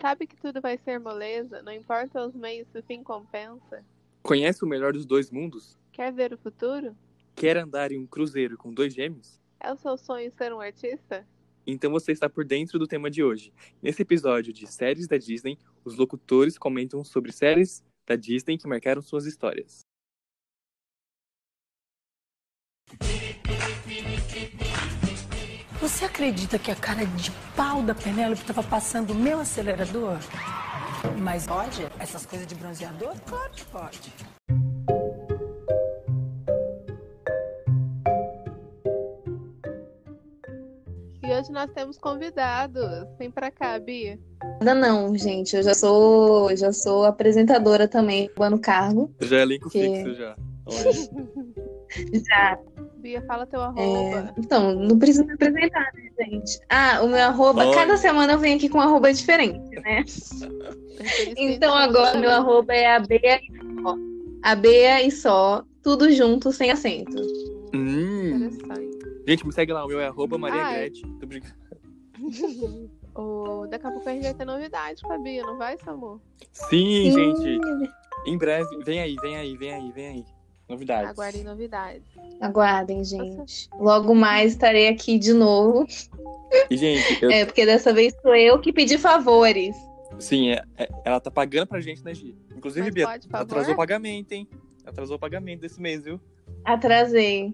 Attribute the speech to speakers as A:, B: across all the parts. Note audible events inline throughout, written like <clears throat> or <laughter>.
A: Sabe que tudo vai ser moleza, não importa os meios, se o fim compensa.
B: Conhece o melhor dos dois mundos?
A: Quer ver o futuro?
B: Quer andar em um cruzeiro com dois gêmeos?
A: É o seu sonho ser um artista?
B: Então você está por dentro do tema de hoje. Nesse episódio de séries da Disney, os locutores comentam sobre séries da Disney que marcaram suas histórias.
C: Você acredita que a cara de pau da Penélope estava passando o meu acelerador? Mas pode? Essas coisas de bronzeador? Claro que pode.
A: E hoje nós temos convidados. Vem pra cá, Bia.
D: Ainda não, gente. Eu já sou, já sou apresentadora também, no cargo.
B: Já é elenco
D: Que-
B: fixo já. Olha,
D: Já.
A: Bia, fala
D: É.
A: teu arroba.
D: Então, não precisa me apresentar, né, gente? Ah, o meu arroba.
B: Olha.
D: Cada semana eu venho aqui com um arroba diferente, né? Então agora meu arroba é a Bea e só. A Bea e só, tudo junto, sem acento.
B: Hum.
A: Interessante.
B: Gente, me segue lá, o meu é arroba Maria
A: Ai.
B: Gretchen. Tô brincando.
A: Ô, daqui a pouco a gente vai ter novidade com a Bia, não vai, Samu?
B: Sim, gente.
D: Hum,
B: Em breve. Vem aí, vem aí, vem aí, vem aí. Novidades.
A: Aguardem novidades.
D: Aguardem, gente. Logo mais estarei aqui de novo.
B: E, gente, eu-
D: É, porque dessa vez sou eu que pedi favores.
B: sim, é- é- ela tá pagando pra gente, né, Gi? Inclusive,
A: Mas
B: Bia,
A: pode, por favor.
B: atrasou o pagamento, hein? Atrasou o pagamento desse mês, viu?
D: Atrasei.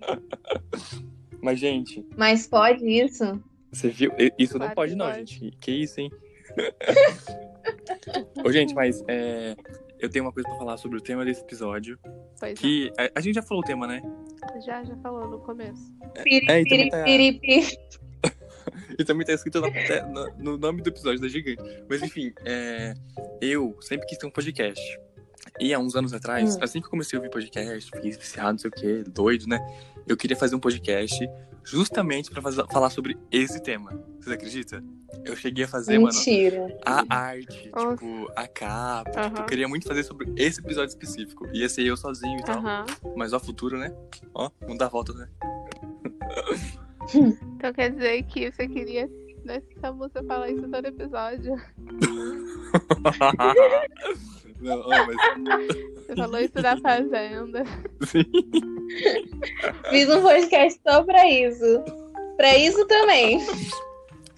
B: Mas, gente,
D: Mas pode isso?
B: Você viu? E- Isso
A: Claro
B: não
A: que
B: pode, não,
A: pode.
B: gente. Que- Que isso, hein? <laughs> Ô, gente, mas é, eu tenho uma coisa pra falar sobre o tema desse episódio.
A: Pois é,
B: Que a, a gente já falou o tema, né?
A: já, já falou no começo.
D: Piri,
B: É, e também
D: piri,
B: tá-
D: piri, piri.
B: E também tá escrito na- até na- no nome do episódio da Gigante. Mas enfim, é, eu sempre quis ter um podcast. E há uns anos atrás,
D: Hum.
B: assim que eu comecei a ouvir podcast, fiquei viciado, não sei o quê, doido, né? Eu queria fazer um podcast justamente pra fazer- falar sobre esse tema. Vocês acreditam? Eu cheguei a fazer, mano.
D: Mentira.
B: a arte,
A: Uhum. Nossa.
B: tipo, a capa.
A: Aham.
B: Tipo, eu queria muito fazer sobre esse episódio específico. Ia ser eu sozinho e tal.
A: Aham.
B: Mas ó, futuro, né? Ó, mundo dá
A: <laughs>
B: volta, né?
A: Então quer dizer que você queria. Né, que Samu, você fala isso todo episódio.
B: Não, ó, mas
A: Você falou isso da Fazenda.
D: Fiz um podcast só pra isso. Pra isso também.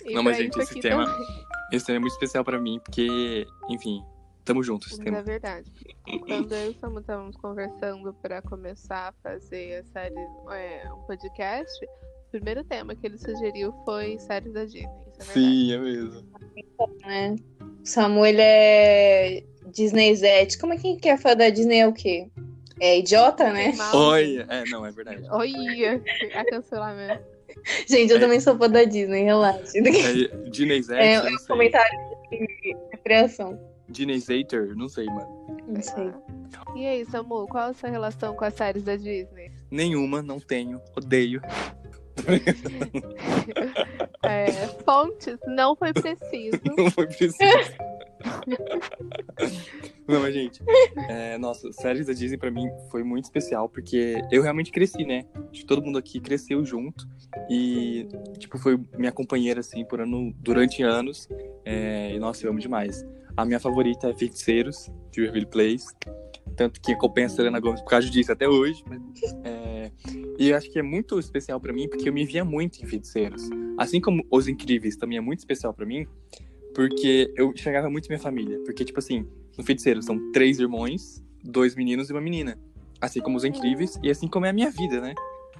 A: E
B: Não, mas,
A: pra um
B: gente,
A: isso
B: esse
A: aqui
B: tema-
A: também.
B: esse tema é muito especial pra mim, porque, enfim, tamo junto esse
A: Mas é
B: tema.
A: verdade. Quando eu e o Samu estávamos conversando para começar a fazer a série, é, um podcast, o primeiro tema que ele sugeriu foi séries da Disney. Isso é verdade.
B: Sim, é mesmo.
D: Né? O Samu, ele é Disney Zete. Como é que quem é fã da Disney é o quê? É idiota, né?
A: Mal,
B: Olha, é, não, é verdade.
A: Olha, a cancelamento.
D: Gente, eu
B: É.
D: também sou fã da Disney, relaxa.
B: É, Dinezete,
D: É,
B: não
D: é um
B: sei.
D: comentário de recreação.
B: Dinezator, não sei, mano.
D: Não sei.
A: E aí, Samu, qual a sua relação com as séries da Disney?
B: Nenhuma, não tenho, odeio.
A: É, fontes, não foi
B: <laughs>
A: preciso.
B: Não foi preciso. Não, mas, gente, é, nossa, séries da Disney pra mim foi muito especial, porque eu realmente cresci, né? Acho que todo mundo aqui cresceu junto. E, tipo, foi minha companheira, assim, por ano, durante anos. É, e, nossa, eu amo demais. A minha favorita é Feiticeiros, de Waverly Place. Tanto que acompanha a Selena Gomes por causa disso até hoje. mas, é, e eu acho que é muito especial pra mim, porque eu me via muito em Feiticeiros. Assim como Os Incríveis também é muito especial pra mim, porque eu enxergava muito minha família. Porque, tipo assim, no feiticeiro são três irmãos, dois meninos e uma menina. Assim como os incríveis, e assim como é a minha vida, né?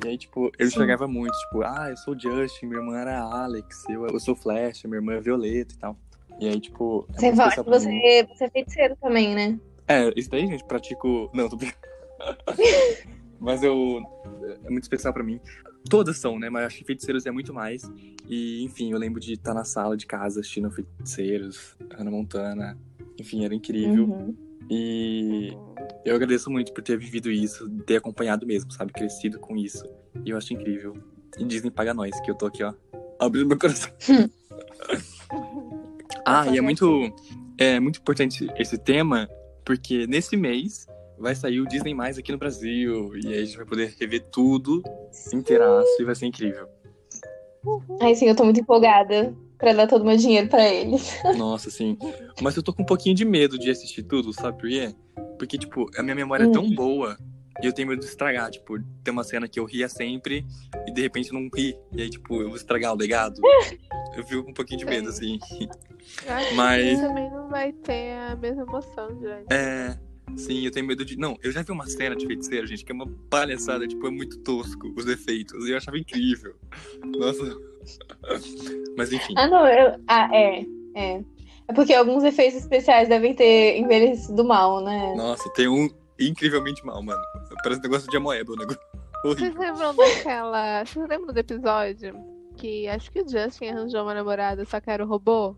B: E aí, tipo, eu
D: Sim.
B: enxergava muito, tipo, ah, eu sou o Justin, minha irmã era a Alex, eu, eu sou o Flash, minha irmã é a Violeta e tal. E aí, tipo. é
D: Você,
B: muito
D: fala que
B: especial pra mim.
D: você, você é feiticeiro também, né?
B: É, isso daí, gente, pratico. Não, tô brincando. <laughs> Mas eu. É muito especial pra mim. Todas são, né? Mas acho que feiticeiros é muito mais. E, enfim, eu lembro de estar na sala de casa assistindo feiticeiros, Hannah Montana. Enfim, era incrível.
D: Uhum.
B: E eu agradeço muito por ter vivido isso, ter acompanhado mesmo, sabe? Crescido com isso. E eu acho incrível. E Disney paga nós, que eu tô aqui, ó, abrindo meu coração. ah, e é muito, é muito importante esse tema, porque nesse mês vai sair o Disney Mais aqui no Brasil. E aí a gente vai poder rever tudo inteiraço e vai ser incrível.
D: Ai, sim, eu tô muito empolgada. pra dar todo o meu dinheiro pra eles.
B: Nossa, sim. Mas eu tô com um pouquinho de medo de assistir tudo, sabe por quê? Porque, tipo, a minha memória é tão boa e eu tenho medo de estragar. Tipo, tem uma cena que eu ria sempre e de repente não ri. E aí, tipo, eu vou estragar o legado. Eu fico com um pouquinho de medo, assim.
A: Eu acho que
B: Mas-
A: também não vai ter a mesma emoção, gente.
B: É. Sim, eu tenho medo de. Não, eu já vi uma cena de feiticeiro, gente, que é uma palhaçada, tipo, é muito tosco os efeitos. E eu achava incrível. Nossa. Mas enfim.
D: Ah, não, eu. Ah, é. É. É porque alguns efeitos especiais devem ter envelhecido mal, né?
B: Nossa, tem um incrivelmente mal, mano. Parece um negócio de amoeba, um negócio
A: Vocês
B: horrível.
A: lembram daquela. Vocês lembram do episódio que acho que o Justin arranjou uma namorada, só que era o robô?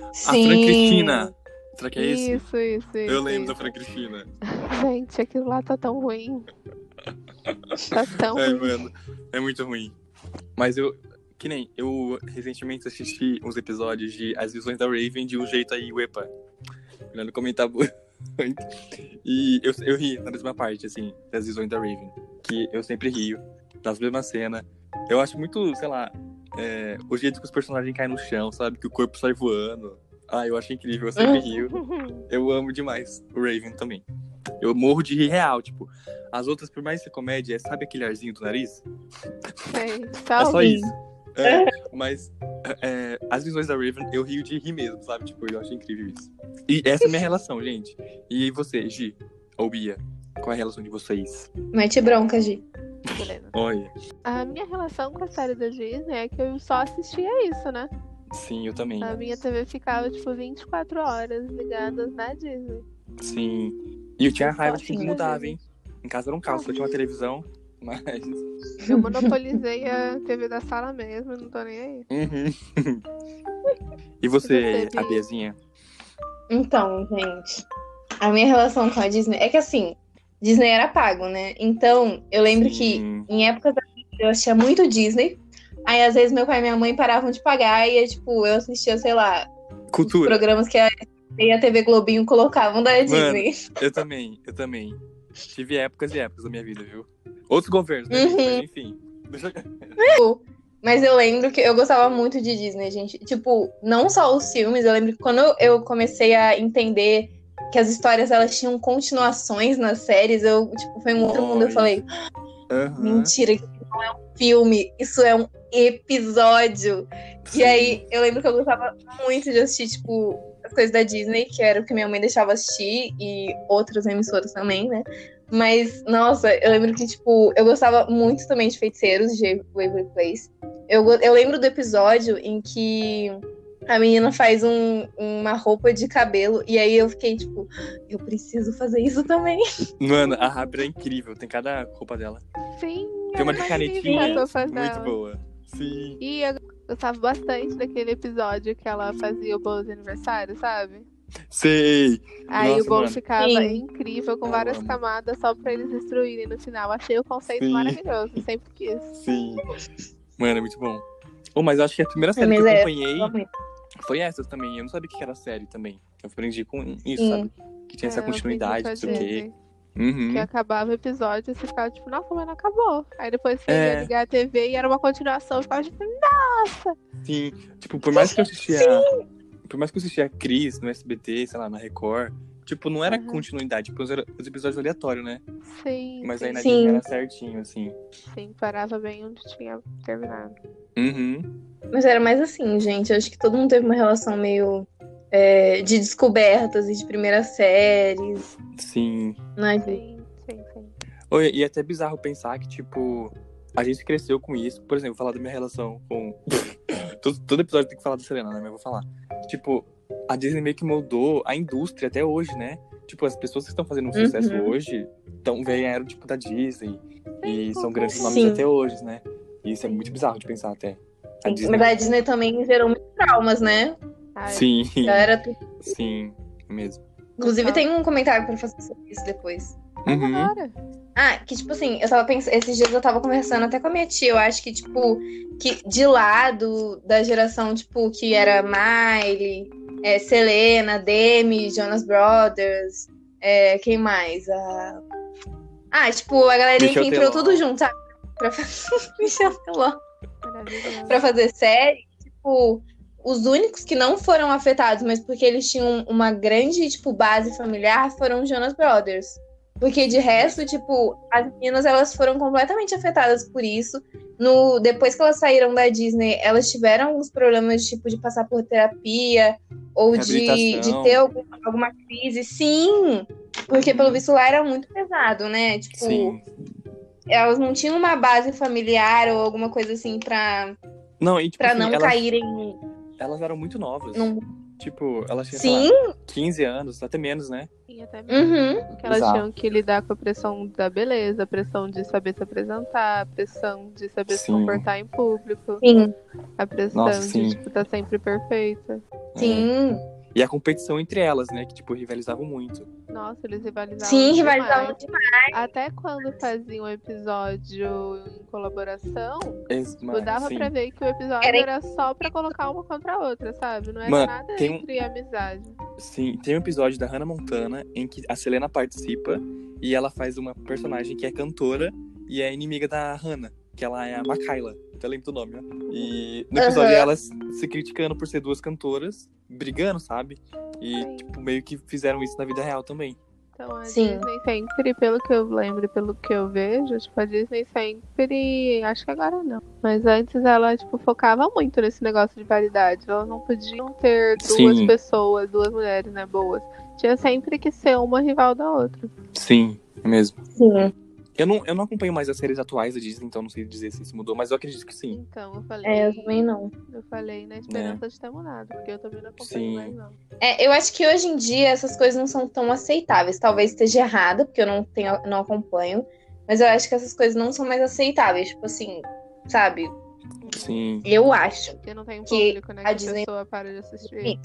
B: A Fran Cristina. Será que é esse?
A: isso, isso, isso.
B: Eu lembro da
A: isso.
B: Fran Cristina.
A: Gente, aquilo lá tá tão ruim. Tá tão
B: É,
A: ruim.
B: mano. É muito ruim. Mas eu. Que nem, eu recentemente assisti uns episódios de As Visões da Raven de um jeito aí, uepa. Olhando comentar muito. E eu, eu ri na mesma parte, assim, das visões da Raven. Que eu sempre rio, nas mesmas cenas. Eu acho muito, sei lá, é, o jeito que os personagens caem no chão, sabe? Que o corpo sai voando. Ah, eu acho incrível, eu sempre rio. Eu amo demais o Raven também. Eu morro de rir real, tipo. As outras, por mais ser comédia, é, sabe aquele arzinho do nariz?
A: Sei,
B: É
A: tá
B: só
A: ruim.
B: isso. É, mas é, é, as visões da Raven, eu rio de rir mesmo, sabe? Tipo, eu acho incrível isso. E essa é a minha relação, gente. E você, Gi? Ou Bia? Qual é a relação de vocês?
D: Mete bronca, Gi.
A: Helena.
B: Olha,
A: A minha relação com a série da Disney é que eu só assistia isso, né?
B: sim, eu também.
A: A minha TV ficava, tipo, 24 horas ligadas na Disney.
B: Sim. E eu tinha raiva de
A: Assim,
B: que
A: né,
B: mudava,
A: gente?
B: hein? Em casa era um caos, só tinha uma televisão, mas.
A: Eu monopolizei a TV da sala mesmo, não tô nem aí.
B: Uhum. <laughs>
A: E
B: E você,
A: você, Bia?
B: a Biazinha?
D: Então, gente, a minha relação com a Disney é que assim, Disney era pago, né? Então, eu lembro que
B: Sim.
D: em épocas da vida eu assistia muito Disney. Aí, às vezes, meu pai e minha mãe paravam de pagar e, tipo, eu assistia, sei lá, os
B: Cultura.
D: programas que a, e a TV Globinho colocavam da Disney.
B: Eu também, eu também. Tive épocas e épocas da minha vida, viu? Outros governos, né? gente? Mas enfim. Deixa eu-
D: Mas eu lembro que eu gostava muito de Disney, gente. Tipo, não só os filmes, eu lembro que quando eu- eu comecei a entender que as histórias elas tinham continuações nas séries, eu, tipo, foi um outro mundo. Eu
B: Nossa.
D: falei,
B: Aham.
D: Mentira, que isso não é um filme, isso é um episódio. E aí, eu lembro que eu gostava muito de assistir, tipo, as coisas da Disney, que era o que minha mãe deixava assistir, e outras emissoras também, né? Mas, nossa, eu lembro que, tipo, eu gostava muito também de Feiticeiros, de Waverly Place. Eu, go- eu lembro do episódio em que a menina faz um- uma roupa de cabelo, e aí eu fiquei, tipo, eu preciso fazer isso também.
B: Mano, a Rabra é incrível. Tem cada roupa dela.
A: Sim,
B: Tem uma
A: era magnífica
B: de canetinha.
A: as roupas
B: Muito
A: dela.
B: boa. Sim.
A: E eu gostava bastante daquele episódio que ela fazia o bolo de aniversário, sabe?
B: Sei.
A: Aí
B: Nossa,
A: o bolo
B: mano. Tá
A: ficava
D: Sim.
A: incrível, com
B: Eu
A: várias
B: amo.
A: camadas só pra eles destruírem no final. Achei o conceito
B: Sim.
A: maravilhoso, sempre quis.
B: Sim. Mano, é muito bom. Oh, mas eu acho que a primeira série
D: mas
B: que eu
D: é-
B: acompanhei foi essas também. Eu não sabia o que era série também. Eu aprendi com isso,
D: Sim.
B: sabe? Que tinha
A: É,
B: essa
A: eu aprendi
B: continuidade,
A: com a
B: não sei o quê.
A: Disney,
B: Uhum.
A: Que acabava o episódio e você ficava tipo, nossa, mas não acabou. Aí depois você
B: É.
A: ia ligar a TV e era uma continuação. Eu ficava tipo,
B: Sim, tipo, por mais que eu assistia. Por mais que eu assistia a Cris no SBT, sei lá, na Record, tipo, não era
A: Aham.
B: continuidade, tipo, era os episódios aleatórios, né?
A: sim,
B: Mas aí
A: sim,
B: na
D: Sim.
B: Disney era certinho, assim.
A: sim, parava bem onde tinha terminado.
B: Uhum.
D: Mas era mais assim, gente. Eu acho que todo mundo teve uma relação meio é, de descobertas e de primeiras séries,
B: Sim.
D: né? de-
A: Sim, sim, sim.
B: Oi, e é até bizarro pensar que, tipo, a gente cresceu com isso. Por exemplo, falar da minha relação com. <laughs> todo, todo episódio tem que falar da Serena, né? Mas eu vou falar. Tipo, a Disney meio que moldou a indústria até hoje, né? Tipo, as pessoas que estão fazendo sucesso
D: Uhum.
B: hoje tão, vieram, tipo, da Disney. E são grandes nomes
D: Sim.
B: até hoje, né? E isso é muito bizarro de pensar até. A Disney.
D: Mas a Disney também gerou muitos traumas, né?
A: Ai,
B: Sim, <laughs>
D: Galera, tu-
B: sim, mesmo.
D: inclusive, tem um comentário pra fazer sobre isso depois.
A: mas
B: Uhum.
A: agora?
D: Ah, que tipo assim, eu tava pensando, esses dias eu tava conversando até com a minha tia, eu acho que tipo, que de lado da geração tipo que era Miley, é, Selena, Demi, Jonas Brothers, é, quem mais? A- Ah, tipo, a galerinha
B: Michel
D: que entrou
B: Teló.
D: tudo junto, sabe? Pra fazer <laughs> Michel Teló
A: Maravilhoso.
D: pra fazer série, tipo, os únicos que não foram afetados, mas porque eles tinham uma grande, tipo, base familiar, foram os Jonas Brothers. Porque de resto, tipo, as meninas elas foram completamente afetadas por isso. No, depois que elas saíram da Disney, elas tiveram alguns problemas tipo, de passar por terapia ou de, de
B: Reabilitação.
D: ter algum- alguma crise. Sim! Porque pelo visto lá era muito pesado, né? Tipo,
B: Sim.
D: elas não tinham uma base familiar ou alguma coisa assim pra,
B: Não, e tipo,
D: pra
B: assim,
D: não
B: elas,
D: caírem
B: elas eram muito novas.
D: num.
B: Tipo, elas tinham sei lá,
D: Sim!
B: 15 anos, até menos, né?
A: E até mesmo
D: Uhum.
A: que elas
B: Exato.
A: tinham que lidar com a pressão da beleza, a pressão de saber se apresentar, a pressão de saber se
B: Sim.
A: comportar em público,
D: Sim,
A: a pressão
B: Nossa,
A: de
B: sim.
A: tipo, estar sempre perfeita.
D: sim.
B: É. E a competição entre elas, né? Que, tipo, rivalizavam muito.
A: Nossa, eles rivalizavam.
D: Sim,
A: demais.
D: rivalizavam demais.
A: Até quando faziam um episódio em colaboração,
B: Ex-
A: Tipo,
B: Mano,
A: dava
B: sim.
A: pra ver que o episódio
D: Era-
A: era, só pra colocar uma contra a outra, sabe? Não era
B: Mano,
A: nada
B: tem um-
A: entre amizade.
B: Sim, tem um episódio da Hannah Montana em que a Selena participa e ela faz uma personagem que é cantora e é inimiga da Hannah, que ela é a Makayla, até lembro do nome, né? E no episódio
D: Aham.
B: elas se criticando por ser duas cantoras, brigando, sabe? E, tipo, meio que fizeram isso na vida real também.
A: Então a
D: Sim.
A: Disney sempre, pelo que eu lembro, e pelo que eu vejo, tipo, a Disney sempre. Acho que agora não. Mas antes ela, tipo, focava muito nesse negócio de paridade. Elas não podiam ter duas
B: Sim.
A: pessoas, duas mulheres, né, boas. Tinha sempre que ser uma rival da outra.
B: Sim, é mesmo.
D: Sim.
B: Eu não, eu não acompanho mais as séries atuais da Disney, então não sei dizer se isso mudou, mas eu acredito que sim. É.
A: Então, eu falei.
D: É, eu também não.
A: Eu falei na esperança de ter mudado, porque eu também não acompanho
B: Sim.
A: mais, não.
D: É, eu acho que hoje em dia essas coisas não são tão aceitáveis. Talvez esteja errada, porque eu não tenho, não acompanho. Mas eu acho que essas coisas não são mais aceitáveis. Tipo assim, sabe?
B: Sim.
D: Eu acho.
A: Porque não tem
D: Que
A: público, né?
D: a
A: Que a
D: Disney-
A: pessoa para de assistir.
D: Sim.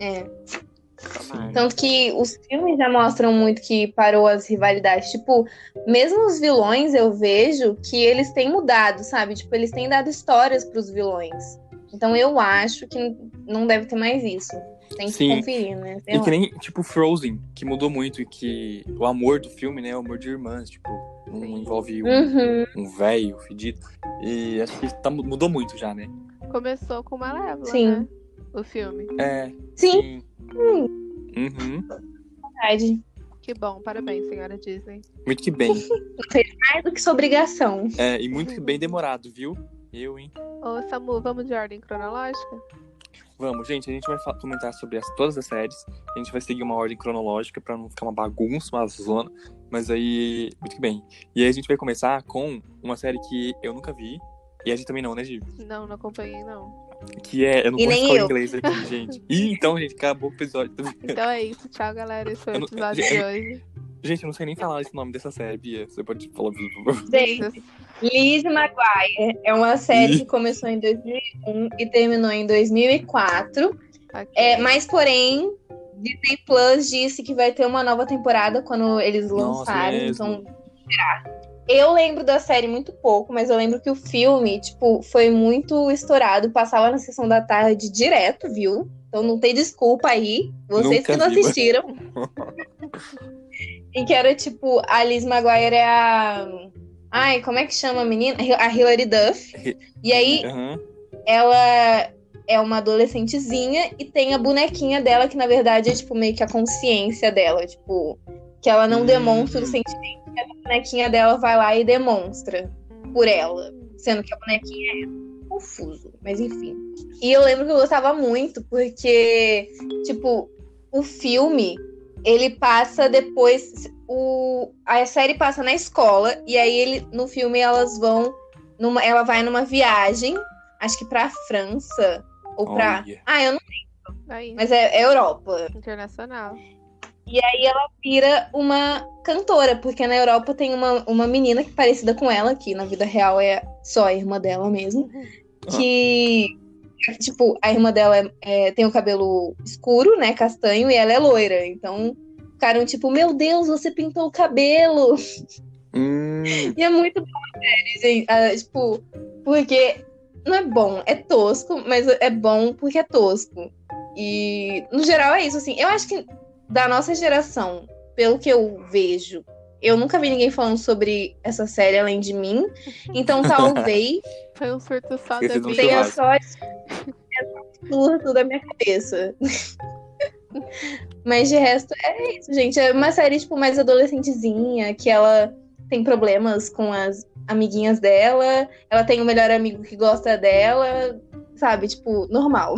D: É.
B: sim.
D: Tanto que os filmes já mostram muito que parou as rivalidades. Tipo, mesmo os vilões eu vejo que eles têm mudado, sabe? Tipo, eles têm dado histórias pros vilões. Então eu acho que não deve ter mais isso. Tem que
B: Sim.
D: conferir, né? Sei
B: E
D: lá.
B: que nem, tipo, Frozen, que mudou muito e que o amor do filme, né, é o amor de irmãs, tipo, não
A: Sim.
B: envolve um,
D: Uhum.
B: um velho fedido. E acho que tá, mudou muito já, né?
A: Começou com uma lévola,
D: Sim.
A: né? O filme.
B: É.
D: Sim,
B: Uhum.
D: verdade.
A: Que bom, parabéns, senhora Disney.
B: Muito que bem.
D: Mais do que sua obrigação.
B: É, e muito que bem demorado, viu? Eu, hein?
A: Ô, Samu, vamos de ordem cronológica?
B: Vamos, gente, a gente vai fa- comentar sobre as, todas as séries. A gente vai seguir uma ordem cronológica pra não ficar uma bagunça, uma zona. Mas aí, muito que bem. E aí a gente vai começar com uma série que eu nunca vi. E a gente também não, né, Gi?
A: Não, não acompanhei, não.
B: Que é. Eu não
D: E
B: vou
D: nem
B: falar
D: eu.
B: inglês
D: <laughs>
B: aqui, gente. Ih, então, gente, acabou o episódio. Tô brincando.
A: Então é isso, tchau, galera. Esse foi o
B: Eu não-
A: episódio de hoje.
B: Gente, eu não sei nem falar esse nome dessa série, Bia. Você pode falar, por favor.
D: Gente, Lizzie Maguire é uma série
B: Ih.
D: que começou em 2001 e terminou em 2004.
A: Aqui.
D: É, mas, porém, Disney Plus disse que vai ter uma nova temporada quando eles
B: Nossa,
D: lançarem.
B: mesmo?
D: então, esperar. Eu lembro da série muito pouco, mas eu lembro que o filme, tipo, foi muito estourado. Passava na sessão da tarde direto, viu? Então não tem desculpa aí. Vocês
B: Nunca
D: que não
B: vi, mas- <laughs>
D: assistiram. e que era, tipo, a Liz Maguire é a... Ai, como é que chama a menina? A Hilary Duff. E
B: <laughs>
D: aí,
B: Aham.
D: ela é uma adolescentezinha e tem a bonequinha dela, que na verdade é tipo meio que a consciência dela, tipo, que ela não
B: Hum.
D: demonstra o sentimento, que a bonequinha dela vai lá e demonstra por ela, sendo que a bonequinha é confuso, mas enfim. E eu lembro que eu gostava muito, porque, tipo, o filme, ele passa depois. O, a série passa na escola, e aí ele, no filme elas vão. Numa, ela vai numa viagem, acho que pra França. Ou pra.
B: Olha.
D: Ah, eu não.
A: Aí,
D: Mas é, é Europa.
A: internacional.
D: E aí ela vira uma cantora, porque na Europa tem uma, uma menina que é parecida com ela, que na vida real é só a irmã dela mesmo que tipo a irmã dela é- é, tem o cabelo escuro, né, castanho, e ela é loira. Então ficaram tipo, meu Deus, você pintou o cabelo.
B: Hum,
D: E é muito bom a série, gente. Ah, tipo, porque não é bom, é tosco, mas é bom porque é tosco. E no geral é isso assim. Eu acho que da nossa geração, pelo que eu vejo, eu nunca vi ninguém falando sobre essa série além de mim. Então talvez
A: Foi um surto só
B: Esqueci
A: da
B: de um
A: Bia.
D: tenha
B: churrasco.
D: só esse surto da minha cabeça. Mas de resto é isso, gente. É uma série tipo mais adolescentezinha, que ela tem problemas com as amiguinhas dela, ela tem o melhor amigo que gosta dela, sabe? Tipo, normal.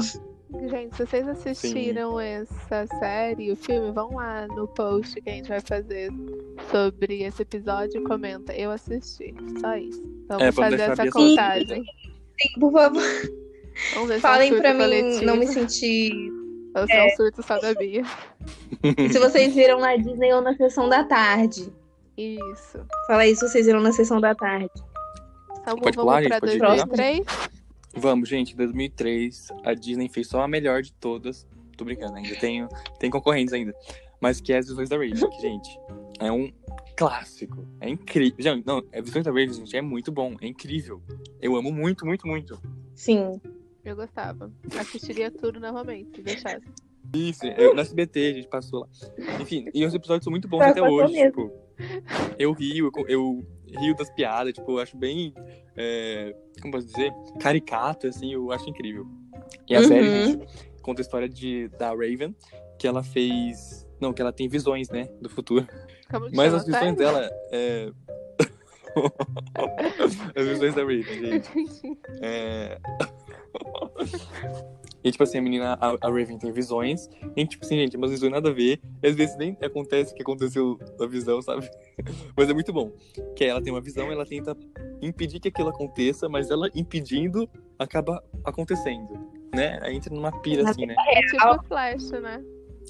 A: Gente, se vocês assistiram essa série, o filme, vão lá no post que a gente vai fazer sobre esse episódio e comenta. Eu assisti. Só isso. Vamos
B: É, vamos
A: fazer
B: deixar a
A: essa
B: Bia
A: contagem.
D: Sim, por favor,
A: Vamos ver se é um
D: falem
A: surto
D: pra mim
A: coletivo
D: não me <laughs> sentir.
A: ou se é um surto só da Bia.
D: Se vocês viram na Disney ou na sessão da tarde.
A: Isso.
D: Fala aí se vocês viram na sessão da tarde.
A: Então, vamos
B: Pode pular, gente?
A: pra
B: Pode
D: pular?
A: 2003?
B: Vamos, gente, 2003, a Disney fez só a melhor de todas. Tô brincando, ainda tenho, tem concorrentes ainda. Mas que é as Visões da
D: <laughs>
B: Raven, que, gente, é um clássico. É incrível. Gente, não, é Visões da Raven, gente, é muito bom, é incrível. Eu amo muito, muito, muito.
D: Sim.
A: Eu gostava. Assistiria tudo novamente, se deixasse.
B: Isso, eu, no SBT a gente passou lá. Enfim, e os episódios são muito bons
D: Tá, Passou
B: até hoje,
D: mesmo.
B: tipo. Eu rio, eu, co- eu rio das piadas, tipo, eu acho bem. é, como posso dizer? Caricato, assim, eu acho incrível. E a
D: Uhum.
B: série, gente, conta a história de, da Raven, que ela fez. Não, que ela tem visões, né? Do futuro.
A: Como que
B: Mas
A: chama
B: as
A: a
D: tá
A: série?
B: visões
A: <laughs>
B: dela é. <laughs> as visões da Raven, gente. É... <laughs> e, tipo assim, a menina, a, a Raven tem visões. E, tipo assim, gente, umas visões nada a ver. E às vezes nem acontece o que aconteceu na visão, sabe? <laughs> mas é muito bom. Que ela tem uma visão, ela tenta impedir que aquilo aconteça, mas ela impedindo acaba acontecendo, né? Aí entra numa pira, assim, né?
A: É tipo Flash, né?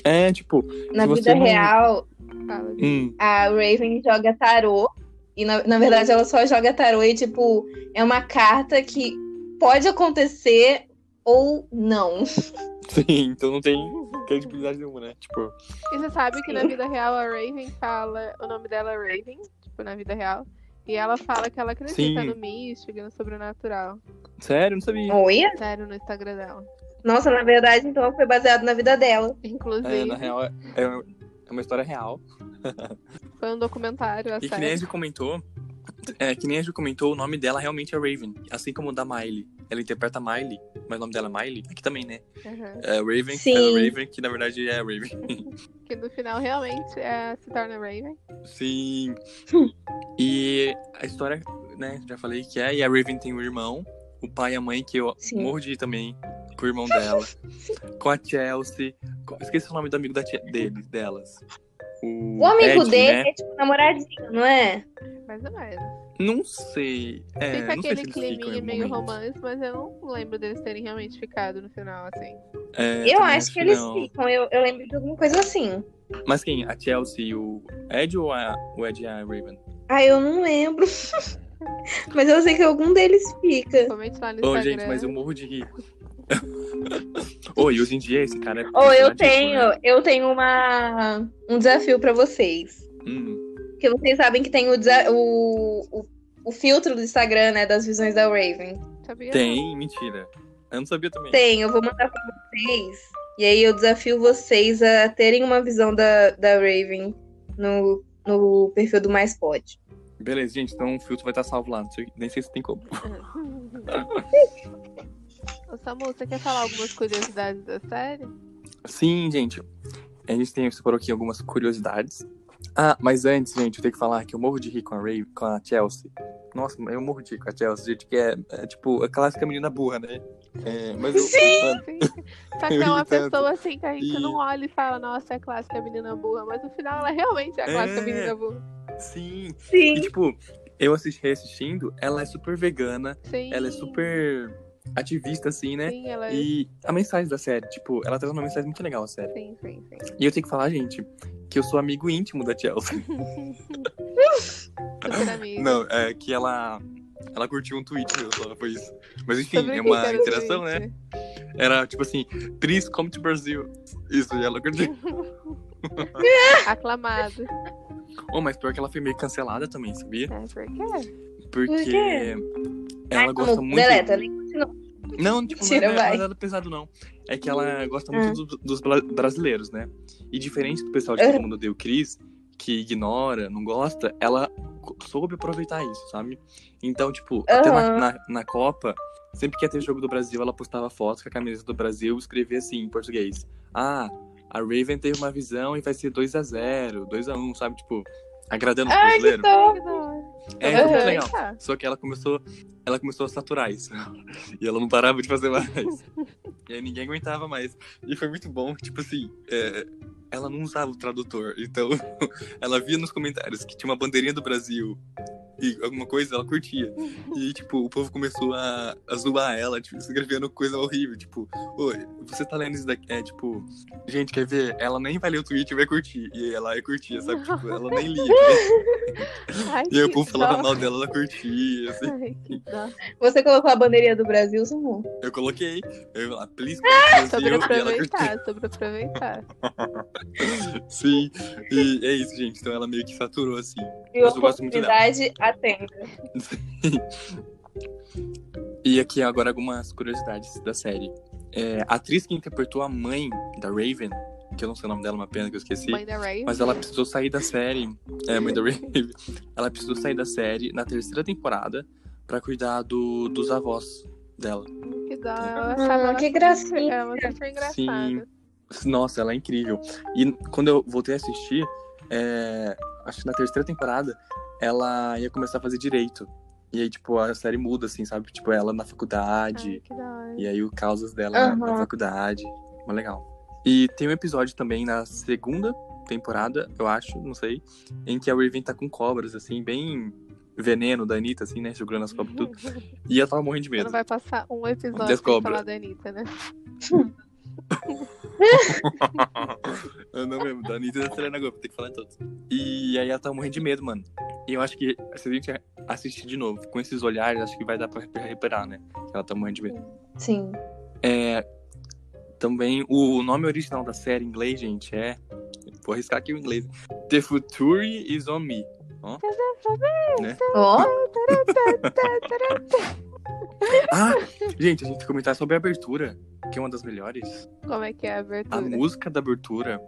B: É, tipo...
D: Na
B: Se você
D: vida
B: não-
D: real,
A: Fala.
B: Hum, <laughs>
D: a Raven joga tarô. E na, na verdade ela só joga tarô e, tipo, é uma carta que pode acontecer ou não.
B: sim, então não tem credibilidade nenhuma, né? Tipo...
A: E você sabe que na
D: Sim.
A: vida real a Raven fala. O nome dela é Raven, tipo, na vida real. E ela fala que ela acredita
B: Sim.
A: no místico e no sobrenatural.
B: Sério, não sabia.
D: Oi?
A: Sério, no Instagram dela.
D: Nossa, na verdade, então foi baseado na vida dela.
A: Inclusive,
B: É, na real, é, é uma história real.
A: foi um documentário, a
D: Tá
B: E que nem a
A: série.
B: Ju comentou, é, que nem a Ju comentou, o nome dela realmente é Raven. Assim como o da Miley. Ela interpreta a Miley, mas o nome dela é Miley. Aqui também, né?
A: Aham.
B: É Raven,
D: Sim.
B: que era Raven, que na verdade é Raven.
A: Que no final realmente é, se torna Raven.
B: Sim. E a história, né, já falei que é, e a Raven tem um irmão, o pai e a mãe, que eu
D: Sim.
B: morro de ir também com o irmão
D: <laughs>
B: dela. com a Chelsea. com- Esqueci o nome do amigo da tia, dele, delas.
D: O amigo
B: Ed,
D: dele
B: né?
D: é tipo namoradinho, não é?
A: Mais ou menos.
B: Não sei. É,
A: Fica
B: não sei se
A: aquele
B: eles ficam em
A: climinha
B: algum
A: meio
B: momento.
A: romance, mas eu não lembro deles terem realmente ficado no final, assim.
B: É,
D: eu
B: também
D: acho que eles
B: não.
D: ficam, eu, eu lembro de alguma coisa assim.
B: Mas quem? A Chelsea e o Ed ou a, o Ed e a Raven?
D: Ah, eu não lembro. <laughs> Mas eu sei que algum deles fica.
A: Comente lá no
B: Ô,
A: Instagram.
B: gente, mas eu morro de rir. <laughs> Oi, hoje em dia esse cara é.
D: Ou eu
B: impressionante,
D: tenho,
B: né?
D: eu tenho uma, um desafio pra vocês.
B: Hum,
D: Porque vocês sabem que tem o, desa- o, o, o filtro do Instagram, né? Das visões da Raven.
A: Sabia?
B: tem, mentira. Eu não sabia também.
D: Tem, eu vou mandar pra vocês. E aí eu desafio vocês a terem uma visão da, da Raven no, no perfil do Mais Pod.
B: Beleza, gente, então o filtro vai estar salvo lá. Não sei- nem sei se tem como.
A: <laughs> Ô, Samu, você quer falar algumas curiosidades da série?
B: Sim, gente. A gente tem, separou aqui algumas curiosidades. Ah, mas antes, gente, eu tenho que falar que eu morro de rir com a Raven, com a Chelsea. Nossa, eu morro de rir com a Chelsea, gente, que é, é tipo a clássica menina burra, né? É, mas eu,
D: Sim!
B: mano,
A: Sim. Só que é
B: <laughs> Eu
A: uma
B: ri tanto.
A: pessoa assim que a gente
B: E-
A: não olha e fala, nossa, é a clássica menina burra, mas no final ela realmente é a clássica
B: É.
A: menina burra.
B: sim, E,
D: Sim.
B: tipo, eu assisti, reassistindo, ela é super vegana,
A: Sim.
B: ela é super ativista, assim, né?
A: Sim, ela é.
B: E a mensagem da série, tipo, ela traz uma mensagem muito legal, a série.
A: Sim, sim, sim.
B: E eu tenho que falar, gente, que eu sou amigo íntimo
A: <laughs>
B: da Chelsea.
A: Super
B: <laughs>
A: amiga.
B: Não, é que ela. Ela curtiu um tweet meu só, foi isso. Mas enfim,
A: Sobre
B: é
A: o que
B: uma
A: que era o
B: interação, né?
A: tweet?
B: Era tipo assim, Tris come to Brasil. Isso, e ela
A: <laughs>
B: curtiu.
A: Aclamado.
B: Oh, mas pior que ela foi meio cancelada também, sabia?
A: É, por quê?
B: Porque
D: quê?
B: ela gosta muito.
D: Então, Deleta, nem continua.
B: Não, tipo,
D: Mentira,
B: não é
D: vai. Hum.
B: mas nada pesado, não. É que ela gosta muito dos, dos bra- brasileiros, né? E diferente do pessoal de
D: Aham.
B: Todo Mundo Deu Cris, que ignora, não gosta, ela soube aproveitar isso, sabe? Então, tipo, até na,
D: Aham.
B: na, na Copa, sempre que ia ter jogo do Brasil, ela postava fotos com a camisa do Brasil e escrevia assim, em português. Ah, a Raven teve uma visão e vai ser 2x0, 2x1, sabe? Tipo, agradando o
D: Ai, que
B: brasileiro.
D: top!
A: Que da hora.
B: É, foi muito
D: Aham.
B: legal. Só que ela começou, ela começou a saturar isso. E ela não parava de fazer mais. E aí ninguém aguentava mais. E foi muito bom, tipo assim, é, ela não usava o tradutor. Então, <laughs> ela via nos comentários que tinha uma bandeirinha do Brasil e alguma coisa, ela curtia. E, tipo, o povo começou a, a zoar ela, tipo, escrevendo coisa horrível. Tipo, oi, você tá lendo isso daqui? É, tipo, gente, quer ver? Ela nem vai ler o tweet e vai curtir. E ela ia curtir, sabe? Tipo, ela nem lia.
A: Ai,
B: E aí o
A: que
B: povo falava
A: dó.
B: mal dela, ela curtia, assim.
A: Ai, que dó.
D: Você colocou a bandeirinha do Brasil, Sumu?
B: Eu coloquei. Eu ia lá,
A: <laughs>
B: please coloquei assim,
A: Sobre
B: eu, e ela curtiu.
A: aproveitar, sobre aproveitar.
B: Sim. E é isso, gente. Então ela meio que saturou, assim.
D: E
B: Mas eu gosto muito
D: oportunidade atenta.
B: E aqui agora algumas curiosidades da série. É, a atriz que interpretou a mãe da Raven, que eu não sei o nome dela, uma pena que eu esqueci.
A: Mãe da Ray.
B: Mas ela precisou sair da série. É, a mãe da Raven. <laughs> Ela precisou sair da série na terceira temporada pra cuidar do, dos avós dela.
A: Que dó. Eu achava ela
D: que
A: super-
D: gracinha.
A: Ela super
B: Sim.
A: engraçada.
B: Nossa, ela é incrível. E quando eu voltei a assistir, é, acho que na terceira temporada, ela ia começar a fazer direito. E aí, tipo, a série muda, assim, sabe? Tipo, ela na
A: Ai,
B: faculdade,
A: que da hora.
B: e é aí o causas dela na- na
D: Aham.
B: faculdade. Mó legal. E tem um episódio também na segunda temporada, eu acho, não sei, em que a Raven tá com cobras, assim, bem veneno da Anitta, assim, né? Jogando as cobras e tudo. E ela tava morrendo de
A: Você
B: medo.
A: não vai passar um episódio
B: Das
A: sem
B: cobras.
A: falar da Anitta, né?
B: eu não lembro, da Anitta e da Selena Gomez, tem que falar em todos. E aí ela tá morrendo de medo, mano. E eu acho que se a gente assistir de novo com esses olhares, acho que vai dar pra recuperar, né? Que Ela tá morrendo de medo.
D: Sim.
B: É, também, o nome original da série em inglês, gente, é... Vou arriscar aqui o inglês. The Future is on me.
D: Ó,
B: Ah, gente, a gente comentar sobre a abertura, que é uma das melhores.
A: Como é que é a abertura?
B: A música da abertura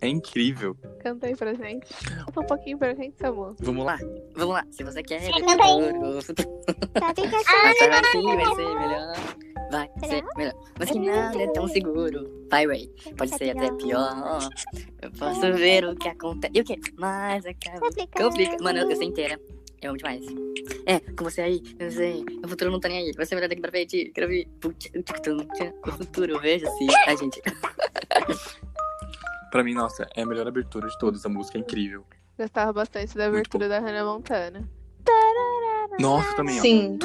B: é incrível.
A: Canta aí pra gente. Canta um pouquinho pra gente, Samu.
B: Vamos lá.
E: Vamos lá, se você quer
F: Sim,
E: ver
F: manda aí.
E: futuro, o futuro
F: Tá
E: Ah,
F: tentando
E: Nossa, assim, vai sim, vai ser melhor. Vai
F: Será?
E: ser melhor. Mas que
F: Eu
E: nada é tão
F: entendi.
E: seguro. Vai, Ray. Pode ser até pior. Eu posso ver o que acontece. E o que? Mas acaba.
F: Complicado.
E: Complica. Mano, eu eu sei inteira. Eu amo demais. É, com você aí, eu sei. O futuro não tá nem aí. Você melhor daqui pra frente. Quero ver. Putz, tic, tum, tchan. O futuro, veja se. Ai, gente.
B: Pra mim, nossa, é a melhor abertura de todas. A música é incrível.
A: Gostava bastante da
B: Muito
A: abertura da Hannah Montana.
B: Nossa, também, ó.
D: sim.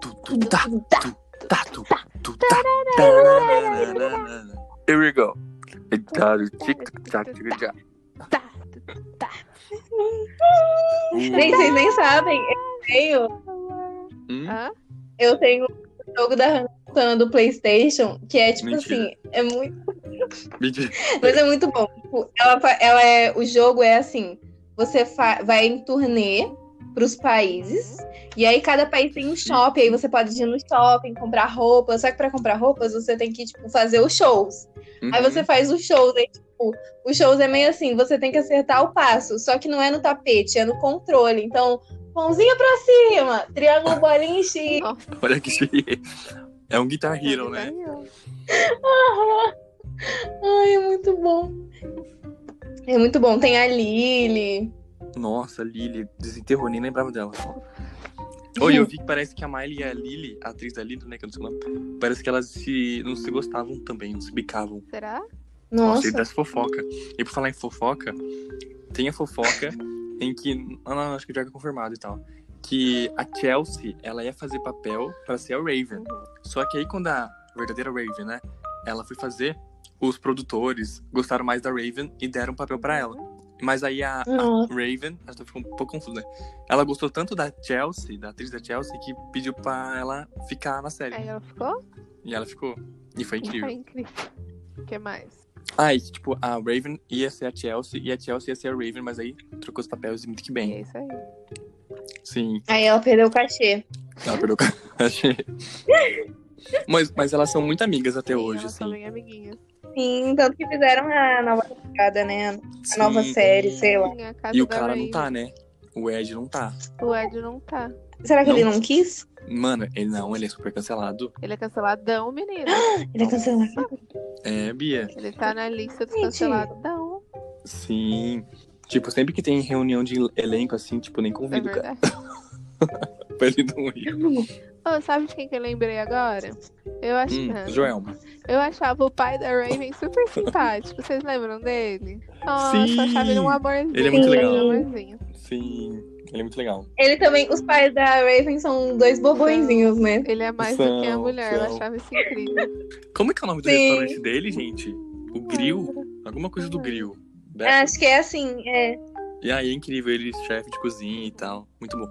B: Tu, tu, tá, tu, tá, tu, tu, tá. Tararararararara. Here we go. Eitaru, tic, tchac, tic, tchac.
A: Tá.
D: Nem vocês nem sabem. Eu tenho,
B: Hum,
A: Hã?
D: eu tenho o jogo da Hannah Montana do Playstation, que é tipo
B: Mentira.
D: assim, é muito.
B: mentira.
D: Mas é muito bom. Tipo, ela, fa- ela é. O jogo é assim. Você fa- vai em turnê pros países. E aí cada país
B: Uhum.
D: tem um shopping. Aí você pode ir no shopping, comprar roupas. Só que pra comprar roupas, você tem que, tipo, fazer os shows.
B: Hum,
D: Aí
B: Uhum.
D: você faz os shows, aí, tipo, os shows é meio assim, você tem que acertar o passo, só que não é no tapete, é no controle. Então, mãozinha pra cima, triângulo, bolinha e X.
B: Uhum. Olha que chique. É um Guitar Hero, né?
D: Aham. Ai, é muito bom. É muito bom. Tem a Lily.
B: Nossa, Lily, desenterrou, nem lembrava dela. Oi, eu vi que parece que a Miley e a Lily, a atriz da Lily, né, que eu não sei o nome, parece que elas se, não se gostavam também, não se bicavam.
A: Será?
B: Nossa, e
D: Nossa.
B: dessa fofoca. E por falar em fofoca, tem a fofoca <laughs> em que, ah, não, acho que já é confirmado e tal, que a Chelsea, ela ia fazer papel pra ser a Raven. Só que aí quando a verdadeira Raven, né, ela foi fazer, os produtores gostaram mais da Raven e deram um papel pra ela. Mas aí a,
D: Nossa.
B: Raven, acho que eu fico um pouco confuso, né? Ela gostou tanto da Chelsea, da atriz da Chelsea, que pediu pra ela ficar na série.
A: Aí ela ficou?
B: E ela ficou. E foi incrível.
A: Foi incrível. O que mais?
B: Ah, e tipo, a Raven ia ser a Chelsea e a Chelsea ia ser a Raven, mas aí trocou os papéis e muito que
A: E
B: bem.
A: é isso aí.
B: Sim,
D: Aí ela perdeu o cachê.
B: ela perdeu o <laughs> cachê. mas, mas elas são muito amigas até
A: Sim,
B: hoje,
A: elas
B: assim.
A: são tá bem amiguinhas.
D: Sim, tanto que fizeram a nova temporada, né? A nova
B: Sim.
D: série, sei lá.
A: Sim, a casa
B: E o
A: da
B: cara não
A: Raven.
B: tá, né? O Ed não tá.
A: O Ed não tá.
D: Será que
B: Não.
D: ele não quis?
B: Mano, ele não, ele é super cancelado.
A: Ele é canceladão,
D: <gasps>
A: menino.
D: Ele é cancelado.
B: É, Bia.
A: Ele tá na lista dos
D: Gente.
A: canceladão.
B: Sim. Tipo, sempre que tem reunião de elenco, assim, tipo, nem
A: É
B: convido o cara
A: verdade.
B: pra ele não ir.
A: Ô, sabe de quem que eu lembrei agora? Eu acho é.
B: Hum, Joelma.
A: Eu achava o pai da Raven super simpático. Vocês lembram dele? Nossa,
B: Sim.
A: eu achava ele um amorzinho.
B: Ele é muito
A: um
B: legal.
A: amorzinho.
B: Sim, ele é muito legal.
D: Ele também, os pais da Raven são dois bobõezinhos, né?
A: Ele é mais do que a
B: São,
A: mulher. Eu
B: são.
A: achava isso incrível.
B: Como é que é o nome do
D: Sim.
B: restaurante dele, gente? O Grill? Alguma coisa do Grill. Beth-
D: Acho que é assim, é.
B: E aí é incrível ele, chefe de cozinha e tal. Muito bom.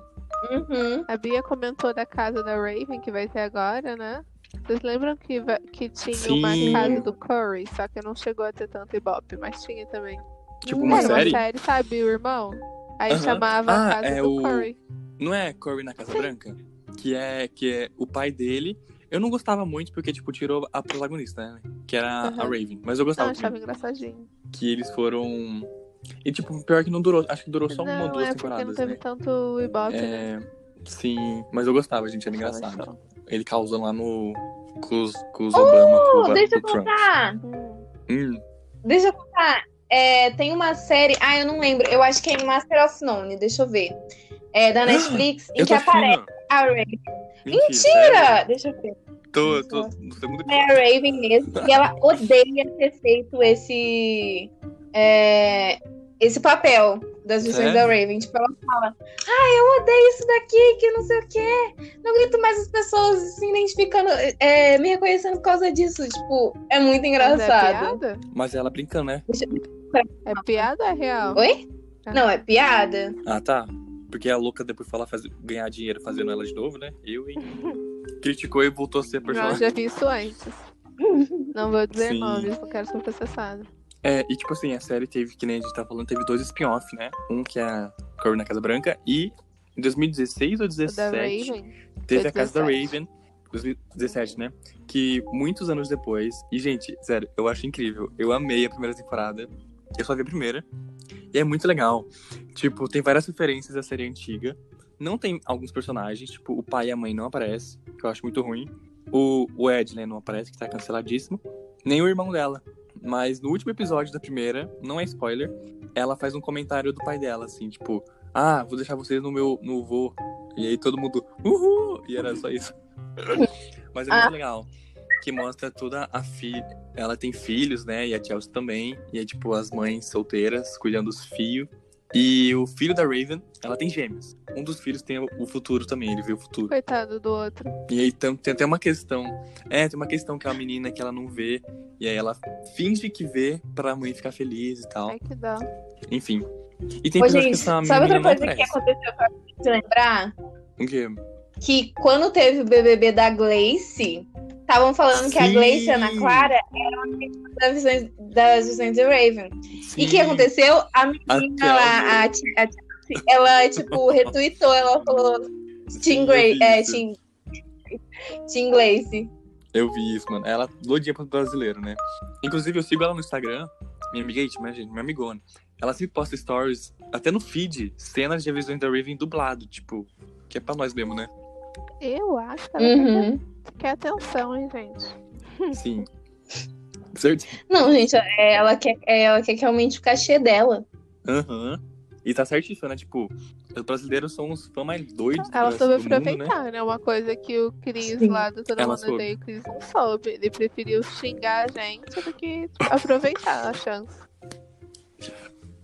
D: Uhum.
A: A Bia comentou da casa da Raven, que vai ter agora, né? Vocês lembram que, va- que tinha uma
B: Sim.
A: casa do Curry, só que não chegou a ter tanto ibope, mas tinha também.
B: Tipo, uma
A: Era
B: série?
A: uma série, sabe, o irmão? Aí
B: Aham.
A: chamava
B: Ah,
A: a casa
B: é
A: do
B: o-
A: Curry.
B: Não é Corey na Casa Branca? Que é, que é o pai dele. Eu não gostava muito porque, tipo, tirou a protagonista, né? Que era
A: Aham.
B: a Raven. Mas eu
A: Não,
B: gostava
A: eu achava
B: também.
A: engraçadinho.
B: que eles foram. E, tipo, pior que não durou. Acho que durou Tipo, só uma
A: não,
B: ou duas
A: é porque não
B: temporadas,
A: teve
B: né?
A: tanto ibope, né?
B: É, sim, mas eu gostava, gente, era
A: Achava
B: engraçado.
A: show.
B: Ele causando lá no. Com os, com
A: Oh,
B: os Obama, com o, Ba-
D: deixa eu
B: com o Trump.
D: contar!
A: Hum.
B: Hum,
D: Tá, Deixa eu contar. É, tem uma série. Ah, eu não lembro. Eu acho que é Master of None, deixa eu ver. É da Netflix, em
B: Ah, eu
D: que
B: tô
D: aparece
B: assistindo.
D: a Raven.
B: Mentira! sério?
D: Tira! Deixa eu ver.
B: Tô, tô no segundo
D: É a
B: episódio.
D: Raven mesmo. E ela odeia ter feito esse. é, esse papel das visões
B: Sério?
D: da Raven. Tipo, ela fala: Ah, eu odeio isso daqui, que não sei o quê. Não aguento mais as pessoas se identificando, é, me reconhecendo por causa disso. Tipo, é muito
A: Mas
D: engraçado.
A: É piada?
B: Mas ela brincando, né?
A: É piada Tá. ou é real? Ah.
D: Oi? Não, é piada.
B: Ah, tá. Porque a louca depois foi lá fazer, ganhar dinheiro fazendo ela de novo, né? Eu, <laughs> hein? Criticou e voltou a ser
A: Não, eu
B: personagem.
A: já vi isso antes.
D: <laughs>
A: Não vou dizer
B: Sim.
A: nomes, não quero ser processada.
B: É, e tipo assim, a série teve, que nem a gente tá falando, teve dois spin-off, né? Um que é a Corey na Casa Branca e em 2016 ou
A: O Da
B: 2017
A: Raven?
B: teve
A: Foi
B: a Casa da
A: 17.
B: Raven, 2017, né? Que muitos anos depois, e gente, sério, eu acho incrível. Eu amei a primeira temporada, eu só vi a primeira, e é muito legal. Tipo, tem várias referências à série antiga, não tem alguns personagens, tipo, o pai e a mãe não aparecem, que eu acho muito ruim. O, o Ed, né, não aparece, que tá canceladíssimo. Nem o irmão dela. Mas no último episódio da primeira, não é spoiler, ela faz um comentário do pai dela, assim, tipo, ah, vou deixar vocês no meu no vô. E aí todo mundo, uhul! E era só isso. <laughs> Mas é muito
D: Ah.
B: legal. Que mostra toda a filha. Ela tem filhos, né? E a Chelsea também. E é tipo as mães solteiras cuidando dos filhos. E o filho da Raven, ela tem gêmeos. Um dos filhos tem o futuro também, ele vê o futuro.
A: Coitado do outro.
B: E aí tem, tem até uma questão. É, tem uma questão que é uma menina que ela não vê. E aí ela finge que vê pra mãe ficar feliz e tal.
A: Ai, É que dó.
B: Enfim. E tem
D: Ô,
B: pessoas que
D: gente,
B: essa
D: sabe
B: menina
D: outra
B: não
D: coisa que é
B: aparece.
D: aconteceu pra te lembrar?
B: O quê?
D: Que quando teve o BBB da Gleice, estavam falando que a
B: Sim.
D: Gleice e a Ana Clara eram as meninas das visões, das visões de Raven. E o que aconteceu? A menina
B: Até
D: lá, a, Ti- a Chelsea,
B: <laughs>
D: ela, tipo, retweetou, ela falou Team Grace. É,
B: Sim,
D: Team, Team Glace.
B: Eu vi isso, mano. Ela doidinha pro brasileiro, né? Inclusive, eu sigo ela no Instagram. Minha amiga It, minha gente, minha amigona. Ela sempre posta stories, até no feed, cenas de revisões da Raven dublado, tipo, que é pra nós mesmo,
D: <laughs>
B: né?
A: Eu acho que ela
D: Uhum.
A: quer- quer atenção, hein, gente?
B: Sim. Certeza.
D: Não, gente, é, ela quer, é, ela quer que aumente o cachê dela.
B: Aham. E tá certíssimo, né? Tipo, os brasileiros são os fãs mais doidos do
A: Ela
B: Brasil-
A: soube
B: do mundo, né?
A: aproveitar, né? Uma coisa que o Cris
D: Sim.
A: lá do Todo
B: Ela
A: Mundo
B: soube.
A: Odeia o Cris não soube. Ele preferiu xingar a gente do que tipo, aproveitar a chance.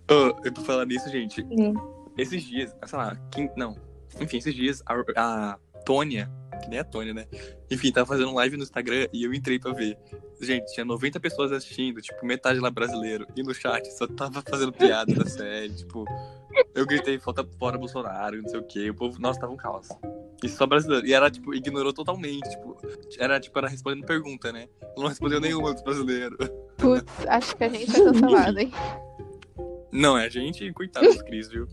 B: Ah, eu tô falando nisso, gente.
D: Sim.
B: Esses dias, ah, sei lá, quem, não. Enfim, esses dias a, a Tônia, que nem a Tônia, né? Enfim, tava fazendo live no Instagram e eu entrei pra ver. Gente, tinha 90 pessoas assistindo, tipo, metade lá brasileiro. E no chat só tava fazendo piada da série, tipo. Eu gritei, falta fora Bolsonaro, não sei o quê. O povo, nossa, tava um caos. E só brasileiro. E ela, tipo, ignorou totalmente. Tipo, era, tipo, era respondendo pergunta, né? Ela não respondeu nenhuma dos brasileiros.
A: Putz, acho que a gente
B: <laughs>
A: é cancelado, hein?
B: Não, é gente, coitado dos Cris, viu?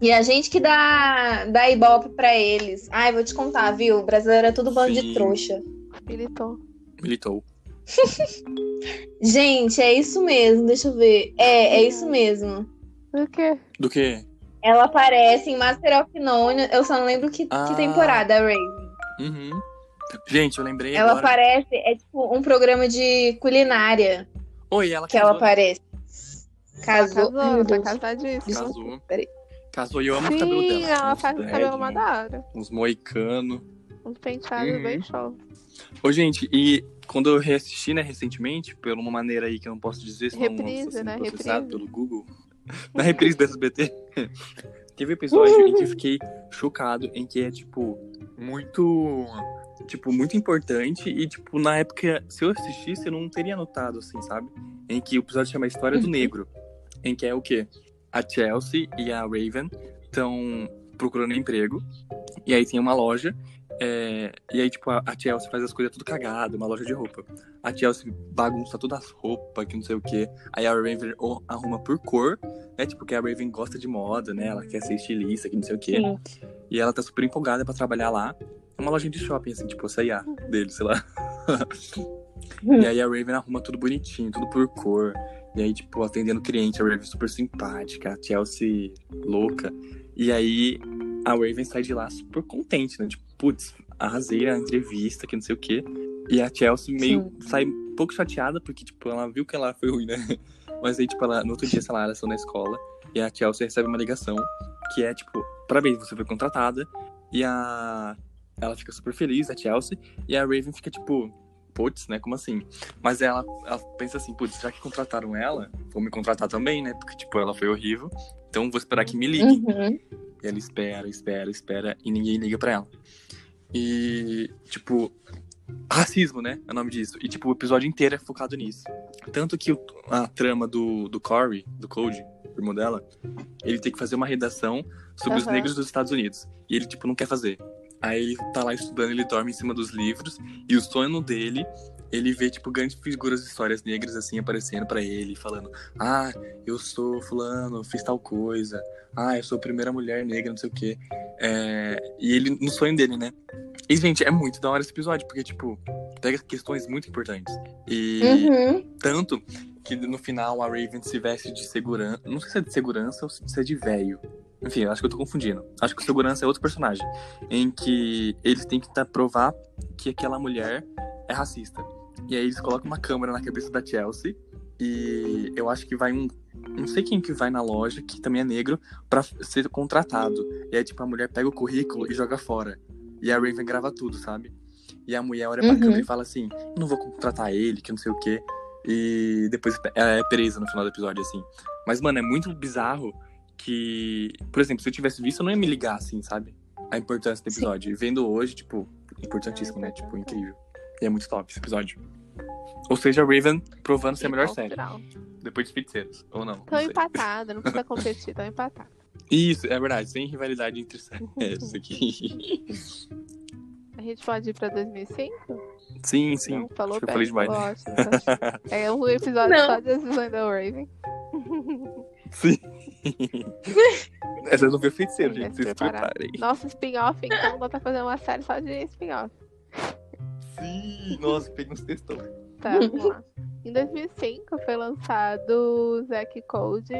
D: E a gente que dá, dá ibope pra eles. Ai, vou te contar, viu? O brasileiro é tudo bando de
B: Sim.
D: trouxa.
A: Militou.
B: Militou.
D: Gente, é isso mesmo, deixa eu ver. É, é
A: Ah.
D: isso mesmo.
A: O quê?
B: Do quê?
D: Ela aparece em Master of None, eu só não lembro que, que
B: Ah.
D: temporada, a Raven.
B: Uhum. Gente, eu lembrei
D: Ela
B: agora.
D: aparece, é tipo um programa de culinária
B: Oi, ela
D: que ela
B: casou.
D: aparece. Casou.
A: Casou, ela tá
D: Deus.
A: casadíssima.
B: Casou.
D: peraí.
B: Casou e eu amo o cabelo dela.
A: Sim, ela
B: Uns
A: faz o
B: dread,
A: cabelo é uma da hora.
B: Uns moicano.
A: Uns penteados
B: Uhum.
A: bem show.
B: Ô, gente, e quando eu reassisti, né, recentemente, por uma maneira aí que eu não posso dizer, senão
A: Reprise,
B: eu vou
A: né,
B: sendo processado
A: reprise.
B: pelo Google, <laughs> na reprise do SBT, <laughs> teve um episódio em que eu fiquei chocado, em que é, tipo, muito, tipo, muito importante e, tipo, na época, se eu assistisse, eu não teria notado, assim, sabe? Em que o episódio chama História
A: Uhum.
B: do Negro, em que é o quê? A Chelsea e a Raven estão procurando emprego, e aí tem uma loja é, e aí, tipo, a, a Chelsea faz as coisas tudo cagado, uma loja de roupa. A Chelsea bagunça todas as roupas, que não sei o quê. Aí a Raven o- arruma por cor, né? Tipo, que a Raven gosta de moda, né? Ela quer ser estilista, que não sei o quê.
D: Sim.
B: E ela tá super empolgada pra trabalhar lá. É uma loja de shopping, assim, tipo, a C&A dele, sei lá. e aí a Raven arruma tudo bonitinho, tudo por cor. E aí, tipo, atendendo o cliente, a Raven é super simpática, a Chelsea louca. E aí a Raven sai de lá super contente, né? Tipo, putz, arrasei a entrevista, que não sei o quê. E a Chelsea meio sai um pouco chateada, porque, tipo, ela viu que ela foi ruim, né? <laughs> Mas aí, tipo, ela, no outro dia, sei lá, elas estão na escola e a Chelsea recebe uma ligação que é, tipo, parabéns, você foi contratada. E a. Ela fica super feliz, a Chelsea, e a Raven fica, tipo, putz, né? Como assim? Mas ela, ela pensa assim, putz, já que contrataram ela, vou me contratar também, né? Porque, tipo, ela foi horrível. Então vou esperar que me liguem.
D: Uhum.
B: E ela espera, espera, espera e ninguém liga pra ela. E, tipo, racismo, né? É o nome disso. E, tipo, o episódio inteiro é focado nisso. Tanto que o- a trama do, do Corey, do Cody, irmão dela, ele tem que fazer uma redação sobre os
A: Aham.
B: negros dos Estados Unidos. E ele, tipo, não quer fazer. Aí ele tá lá estudando, ele dorme em cima dos livros. E o sono dele, ele vê, tipo, grandes figuras de histórias negras, assim, aparecendo pra ele, falando: Ah, eu sou fulano, fiz tal coisa. Ah, eu sou a primeira mulher negra, não sei o quê. É, E ele, no sonho dele, né? E, gente, é muito da hora esse episódio, porque, tipo, pega questões muito importantes. E
D: Uhum.
B: tanto que no final a Raven se veste de segurança. Não sei se é de segurança ou se é de velho. Enfim, eu acho que eu tô confundindo. Acho que o segurança é outro personagem. Em que eles têm que tá, provar que aquela mulher é racista. E aí eles colocam uma câmera na cabeça da Chelsea. E eu acho que vai um. Não sei quem que vai na loja, que também é negro, pra ser contratado. E aí, tipo, a mulher pega o currículo e joga fora. E a Raven grava tudo, sabe? E a mulher olha pra
D: Uhum.
B: câmera e fala assim: não vou contratar ele, que não sei o quê. E depois ela é presa no final do episódio, assim. Mas, mano, é muito bizarro que. Por exemplo, se eu tivesse visto, eu não ia me ligar, assim, sabe? A importância do
D: Sim.
B: episódio. E vendo hoje, tipo, importantíssimo, né? Tipo, incrível. E é muito top esse episódio. Ou seja, Raven provando ser a melhor
A: Ponto
B: série.
A: final.
B: Depois de Feiticeiros. Ou não.
A: Tão
B: não sei.
A: empatada, não precisa competir, tão empatada.
B: Isso, é verdade. Sem rivalidade entre séries aqui.
A: A gente pode ir pra 2005?
B: sim, sim.
A: Não, falou
B: acho que eu
A: bem.
B: falei demais, né?
A: Gosto, gosto. É um episódio
D: Não.
A: só de decisões da Raven.
B: Sim. Essas não foi feiticeiro, gente.
A: Se
B: Vocês se
A: preparar.
B: preparem.
A: Nossa, spin-off, então dá pra fazer uma série só de spin-off.
B: Sim. Nossa, peguei uns textão.
A: Tá, vamos lá. Em 2005 foi lançado Zack Code,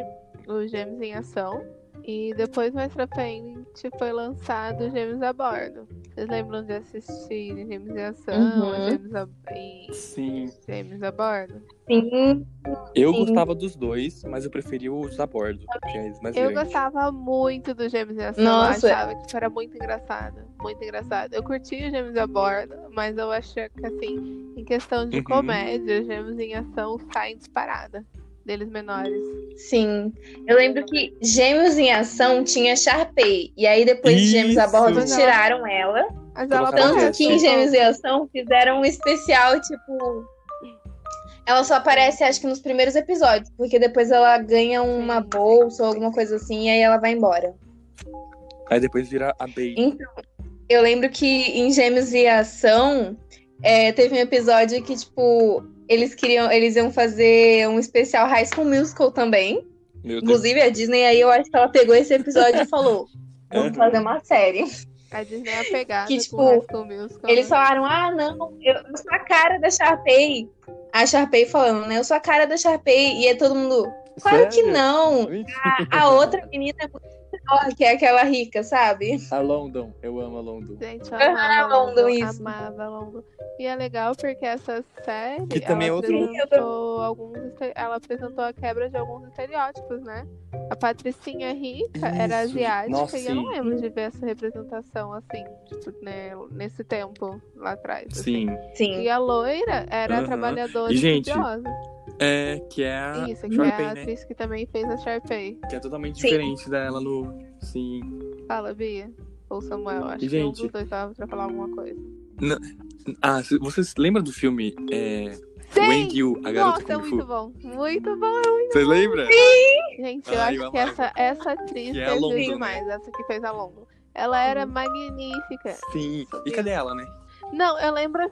A: o Gêmeos em Ação. E depois, mais pra frente, foi lançado Gêmeos a Bordo. Vocês lembram de assistir Gêmeos em Ação,
D: Uhum.
A: Gêmeos, a... e
B: Sim.
A: Gêmeos a Bordo?
D: Sim.
B: Eu
D: Sim.
B: gostava dos dois, mas eu preferia os a bordo, que é mais
A: Eu
B: grande.
A: gostava muito do Gêmeos em Ação.
D: Nossa. é.
A: Eu achava que isso era muito engraçado. Muito engraçado. Eu curtia o Gêmeos a Bordo, mas eu achei que, assim, em questão de
B: Uhum.
A: comédia, os Gêmeos em Ação saem disparada. Deles menores.
D: Sim. Eu lembro que Gêmeos em Ação tinha Sharpay. E aí depois de Gêmeos a
B: Isso.
D: bordo tiraram ela.
A: Mas
B: Colocaram
A: ela assim, então.
B: Olha
D: Tanto que em
B: só.
D: Gêmeos em Ação fizeram um especial, tipo. Ela só aparece, acho que nos primeiros episódios, porque depois ela ganha uma bolsa ou alguma coisa assim, e aí ela vai embora.
B: Aí depois vira a Bey.
D: Então, eu lembro que em Gêmeos e Ação é, teve um episódio que, tipo, eles queriam. Eles iam fazer um especial High School Musical também.
B: Meu Deus. <laughs>
D: Inclusive, a Disney aí eu acho que ela pegou esse episódio e falou: Vamos
B: Uhum.
D: fazer uma série.
A: A Disney é apegada
D: Que,
A: com
D: tipo,
A: o High School Musical,
D: Eles
A: né?
D: falaram, ah, não, eu, eu sou a cara da Sharpay. A Sharpay falando, né? Eu sou a cara da Sharpay. E é todo mundo, claro
A: é
D: que
B: Sério?
D: não.
B: Mentira.
D: A, a outra menina é muito pior, que é aquela rica, sabe?
B: A London, eu amo a London.
A: Gente, eu
D: Eu
A: amava
D: amava
A: London,
D: London, isso.
A: amava London. E é legal porque essa série,
B: Que também é
A: ela
B: outro- né?
A: apresentou alguns, estere- ela apresentou a quebra de alguns estereótipos, né? A Patricinha rica era
B: Isso.
A: asiática
B: Nossa,
A: e eu não
B: e-
A: lembro de ver essa representação assim, tipo, né, nesse tempo lá atrás. assim.
B: Sim.
D: Sim.
A: E a loira era
B: Aham.
A: trabalhadora
B: E, gente,
A: estudiosa.
B: É, que é a
A: Isso, que é
B: Sharpay,
A: a
B: né?
A: atriz que também fez a Sharpay.
B: Que é totalmente
D: Sim.
B: diferente dela no. Sim.
A: Fala, Bia. Ou Samuel, acho que
B: Gente.
A: um dos dois tava pra falar alguma coisa.
B: Ah, c- você se lembra do filme é,
A: Sim!
B: Wang Yu, a garota
A: Nossa, é
B: Kung Fu?
A: muito bom. Muito bom.
B: Você lembra?
A: Gente, eu
B: Ai,
A: acho
B: eu
A: que
B: amava.
A: essa, essa atriz
B: Que é a
A: fez
B: London, né? Uhum.
A: demais, essa que fez a London. Ela era magnífica.
B: Sim. E cadê ela, né?
A: Não, eu lembro.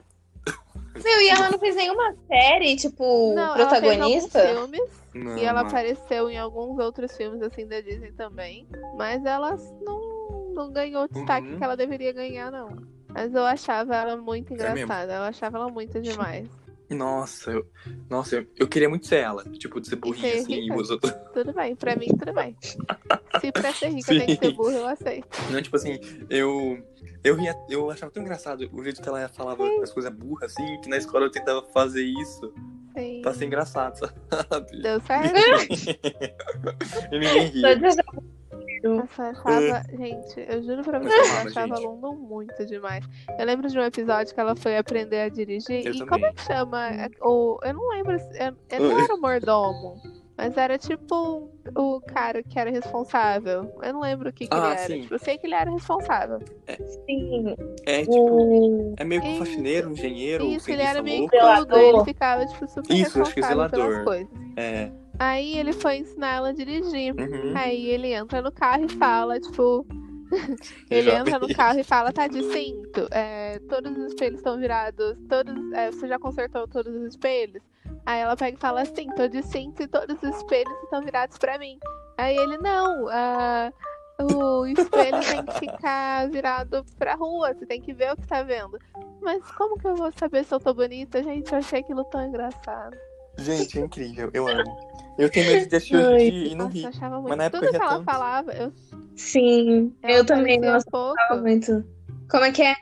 D: Meu, e ela não fez nenhuma série, tipo,
A: não,
D: protagonista?
A: Ela fez alguns filmes
B: Não, é.
A: e ela
B: mano.
A: apareceu em alguns outros filmes assim da Disney também. Mas ela não, não ganhou o destaque
B: Uhum. É
A: que ela deveria ganhar, não. Mas eu achava ela muito
B: mesmo?
A: engraçada. eu achava ela muito demais.
B: Nossa, eu, nossa, eu, eu queria muito ser ela. Tipo, de ser burrinha,
A: ser
B: assim, e
A: rica?
B: os outros. <laughs>
A: Tudo bem, pra mim tudo bem. Se pra ser rica tem que
B: Sim.
A: ser burro, eu aceito.
B: Não, tipo assim, eu. Eu ria, eu achava tão engraçado o jeito que ela falava as coisas burras, assim, que na escola eu tentava fazer isso
A: Sim.
B: pra ser Tá engraçado, <laughs> sabe?
A: Deu certo.
B: <laughs> E ninguém ria.
D: Todas as-
A: Nossa, eu achava, gente, eu juro pra você,
B: Eu
A: eu
B: amava,
A: achava a
B: gente.
A: London muito demais. Eu lembro de um episódio que ela foi aprender a dirigir.
B: Eu
A: e
B: também.
A: como é que chama? O, eu não lembro, se- eu, eu não era o mordomo, mas era tipo o cara que era responsável. Eu não lembro o que, que
B: Ah,
A: ele era.
B: sim.
A: Tipo, eu sei que ele era responsável.
D: Sim,
B: É, tipo,
D: assim, o...
B: é meio que um
A: um Isso.
B: faxineiro, um engenheiro,
A: Isso, ele
B: cientista
A: era meio
B: louco.
D: louca.
A: tudo, ele
D: Zelador.
A: ficava tipo, super
B: Isso, acho que é
A: responsável pelas
B: zelador.
A: coisas.
B: É.
A: Aí ele foi ensinar ela a dirigir.
B: Uhum.
A: Aí ele entra no carro e fala, tipo. ele
B: Já
A: entra no
B: vi.
A: carro e fala, tá de cinto. é, todos os espelhos estão virados. Todos, é, você já consertou todos os espelhos? Aí ela pega e fala assim, tô de cinto e todos os espelhos estão virados pra mim. Aí ele, não, ah, o espelho tem que ficar virado pra rua, você tem que ver o que tá vendo. Mas como que eu vou saber se eu tô bonita? Gente, eu achei aquilo tão engraçado.
B: <laughs> Gente, é incrível, eu amo. Eu tenho medo de assistir
D: Ai.
B: hoje em dia e não
A: Nossa,
B: ri.
A: eu achava
B: Mas
A: muito.
B: na época
A: Tudo
B: eu
A: que
B: ria
A: ela
B: tanto.
A: falava, eu
D: Sim,
A: ela
D: eu também
A: parecia um
D: gosto
A: pouco.
D: muito. Como é que é?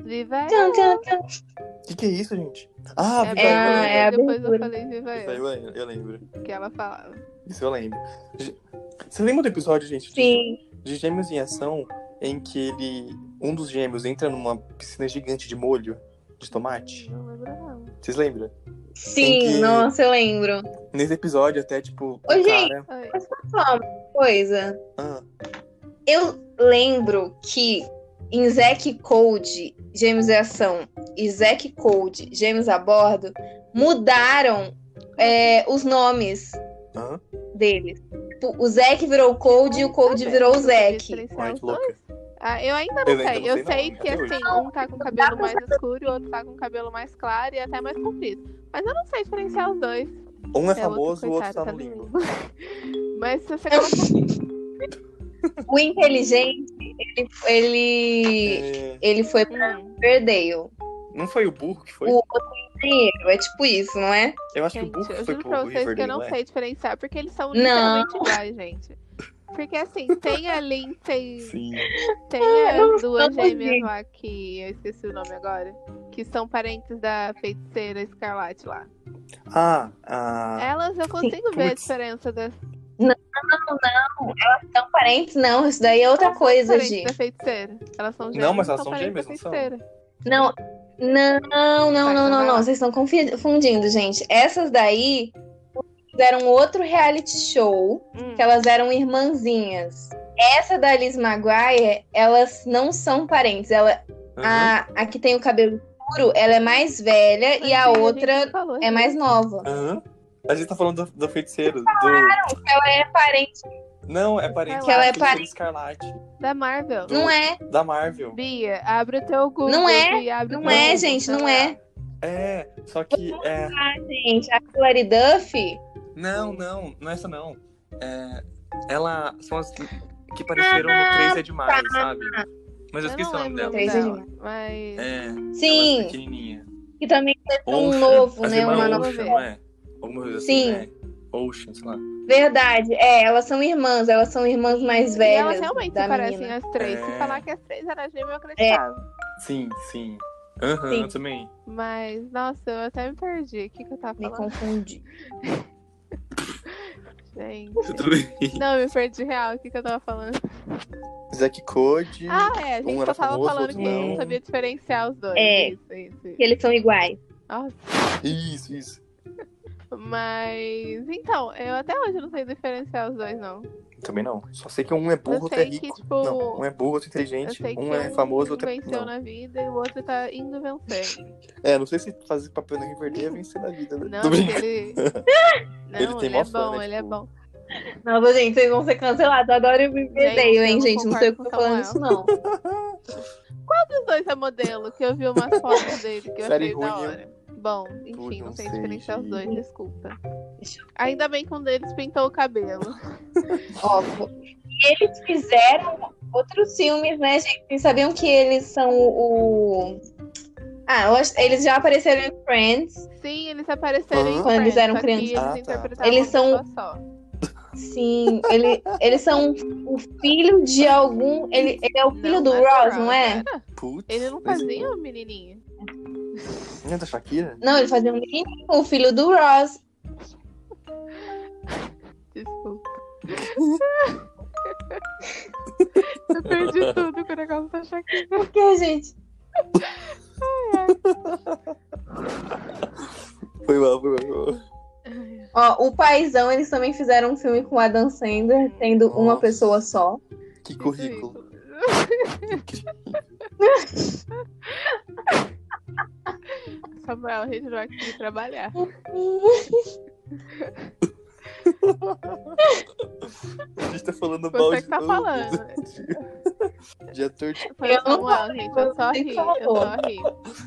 A: Viva
D: Tchan,
A: ela.
D: tchan, tchan.
B: O que, que é isso, gente? Ah,
A: É,
B: Viva
A: porque
B: eu
D: Ah,
B: lembro.
D: é a
A: depois eu
D: abertura.
A: falei Viva
B: Isso aí
A: eu,
B: eu lembro, eu lembro.
A: que ela falava.
B: Isso eu lembro. Ge- Você lembra do episódio, gente, de-
D: Sim,
B: de Gêmeos em Ação, em que ele. Um dos gêmeos entra numa piscina gigante de molho de tomate?
A: Não lembro não.
B: Vocês lembram?
D: sim,
B: que-
D: nossa, eu lembro.
B: Nesse episódio, até, tipo, o
D: Ô, gente.
B: cara.
A: Oi.
D: Mas posso falar uma coisa?
B: Ah,
D: Eu lembro que em Zack Code, Gêmeos é Ação, e Zack Code, Gêmeos a Bordo, mudaram é, os nomes
B: ah,
D: deles. Tipo, o Zack virou o Code e o Code virou o Zack.
B: olha que louca.
A: Ah, eu ainda não
B: Eu
A: sei.
B: ainda não
A: eu
B: sei não,
A: sei
B: até
A: que
B: hoje.
A: assim, um tá com o cabelo mais escuro e o outro tá com o cabelo mais claro e até mais comprido. Mas eu não sei diferenciar os dois.
B: Um é,
A: É,
B: famoso, o outro
A: coitado,
B: tá no
A: no
B: limbo.
A: limbo. <laughs> Mas se você colocar
D: O inteligente, ele, ele,
B: É,
D: ele foi pra
A: Hum,
D: Verdale.
B: Não foi o burro que foi?
D: O outro engenheiro, é tipo isso, não é?
B: Eu acho
A: gente,
B: que o burro
A: eu
B: foi
A: juro
B: pro
A: pra vocês que eu
B: Riverdale,
A: não
B: é?
A: sei diferenciar, porque eles são
D: Não.
A: literalmente iguais, gente. Porque assim, tem a Lindsay
B: <laughs> né? Sim.
A: Tem
D: Ah, eu
A: as duas
D: não sei.
A: gêmeas lá que eu esqueci o nome agora. Que são parentes da feiticeira escarlate lá.
B: Ah, ah.
A: Elas eu consigo ver a
B: Putz.
A: diferença das
D: São parentes? Então, Não, isso daí é outra
A: elas são
D: coisa,
A: parentes
D: Gi.
A: da feiticeira. Elas são
B: Não,
A: gêmeas.
B: mas elas são
A: parentes
B: gêmeas,
A: da
B: não são?
A: feiticeira.
D: Não,
B: Tá
D: não, não, não, não, não. Vocês estão confi- confundindo, gente. Essas daí fizeram outro reality show
A: Hum,
D: que elas eram irmãzinhas. Essa da Liz Maguire, elas não são parentes. Ela,
A: É.
B: aham.
D: a, a que tem o cabelo escuro, ela é mais velha e a
A: Hum, gente,
D: outra
A: gente falou,
D: é mais nova.
B: Aham. A gente tá falando do, do feiticeiro. Do...
D: Ela é parente,
B: Não, é parente.
A: Que ela é
B: do feiticeiro
D: parente.
B: Escarlate.
A: Da Marvel.
D: não é?
B: Da Marvel.
A: Bia, abre o teu Google.
D: Não é,
A: Bia, abre o
D: Não
A: teu
D: é,
A: Google,
D: gente, não
A: sei
D: é.
A: lá.
B: É, só que. É...
D: Ah, gente, a Hilary Duff,
B: Não, não, não é essa não. É, Ela. São as. que pareceram no 3 é demais, sabe? Mas eu
A: Eu
B: esqueci
A: não
B: o
A: lembro
B: nome dela.
D: Três é
A: dela,
D: demais.
A: Mas.
B: É, ela é
D: Sim,
B: pequenininha.
D: e também teve um
A: É
B: Ocean,
D: novo,
B: as
D: né?
B: irmãs
D: Uma nova.
B: Ocean, não é? Alguma coisa assim,
D: Sim.
B: né? Ocean, sei lá.
D: Verdade, é, elas são irmãs, elas são irmãs mais
A: E
D: velhas.
A: elas realmente
D: da
A: parecem
D: menina. É.
A: as três.
B: É.
A: Se falar que as três eram gêmeas, eu acreditava.
B: Sim, sim. Aham,
D: Sim.
B: também.
A: Mas, nossa, eu até me perdi. O que, que eu tava
D: Me
A: falando,
D: confundi.
A: gente?
B: Eu também. <laughs>
A: Não, me perdi real. O que, que eu tava falando?
B: Zack Code.
A: Ah, é. A gente
B: um
A: só
B: era
A: tava
B: famoso,
A: falando
B: outro
A: que não.
B: não.
A: sabia diferenciar os dois.
D: É.
A: Isso, isso, isso.
D: Que eles são iguais.
A: Nossa.
B: Isso, isso.
A: Mas, então, eu até hoje não sei diferenciar os dois, não.
B: Também não. Só sei que um é burro,
A: Eu
B: outro é
A: sei que,
B: rico.
A: tipo,
B: Não, um é burro, outro é
A: Eu
B: inteligente.
A: sei que né?
B: Um é famoso, outro é.
A: venceu
B: Não.
A: na vida e o outro tá indo
B: <laughs>
A: vencer.
B: É, não sei se fazer papel na Riverdale é vencer na vida, né?
A: Não,
B: Tô
A: porque
B: brincando.
A: ele. Não,
B: <laughs> Ele tem
A: ele
B: mó
A: é
B: fã,
A: bom,
B: né,
A: ele é
B: tipo,
A: bom.
D: Nossa, gente, vocês vão ser cancelados. Eu adoro o Riverdale,
A: eu
D: hein,
A: não
D: gente? Não sei o que eu tô
A: concordo com
D: falando isso, não.
A: Os dois é modelo, que eu vi
B: <laughs>
A: umas fotos dele que eu
B: Série
A: achei da
B: ruim,
A: hora. Bom, enfim,
B: não
A: não sei
B: sei,
A: diferenciar os dois,
B: gente.
A: desculpa.
D: Deixa eu-
A: Ainda bem que um deles pintou o cabelo.
D: <laughs> Ó, e eles fizeram outros filmes, né, gente? Vocês sabiam que eles são o. o- Ah, eu acho- eles já apareceram em Friends.
A: Sim, eles apareceram em
B: Hã?
D: Quando eles
A: Friends,
D: eram
A: só que
D: crianças.
A: Eles
B: Ah, tá.
A: interpretavam
D: Eles
A: uma
D: são-
A: pessoa só.
D: Sim, ele, eles são o filho de algum. Ele, ele é o filho
A: Não,
D: do
A: não era
D: Ross, não é?
A: era?
B: Putz. é
A: Ele não fazia o menininho.
B: Não é da Shakira?
D: Não, ele fazia um menininho, o filho do Ross.
B: <laughs>
A: Desculpa. eu perdi tudo com o negócio da Shakira.
D: Por que, gente?
B: Foi mal, foi mal, foi mal.
D: Ó, o Paizão, eles também fizeram um filme com o Adam Sandler, tendo uma
B: Nossa.
D: pessoa só.
B: Que currículo.
A: <laughs> Samuel, a gente vai aqui trabalhar.
B: Tá A gente tá falando mal
A: Você que tá
B: de- <laughs>
A: falando.
B: de ator de...
A: Foi
D: Eu
A: o
D: não
A: Samuel, gente. Eu só
D: você
A: ri.
D: falou.
A: Eu só ri.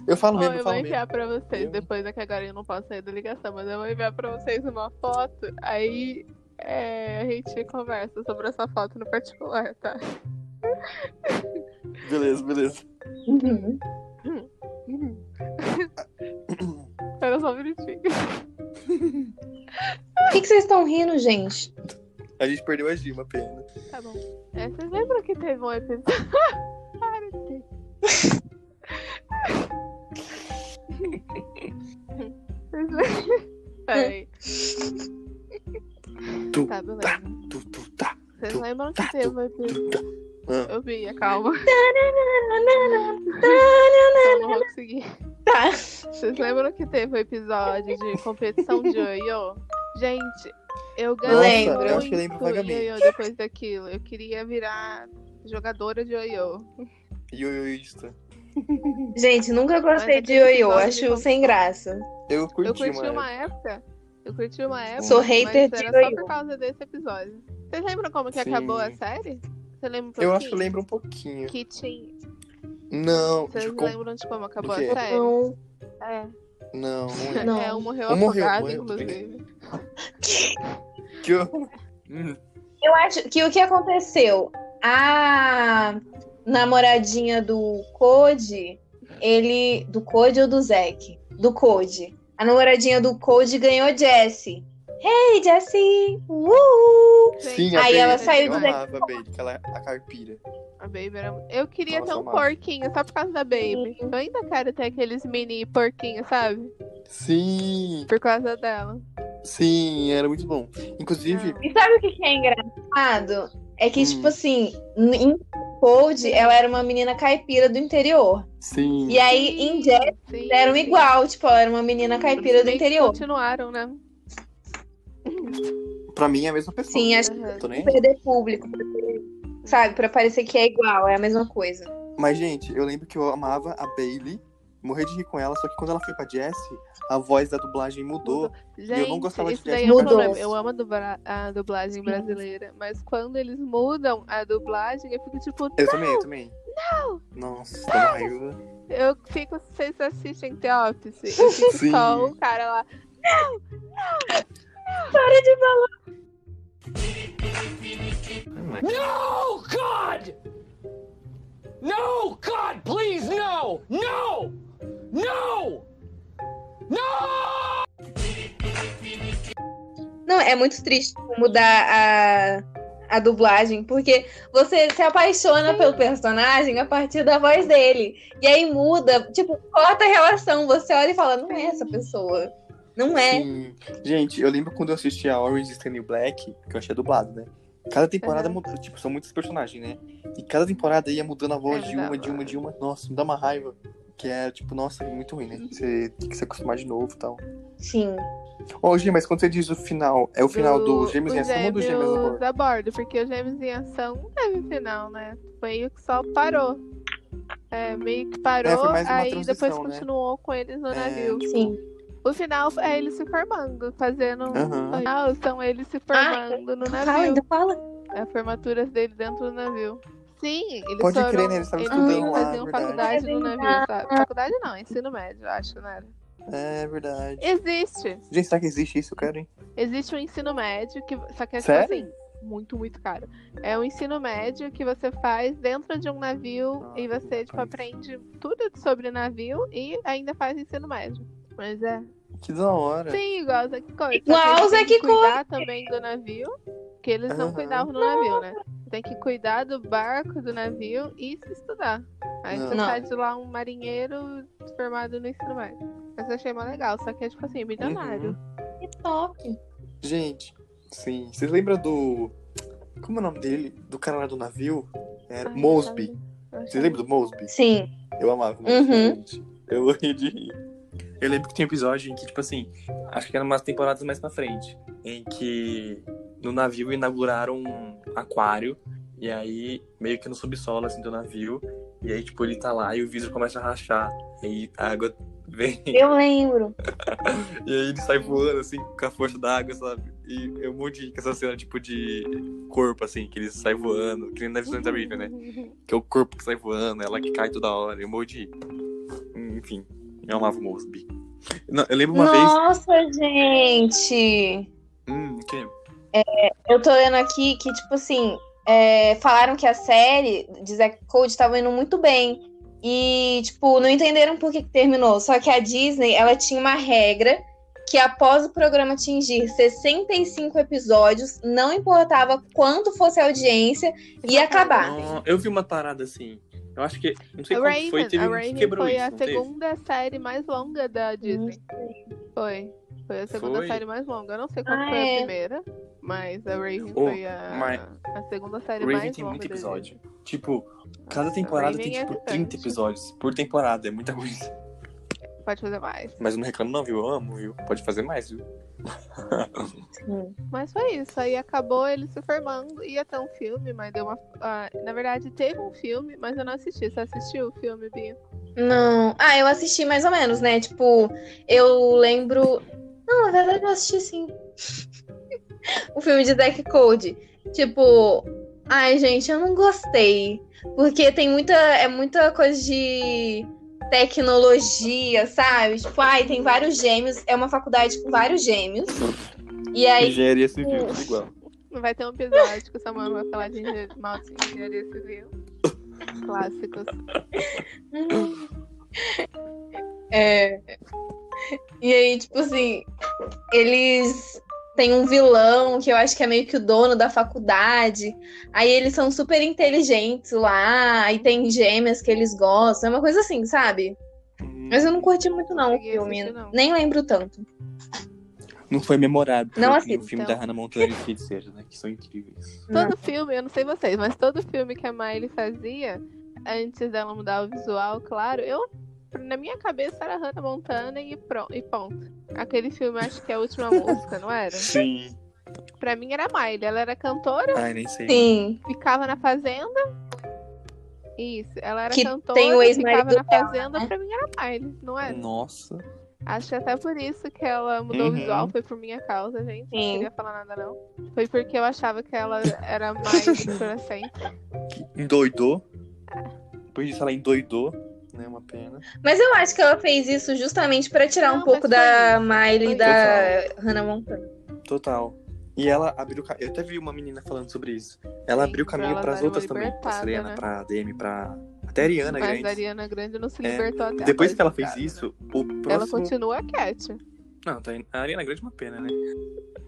B: Eu falo
A: Ó,
B: mesmo, eu
A: eu vou
B: falo mesmo.
A: enviar pra vocês.
B: Eu-
A: Depois é que agora eu não posso sair da ligação, mas eu vou enviar pra vocês uma foto. Aí é, a gente conversa sobre essa foto no particular, tá?
B: Beleza, beleza.
D: Uhum.
A: Era só um bonitinho.
D: Por que, que vocês estão rindo, gente?
B: A gente perdeu a Gima, pena.
A: Tá bom. É, vocês lembram que teve um episódio. <laughs> Para de. Vocês lembram- Peraí.
B: Tu,
A: Tá, beleza.
B: Tu, tu, tá.
A: Vocês
B: tu,
A: lembram
B: tá,
A: que teve um episódio.
B: Ah.
A: Eu vi, calma. Eu não vou conseguir.
D: Tá.
A: Vocês lembram que teve um episódio de competição de ioiô? Gente, eu
D: Eu
A: ganhei
D: lembro.
A: muito
B: eu acho que eu lembro vagamente.
A: ioiô depois daquilo. Eu queria virar jogadora de ioiô.
B: Ioiôista.
D: Gente, nunca gostei
A: Mas é
D: de
A: aquele
D: ioiô,
A: episódio
D: acho
A: me
D: sem graça.
B: Eu curti,
A: Eu curti
B: mano.
A: uma época. Eu curti uma época.
D: Sou hater
A: mas
D: de
A: era só
D: ioiô.
A: por causa desse episódio. Vocês lembram como que
B: Sim.
A: acabou a série? Você lembra um
B: Eu acho que
A: pouquinho?
B: lembra um pouquinho.
A: que tinha.
B: Não,
A: Vocês
B: tipo, com-
A: lembram de como acabou a
B: quê?
A: série?
D: Não.
A: É.
B: não, não lembro.
D: Não.
A: É, um morreu
B: Um morreu,
A: afogado,
B: morreu, tô
A: inclusive.
B: Que eu... Hum,
D: Eu acho que o que aconteceu? A namoradinha do Code, ele. Do Code ou do Zack? Do Code. A namoradinha do Code ganhou Jessie. Hey, Jessie! Uhul!
B: Sim,
A: Gente,
B: a
D: Aí
B: Bailey.
D: ela saiu
B: eu
D: do
B: amava a Bailey, aquela é a carpira.
A: A Baby era... Eu queria
B: Nossa,
A: ter um
B: eu amava.
A: porquinho só por causa da Baby. Eu ainda quero ter aqueles mini porquinhos, sabe?
B: Sim,
A: Por causa dela.
B: sim, era muito bom. Inclusive,
A: Não.
D: E sabe o que que é engraçado? É que,
B: Hum.
D: tipo assim, em Code, ela era uma menina caipira do interior.
B: sim.
D: E aí, em Jessie,
A: Sim.
D: eram igual, tipo, ela era uma
A: Hum,
D: menina caipira do
A: Meio que
D: interior.
A: Continuaram, né?
B: Pra mim é a mesma pessoa.
D: Sim, acho que
A: Aham.
B: Tô nem aí.
D: perder público, sabe? Pra parecer que é igual, é a mesma coisa.
B: Mas, gente, eu lembro que eu amava a Bailey, morrer de rir com ela, só que quando ela foi pra Jessie, a voz da dublagem mudou.
A: Gente,
B: eu não gostava de
A: isso daí é
D: Jessica
A: um problema.
D: Jones.
A: Eu amo a, dubla- a dublagem
D: Sim.
A: brasileira, mas quando eles mudam a dublagem, eu fico tipo,
B: Eu também, eu também. Não! Nossa, tô na raiva.
A: eu fico, vocês assistem The Office, eu fico
B: Sim.
A: só o cara lá.
F: No, God! No, God, please, no! No! No!
D: Não, é muito triste mudar a, a dublagem, porque você se apaixona pelo personagem a partir da voz dele. E aí muda, tipo, corta a relação. Você olha e fala, não é essa pessoa. Não é.
B: Sim. Gente, eu lembro quando eu assisti a Orange is the New Black, que eu achei dublado, né? Cada temporada mudou, tipo, são muitos personagens, né? E cada temporada ia mudando a voz
A: É,
B: de
A: dá
B: uma, de uma,
A: uma-
B: de uma. Nossa, me dá uma raiva. Que é, tipo, nossa, é muito ruim, né?
A: Uhum.
B: Você tem que se acostumar de novo e tal.
D: Sim.
B: Ô, Gi, mas quando você diz o final, é o final do, Gêmeos em
A: os
B: Ação ou do Gêmeos a
A: Gêmeos
B: Bordo?
A: a bordo, porque o Gêmeos em Ação não teve final, né? Meio que só parou. É, meio que parou,
B: É, foi mais uma
A: aí depois
B: transição, né?
A: continuou com eles no
B: É.
A: navio.
D: Sim.
A: O final é eles se formando, fazendo.
B: Aham.
A: O final são eles se formando no
D: Fala,
A: navio.
D: ainda fala.
A: É, formaturas dele dentro do navio. Sim, eles
B: Pode
A: foram,
B: crer, né? Eles estavam
A: eles
B: estudando lá,
A: faziam
B: verdade.
A: faculdade no
D: É
A: navio, sabe? Faculdade não, ensino médio, eu acho, né?
B: É verdade.
A: Existe.
B: Gente, será que existe isso? Eu quero, hein?
A: Existe um ensino médio que. Só que é tipo
B: Sério?
A: assim, muito, muito caro. É um ensino médio que você faz dentro de um navio
B: Ah,
A: e você, tipo,
B: rapaz.
A: aprende tudo sobre navio e ainda faz ensino médio. Mas é.
B: Que da hora.
A: Sim, igual Zack Cody.
D: Igual
A: Só que eles têm
D: Zack
A: que cuidar também do navio, que eles não
B: Aham.
A: cuidavam do navio, né? Tem que cuidar do barco, do navio e se estudar. Aí você
D: Não.
A: sai de lá um marinheiro formado no ensino médio. Mas eu achei mó legal, só que é tipo assim, milionário.
B: Uhum.
D: Que top.
B: Gente, sim. Vocês lembram do. Como é o nome dele? Do cara lá do navio? Era
A: Ai,
B: Mosby.
A: sabe? Eu achei-
B: Vocês lembram do Mosby?
D: Sim.
B: Eu amava. muito,
D: Uhum.
B: gente. Eu <laughs> morri de rir. Eu lembro que tinha um episódio em que, tipo assim, acho que eram umas temporadas mais pra frente, em que no navio inauguraram um aquário, e aí meio que no subsolo, assim, do navio, e aí, tipo, ele tá lá e o vidro começa a rachar, e aí a água <laughs> vem, e
D: Eu lembro.
B: aí ele sai voando, assim, com a força da água, sabe? E eu morri com essa cena, tipo, de corpo, assim, que ele sai voando, que nem na visão da River, né? que é o corpo que sai voando, ela que cai toda hora, eu mordi. Enfim, eu amava o Mosby. Não, eu lembro uma vez.
D: Nossa, gente.
B: Hum, que-
D: Eu tô lendo aqui que, tipo assim, é, falaram que a série de Zack Code tava indo muito bem. E, tipo, não entenderam por que, que terminou. Só que a Disney, ela tinha uma regra que após o programa atingir 65 episódios, não importava quanto fosse a audiência, ia acabar.
B: Não, eu vi uma parada assim. Eu acho que. Não sei
A: Ah. A
B: como
A: Raven,
B: foi, teve
A: a
B: um que
A: Raven
B: quebrou
A: foi
B: isso.
A: a
B: não teve?
A: segunda série mais longa da Disney. Foi. Foi a segunda
B: Foi?
A: série mais longa. Eu não sei qual
D: Ah,
A: foi
D: é.
A: a primeira, mas a Raven
B: Oh,
A: foi a,
B: mas-
A: a segunda série
B: Raven
A: mais
B: tem
A: longa.
B: muito
A: da
B: episódio.
A: Disney.
B: Tipo, cada
A: Nossa,
B: temporada
A: Raven
B: tem
A: é
B: tipo
A: gigante.
B: 30 episódios por temporada, é muita coisa.
A: Pode fazer mais.
B: Mas eu não reclamo, não, viu? Eu amo, viu? Pode fazer mais, viu?
A: Mas foi isso. Aí acabou ele se formando. Ia ter um filme, mas deu uma. ah, na verdade, teve um filme, mas eu não assisti. Você assistiu o filme, Bia?
D: Não. Ah, eu assisti mais ou menos, né? Tipo, eu lembro. Não, na verdade eu assisti sim. <laughs> o filme de Deck Code. Tipo, ai, gente, eu não gostei. Porque tem muita. É muita coisa de tecnologia, sabe? Tipo, ai, tem vários gêmeos. É uma faculdade com vários gêmeos. E aí
B: Engenharia
A: um-
B: civil, tudo igual.
A: Vai ter um episódio que o Samuel vai falar de engen- <laughs> mal de engenharia civil. Clássicos.
D: É. E aí, tipo assim, eles têm um vilão que eu acho que é meio que o dono da faculdade. Aí eles são super inteligentes lá, aí tem gêmeas que eles gostam, é uma coisa assim, sabe? Mas eu não curti muito não o
A: Não cheguei a
D: filme,
A: assistir, não.
D: nem lembro tanto.
B: Não foi memorável. porque tem
D: Não
B: o
D: assisto,
B: filme
A: então.
B: da Hannah Montana e Kate Seja, né? Que são incríveis.
A: Todo filme, eu não sei vocês, mas todo filme que a Miley fazia, antes dela mudar o visual, claro, eu. Na minha cabeça era Hannah Montana e, pro, e ponto. Aquele filme, acho que é a
D: <laughs>
A: última música, não era?
B: Sim.
A: Pra mim era a Miley. Ela era cantora,
B: Ai, nem sei.
D: Sim,
A: ficava na fazenda. Isso, ela era
D: Que
A: cantora,
D: tem o
A: ficava
D: ex-marido
A: na
D: dela,
A: fazenda,
D: né?
A: pra mim era a Miley, não era?
B: Nossa.
A: Acho que até por isso que ela mudou
B: Uhum.
A: o visual, foi por minha causa, gente. Não
D: Sim.
A: queria falar nada, não. Foi porque eu achava que ela era mais fluorescente.
B: endoidou. Depois disso ela endoidou, né? Uma pena.
D: mas eu acho que ela fez isso justamente pra tirar
A: Não,
D: um pouco
A: mas foi
D: da Miley e
A: Foi
D: da Hannah Montana.
B: Total. E ela abriu. ca- Eu até vi uma menina falando sobre isso. Ela
A: Sim,
B: abriu
A: pra
B: caminho
A: elas
B: para as
A: darem uma
B: outras também. Pra
A: libertada,
B: Selena,
A: né?
B: pra DM, pra. Até a Ariana
A: Mas a
B: Grande.
A: Ariana Grande não se
B: É,
A: libertou até
B: Depois
A: agora
B: que ela
A: de
B: fez
A: casa, né?
B: isso, o próximo.
A: Ela continua quieta.
B: Não, tá- a Ariana Grande é uma pena, né? <laughs>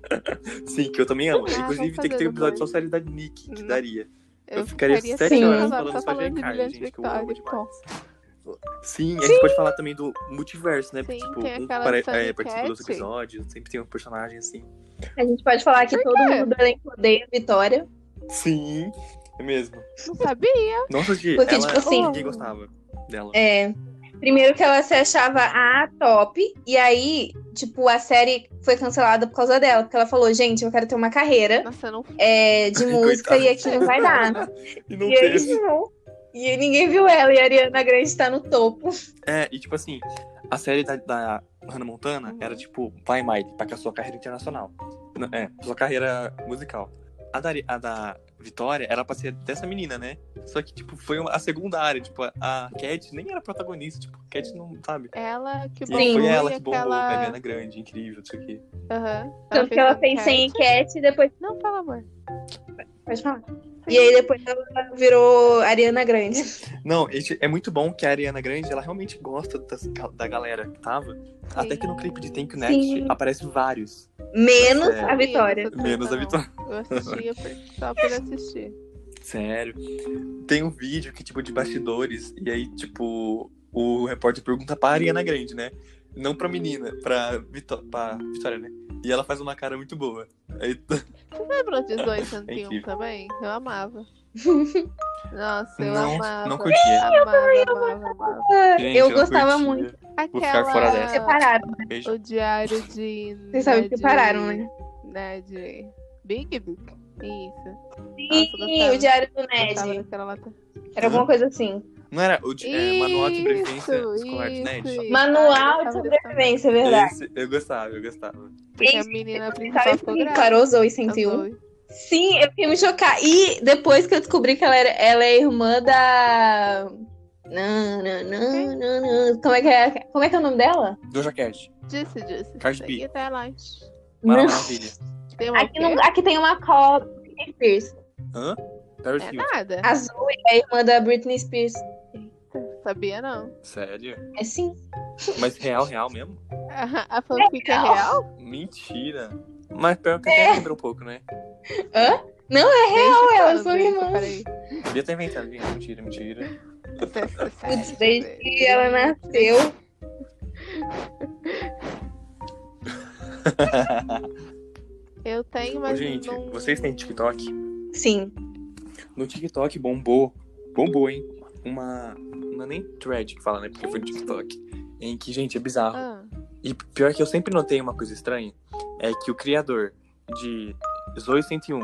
B: Sim, que eu também amo.
A: Ah,
B: Inclusive,
A: vamos
B: tem que ter
A: fazer
B: um episódio só
A: depois.
B: série da Nick, que
A: Hum.
B: daria.
A: Eu,
B: Eu ficaria sete
A: cinco
D: horas
A: horas
B: falando
A: só
B: só de
A: falando de
B: Carly,
A: Brilhante
B: gente, que eu amo
A: Victoria.
B: demais.
A: pô.
B: Sim, a gente pode falar também do multiverso, né? Porque,
A: Sim,
B: tipo,
A: tem
B: um
A: aquela
B: pare-
A: Sunny
B: é, participa dos
A: Cat.
B: episódios, sempre tem um personagem assim.
D: A gente pode falar que
A: Por
D: todo
A: quê?
D: mundo do elenco odeia a Vitória.
B: Sim, é mesmo.
A: Não sabia.
B: Nossa, de
D: Porque,
B: ela,
D: tipo assim-
B: ninguém gostava dela.
D: É. Primeiro que ela se achava a top, e aí, tipo, a série foi cancelada por causa dela, porque ela falou, gente, eu quero ter uma carreira
A: Nossa, não
D: é, de
B: Ai,
D: música
B: <laughs> coitada.
D: e aqui não vai dar.
B: E <laughs> não
D: e aí,
B: teve.
D: não. E ninguém viu ela, e a Ariana Grande tá no topo.
B: É, e tipo assim, a série da, da Hannah Montana
A: Uhum.
B: era tipo, vai Miley, pra que a sua carreira internacional. Não, É, sua carreira musical. A da, a da Vitória era pra ser dessa menina, né? Só que, tipo, foi uma- a secundária. Tipo, a- a Cat nem era protagonista. Tipo, a Cat não, sabe?
A: Ela que
B: E
A: bombou.
D: Sim.
B: foi ela
A: e
B: que bombou,
A: aquela...
B: a Ariana Grande, incrível, isso aqui.
A: Aham.
D: Tanto que ela fez
A: fez
D: sem
A: enquete.
D: enquete e depois.
A: Não, pelo amor.
D: Pode falar. E aí depois ela virou Ariana Grande.
B: Não, esse- é muito bom que a Ariana Grande, ela realmente gosta das- da galera que tava. Até que no clipe de Thank You Next
D: Sim.
B: aparece vários.
D: Menos
B: É.
D: a Vitória.
B: Menos a Vitória.
A: Eu assistia por- só
B: <laughs>
A: por assistir.
B: Sério. Tem um vídeo que, tipo, de bastidores, e aí, tipo, o repórter pergunta pra Ariana Grande, né? Não pra menina, pra, Vitó pra Vitória, né? E ela faz uma cara muito boa. Aí, <laughs>
A: Vocês lembram de 18
B: É incrível.
A: Antinho também? Eu
D: <laughs>
A: amava. Nossa, eu
B: não,
A: amava.
B: não curtia.
A: Amava, amava, amava.
B: Gente,
D: Ah, eu
B: não
D: gostava
B: curtia.
D: muito.
B: Vou ficar fora dessa.
A: Aquela.
D: Separaram.
B: Beijo.
A: O diário de.
D: Vocês sabem
A: né,
D: que
A: de-
D: separaram, né?
A: Né, de. Big Big? Isso.
D: Sim,
A: gostava.
D: o Diário do
A: Gostava
D: Ned.
A: daquela lata-
D: Era alguma coisa assim.
B: Não era o de, é, Manual de Sobrevivência Escolar de
A: isso,
B: Ned?
A: isso. Ah, eu
D: Manual
A: gostava
D: de
A: dessa também.
D: sobrevivência, é verdade.
B: Esse, eu gostava, eu gostava.
A: Porque a menina
D: Sabe
A: principal ficou
D: assim,
A: grávida.
D: Clarou Zoe
A: a
D: 101?
A: Zoe.
D: Sim, eu fiquei me chocar. E depois que eu descobri que ela, era, ela é irmã da. Não, não, não, não, não. Como é que é, como é, que é o nome dela?
B: Do Jaquete.
A: Disse, disse.
B: Cardi B.
A: E até lá.
B: Mara
D: Não.
B: Maravilha.
A: Tem uma
D: Aqui,
A: quê?
D: não- aqui tem uma cobra. Britney Spears.
B: Hã? Paris
A: É
B: Hilton.
A: nada.
D: A Zoe é a irmã da Britney Spears.
A: Sabia não. <laughs>
B: Sério?
D: É sim.
B: Mas real, real mesmo?
A: A, a fanfic é real?
B: Mentira. Mas pior que
D: É.
B: até lembra um pouco, né?
A: Não,
D: elas são irmãs.
A: Peraí. é
B: Devia ter inventado, gente. Mentira, mentira.
D: Putz, desde que ela é nasceu.
A: Eu tenho,
B: Ô,
A: mas
B: gente,
A: não...
B: vocês têm TikTok?
D: Sim.
B: No TikTok bombou. Bombou, hein? Uma. Não é nem thread que fala, né? Porque foi no TikTok. Em que, gente, é bizarro.
A: Ah,
B: E pior que eu sempre notei uma coisa estranha: é que o criador de Zoe 101,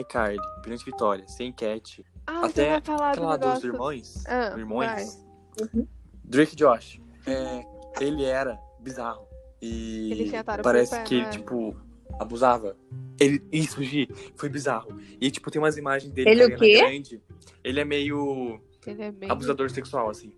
B: iCarly, Brilhante Vitória, Sem Cat,
A: ah você
B: Até
A: vai falar do
B: aquela dos
A: negócio...
B: irmãos.
A: Ah, Uhum.
B: irmãos. Drake Josh. É, ele era bizarro. E
A: Ele tinha tara
B: parece
A: pro pé,
B: que ele,
A: não é?
B: tipo, abusava. Ele, isso, Gi, foi bizarro. E, tipo, tem umas imagens dele
D: Ele
B: com a
D: o
B: Ariana
D: quê?
B: grande. Ele é meio
A: Ele é bem...
B: abusador sexual, assim.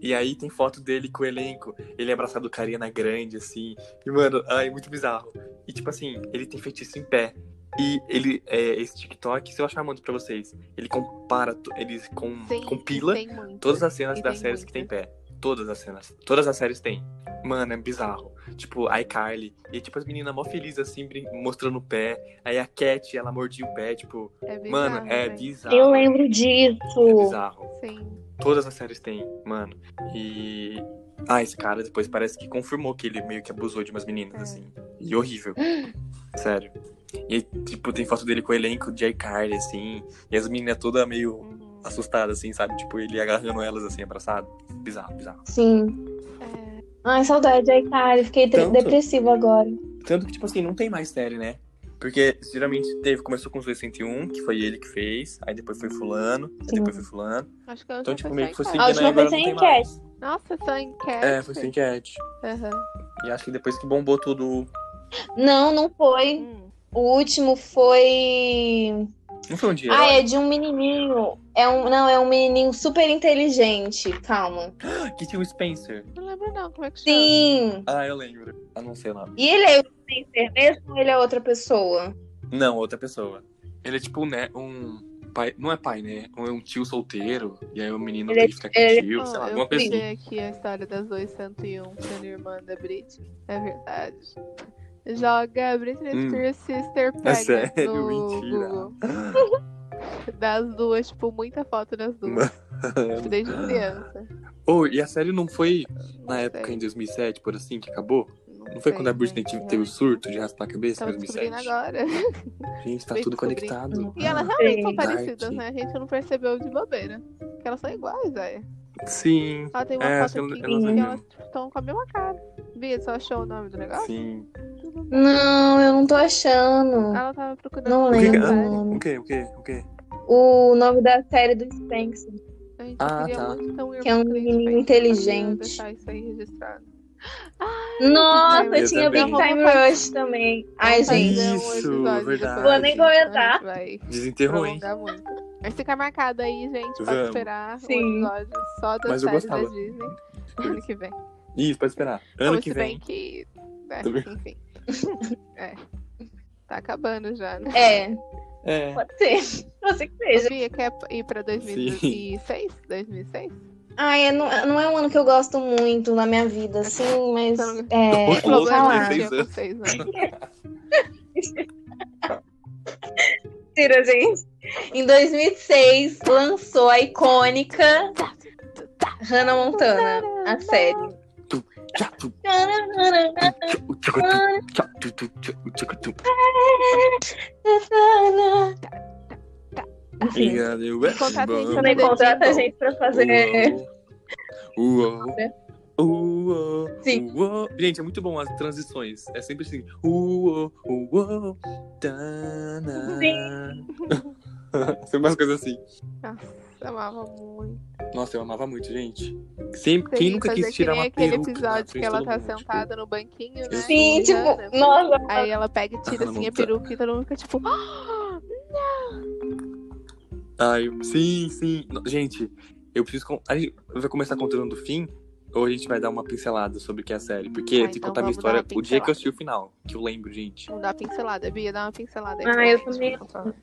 B: E aí tem foto dele com o elenco, ele é abraçado com a Ariana Grande, assim. E, mano, ai, muito bizarro. E, tipo assim, ele tem feitiço em pé. E ele, é, esse TikTok, se eu achar, eu mando pra vocês. Ele compara, to- ele com,
A: Tem,
B: compila
A: tem muito.
B: Todas as cenas
A: E
B: das
A: tem
B: séries que tem
A: muita.
B: pé. Todas as cenas. Todas as séries tem. Mano, é bizarro. Tipo, a iCarly. E tipo, as meninas mó felizes assim, brin- mostrando o pé. Aí a Cat, ela mordia o pé, tipo,
A: É bizarro,
B: mano,
A: né?
B: é bizarro.
D: Eu lembro
B: É
D: disso.
B: bizarro.
A: Sim.
B: Todas as séries tem, mano. E. Ah, esse cara depois parece que confirmou que ele meio que abusou de umas meninas,
A: É.
B: assim.
A: <gasps>
B: E horrível. Sério. E, tipo, tem foto dele com o elenco de iCarly, assim. E as meninas todas meio
A: Uhum.
B: assustada, assim, sabe? Tipo, ele agarrando elas, assim, abraçado. Bizarro, bizarro.
D: Sim.
A: É,
D: Ai, saudade, ai, cara. Fiquei tre-
B: Tanto.
D: depressiva agora.
B: Tanto que, tipo assim, não tem mais série, né? Porque geralmente teve, começou com os 201, que foi ele que fez, aí depois foi fulano, aí
D: Sim.
B: depois foi fulano.
A: acho que a última
B: Então, tipo,
A: foi
B: meio que foi
A: só
B: seguindo
A: enquete.
D: A última
B: aí, agora
D: foi
B: não
D: sem
B: tem
A: é
B: mais.
A: Nossa, só enquete?
B: É, foi sem enquete.
A: Aham.
B: E acho que depois que bombou tudo.
D: Não, não foi.
A: Hum.
D: O último foi.
B: Não foi um dia.
D: Ah, é de um menininho. É um... Não, é um menininho super inteligente. Calma.
B: Ah, Que tinha o Spencer.
A: Não lembro não, como é que chama?
D: Sim.
B: Ah, eu lembro. Ah, não sei o nome.
D: E ele é o sem ser mesmo ou ele é outra pessoa?
B: Não, outra pessoa. Ele é tipo né, um pai. Não é pai, né? Ou é um tio solteiro. E aí o menino
D: Ele é-
B: tem que ficar com
D: ele-
B: o tio, sei lá,
A: Ó,
B: alguma
A: eu
B: coisa assim.
A: peguei aqui a história das 201 sendo irmã da Britney. É verdade. Joga Britney
B: Hum.
A: Spears Sister Pregnant
B: É sério,
A: no
B: mentira.
A: Google. <laughs> Das duas, tipo, muita foto das duas.
B: assim. <laughs>
A: tipo, Desde criança.
B: Oh, e a série não foi na
A: sei. né?
B: época em 2007, por assim, que acabou? Não foi quando a Britney teve, teve o surto de raspar a cabeça em
A: É. Tava descobrindo
B: 2007?
A: agora.
B: Gente, tá
A: Bem
B: tudo
A: descobrindo.
B: conectado.
A: E elas realmente são
D: Sim.
A: parecidas,
B: Dark.
A: né? A gente não percebeu de bobeira. Porque elas são iguais, velho.
B: Sim,
A: Ela tem uma
B: É,
A: foto
B: elas-
A: aqui
B: elas
A: que
B: olham.
A: elas estão com a mesma cara. Bia, você achou o nome do negócio?
B: sim.
D: Não, eu não tô achando.
A: Ela tava procurando.
D: Não
A: no
B: que
D: lembro
B: que-
D: o
A: Spotify.
B: O
D: nome.
B: quê, o quê, o quê?
D: O nome da série do Spanx.
A: A gente
B: Ah,
A: queria
B: tá.
A: muito ter um
D: Que é um
A: irmão crente,
D: menino
A: velho.
D: inteligente.
A: Eu deixar isso aí registrado.
D: Nossa,
B: Eu
D: tinha
B: também.
D: Big Time Rush também. Ai,
A: Vamos fazer
D: gente.
A: um
B: Isso,
A: episódio depois.
B: verdade.
D: Vou nem comentar.
A: A gente Vai
B: Desenterrou, hein?
A: prolongar muito. Mas fica marcado aí, gente, pra
B: Vamos.
A: esperar
D: Sim.
A: um episódio só da
B: Mas eu
A: série
B: gostava.
A: da Disney. <laughs> Ano que vem.
B: Isso, pode esperar. Ano
A: Ou
B: que
A: se bem
B: vem.
A: que. né,
B: Tá bem.
A: enfim. <laughs> É. Tá acabando já, né?
D: É,
B: É.
D: pode ser. Você que seja.
A: Bia, quer ir pra 2006? 2006?
D: Ai, é- não, é- não é um ano que eu gosto muito na minha vida, assim, mas.
A: Você não-
D: É,
B: Poxa,
D: eu vou
B: louco,
D: falar.
B: né?
A: tinha com
D: <laughs>
A: seis anos.
D: Mentira, gente. Em 2006, lançou a icônica Hannah Montana, a série.
B: Tchau, tu, tchau, tchau, tchau, tu, tu, tchau, tchau, tu.
D: Enfim,
B: Obrigado, eu é
A: Contrata a gente
B: bom.
D: também Assim, contrata a gente pra fazer.
B: Uou. Uou.
D: Sim.
B: Uou. Gente, é muito bom as transições. É sempre assim. Uou, uou, tana. Sempre umas coisas assim.
A: Nossa, amava muito.
B: Nossa, eu amava muito, gente. Sempre,
A: Tem
B: quem nunca
A: fazer
B: quis tirar
A: que nem
B: uma
A: aquele
B: peruca? na
A: episódio
B: frente
A: que
B: de
A: ela
B: todo
A: tá
B: mundo, tipo,
A: sentada no banquinho, né?
D: Sim,
A: Do
D: tipo,
A: Hannah.
D: nossa.
A: Aí ela pega e tira
B: Ah,
A: assim a
B: monta-
A: peruca e todo mundo fica tipo. "Ah!"
B: Ai, sim, sim. No- Gente, eu preciso. con- A gente vai começar contando do fim? Ou a gente vai dar uma pincelada sobre o que é a série? Porque
A: Ah,
B: tem que
A: então
B: contar minha
A: vamos dar uma
B: história o dia que
A: pincelada.
B: eu assisti o final, que eu lembro, gente.
A: Não dá pincelada, Bia, dá uma pincelada aí.
D: Ah,
A: pra
D: eu
A: gente,
D: também-
A: por favor.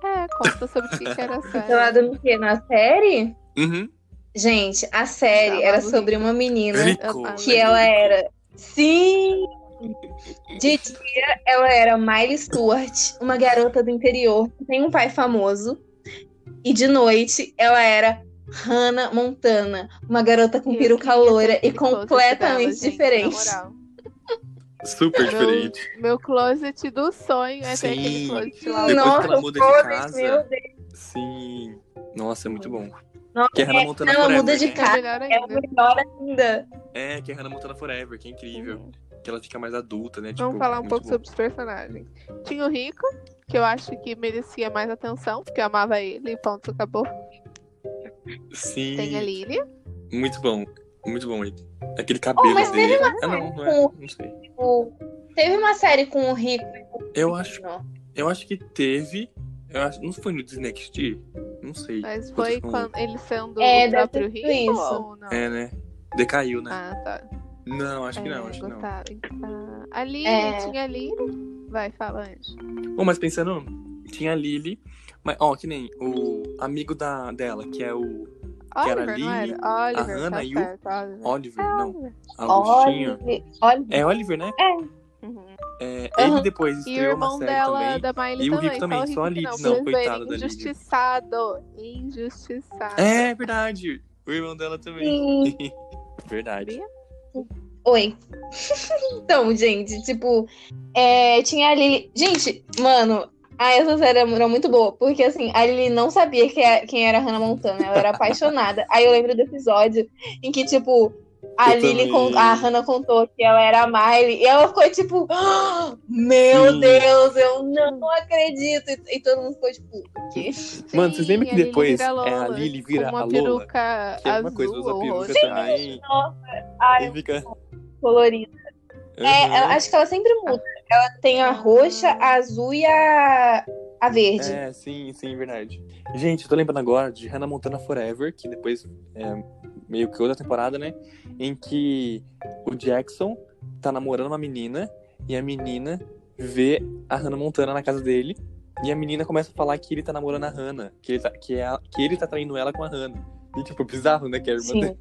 A: É, conta sobre o que que era
D: <laughs>
A: a série.
D: Pincelada no quê? Na série?
B: Uhum.
D: Gente, a série
A: Tá
D: era
A: maluco.
D: sobre uma menina
B: Rico.
A: Ah, eu-
D: que ela era. Sim! De dia, ela era Miley Stewart, uma garota do interior que tem um pai famoso. E de noite, ela era Hannah Montana, uma garota com
A: assim, Eu
D: peruca
A: queria ter
D: loira e
A: aquele closet dela,
D: completamente
A: gente,
D: diferente.
A: na moral.
B: Super diferente.
A: Meu closet do sonho é ter aquele closet
B: Sim.
A: lá.
B: Depois que ela
D: Nossa,
B: muda de
D: todas,
B: casa,
D: meu Deus.
B: Sim. Nossa, é muito bom.
D: Nossa,
B: Que é Hannah
D: é-
B: Montana
D: não, ela
B: Forever,
D: muda de
B: né?
A: É
D: casa,
A: melhor
D: é o
A: ainda.
D: melhor ainda.
B: É, que é Hannah Montana Forever, que é incrível. Que ela fica mais adulta, né?
A: Vamos
B: tipo,
A: falar
B: é
A: um
B: muito
A: pouco
B: bom.
A: sobre os personagens. Tinha o Rico, que eu acho que merecia mais atenção, porque eu amava ele, ponto, acabou.
B: Sim.
A: Tem a Lily.
B: Muito bom. Muito bom ele.
A: Oh,
B: Aquele cabelo
D: mas teve
B: dele.
D: uma
B: Ah, não, não, é. não sei.
D: Tipo, teve uma série com o Rico. e com o
B: Eu acho
D: Rico,
B: Eu acho que é teve. Eu acho, não foi no Disney XD? Não sei.
A: Mas
B: Quando
A: foi
B: ficou-
A: quando ele sendo
D: É,
A: o
D: deve ter
A: próprio
D: sido
A: Rico
D: isso.
A: ou não?
B: É, né? Decaiu, né?
A: Ah, tá.
B: Não, acho que não,
A: É,
B: acho que não.
A: gostava. Ah, a Lily,
D: É.
A: tinha a Lily. Vai, fala antes.
B: Bom, mas pensando, tinha a Lily, mas, ó, que nem o amigo da, dela, que é o Que era a
A: Oliver, não
B: Lily,
A: era? Oliver, tá
B: Hannah e o
A: certo, Oliver.
B: Oliver,
A: É,
B: não,
A: Oliver.
B: Augustinho.
D: Olha, olha.
B: um É Oliver, né?
A: Uhum.
B: É,
D: Aham.
B: Ele depois
A: E o
B: estreou uma
A: irmão
B: série
A: dela,
B: também.
A: da Miley
B: E o
A: também.
B: Rick também,
A: o
B: só a
A: Rick
B: Lily.
A: não,
B: Não,
A: pra vocês
B: coitada
A: verem,
B: da Lily.
A: Injustiçado. Injustiçado.
B: É verdade, o irmão dela também.
D: Sim.
B: <laughs> Verdade.
D: Oi. <laughs> então, gente, tipo, é, tinha a Lily. Gente, mano, a essa série era muito boa, porque assim, a Lily não sabia que é- quem era a Hannah Montana, ela era apaixonada. Aí eu lembro do episódio em que, tipo, a
B: Eu
D: Lily
B: também.
D: con- a Hannah contou que ela era a Miley, e ela ficou tipo, "Ah, meu
B: Sim.
D: Deus, eu não acredito. E, e todo mundo ficou tipo, o quê?
B: Mano, vocês lembram
A: Sim,
B: que
A: a Lily
B: depois
A: vira
B: é, a
A: Lola,
B: Lily vira
A: com uma
B: a Lola?
A: peruca
B: Que é uma coisa,
A: azul assim,
B: usa
A: ou
B: peruca
A: roxa.
B: também.
D: Ai,
B: E fica.
D: colorido. É,
B: Aham.
D: ela- acho que ela sempre muda. Ela tem a roxa, a azul e a, a verde.
B: É, sim, sim, verdade. Gente, eu tô lembrando agora de Hannah Montana Forever, que depois é meio que outra temporada, né? Em que o Jackson tá namorando uma menina e a menina vê a Hannah Montana na casa dele e a menina começa a falar que ele tá namorando a Hannah, que ele tá, que é a- que ele tá traindo ela com a Hannah. E, tipo, bizarro, né, que é a irmã
D: Sim.
B: dele.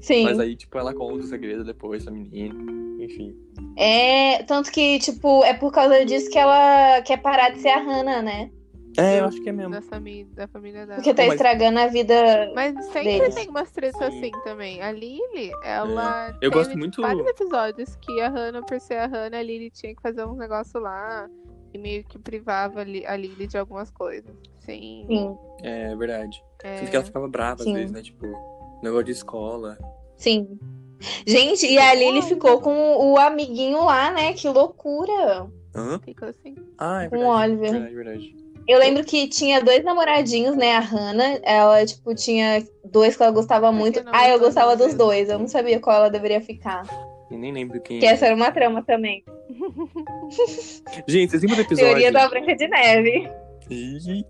D: Sim.
B: Mas aí, tipo, ela conta o segredo depois, essa menina. Enfim.
D: É, tanto que, tipo, é por causa disso que ela quer parar de ser a Hannah, né?
B: É, eu acho que é mesmo.
A: da, fami- da família dela.
D: Porque tá
B: Mas-
D: estragando a vida.
A: Mas sempre
D: deles.
A: tem umas tretas
B: Sim. É.
A: assim também. A Lily, ela.
B: Eu
A: teve
B: gosto muito-
A: vários episódios que a Hannah, por ser a Hannah, a Lily tinha que fazer uns negócios lá. E meio que privava a Li- a Lily de algumas coisas. Sim.
D: Sim,
B: É, é verdade.
A: é.
B: Tanto que ela ficava brava
D: Sim.
B: às vezes, né? Tipo, negócio de escola.
D: sim. Gente, e a Lily ficou com o amiguinho lá, né? Que loucura.
B: Hã?
A: Ficou assim.
B: Ah, é
D: Com
B: verdade.
D: o Oliver.
B: Verdade, verdade.
D: Eu lembro que tinha dois namoradinhos, né? A Hannah, ela, tipo, tinha dois que ela gostava muito.
A: não,
D: Ah, eu
A: então,
D: gostava dos
A: beleza.
D: dois. Eu não sabia qual ela deveria ficar.
B: Eu nem lembro quem. é.
D: Que essa era uma trama também.
B: Gente, vocês lembram do episódio?
D: Teoria da Branca de Neve.
B: Ih. Gente,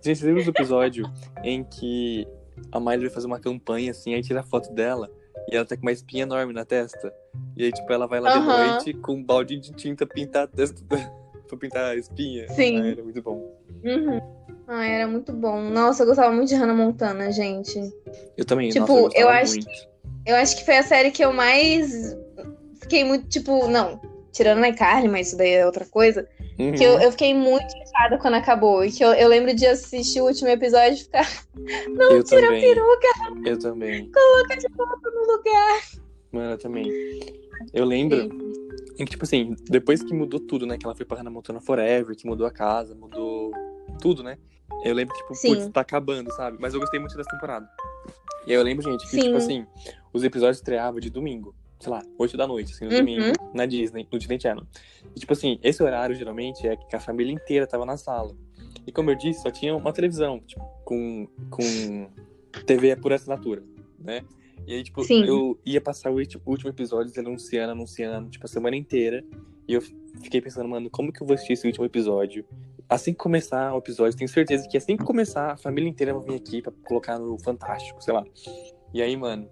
B: vocês lembram do episódio em que a Miley vai fazer uma campanha assim, aí tira a foto dela e ela tá com uma espinha enorme na testa. E aí, tipo, ela vai lá
D: Aham.
B: de noite com um balde de tinta pintar a testa <laughs> pra pintar a espinha.
D: Sim.
B: Ah, era muito bom.
D: Uhum. Ah, era muito bom. Nossa, eu gostava muito de Hannah Montana, gente.
B: Eu também,
D: Tipo,
B: nossa, eu, gostava
D: eu acho
B: muito.
D: Eu acho que foi a série que eu mais fiquei muito, tipo, não, tirando a Carly, mas isso daí é outra coisa.
B: Uhum.
D: Que eu, eu fiquei muito chateada quando acabou. E que eu, eu lembro de assistir o último episódio e ficar <laughs>
B: Não, eu
D: tira a
B: também.
D: peruca
B: Uhum,
D: tá
B: Eu também.
D: no lugar.
B: Mano, eu também.
D: Hum.
B: Eu lembro em que, tipo assim, depois que mudou tudo, né? Que ela foi pra Hannah Montana Forever, que mudou a casa, mudou tudo, né? Eu lembro, tipo,
D: Sim.
B: putz, tá acabando, sabe? Mas eu gostei muito dessa temporada. E aí eu lembro, gente, que,
D: Sim.
B: tipo assim, os episódios estreavam de domingo. Sei lá, 8 da noite, assim, no
D: Uhum.
B: domingo, na Disney, no Disney Channel. E, tipo assim, esse horário, geralmente, é que a família inteira tava na sala. E como eu disse, só tinha uma televisão, tipo, com, com TV por assinatura, né? E aí, tipo,
D: Sim.
B: eu ia passar o ulti- o último episódio anunciando, anunciando, tipo, a semana inteira. E eu f- fiquei pensando, mano, como que eu vou assistir esse último episódio? Assim que começar o episódio, tenho certeza que assim que começar, a família inteira vai vir aqui pra colocar no Fantástico, sei lá. E aí, mano,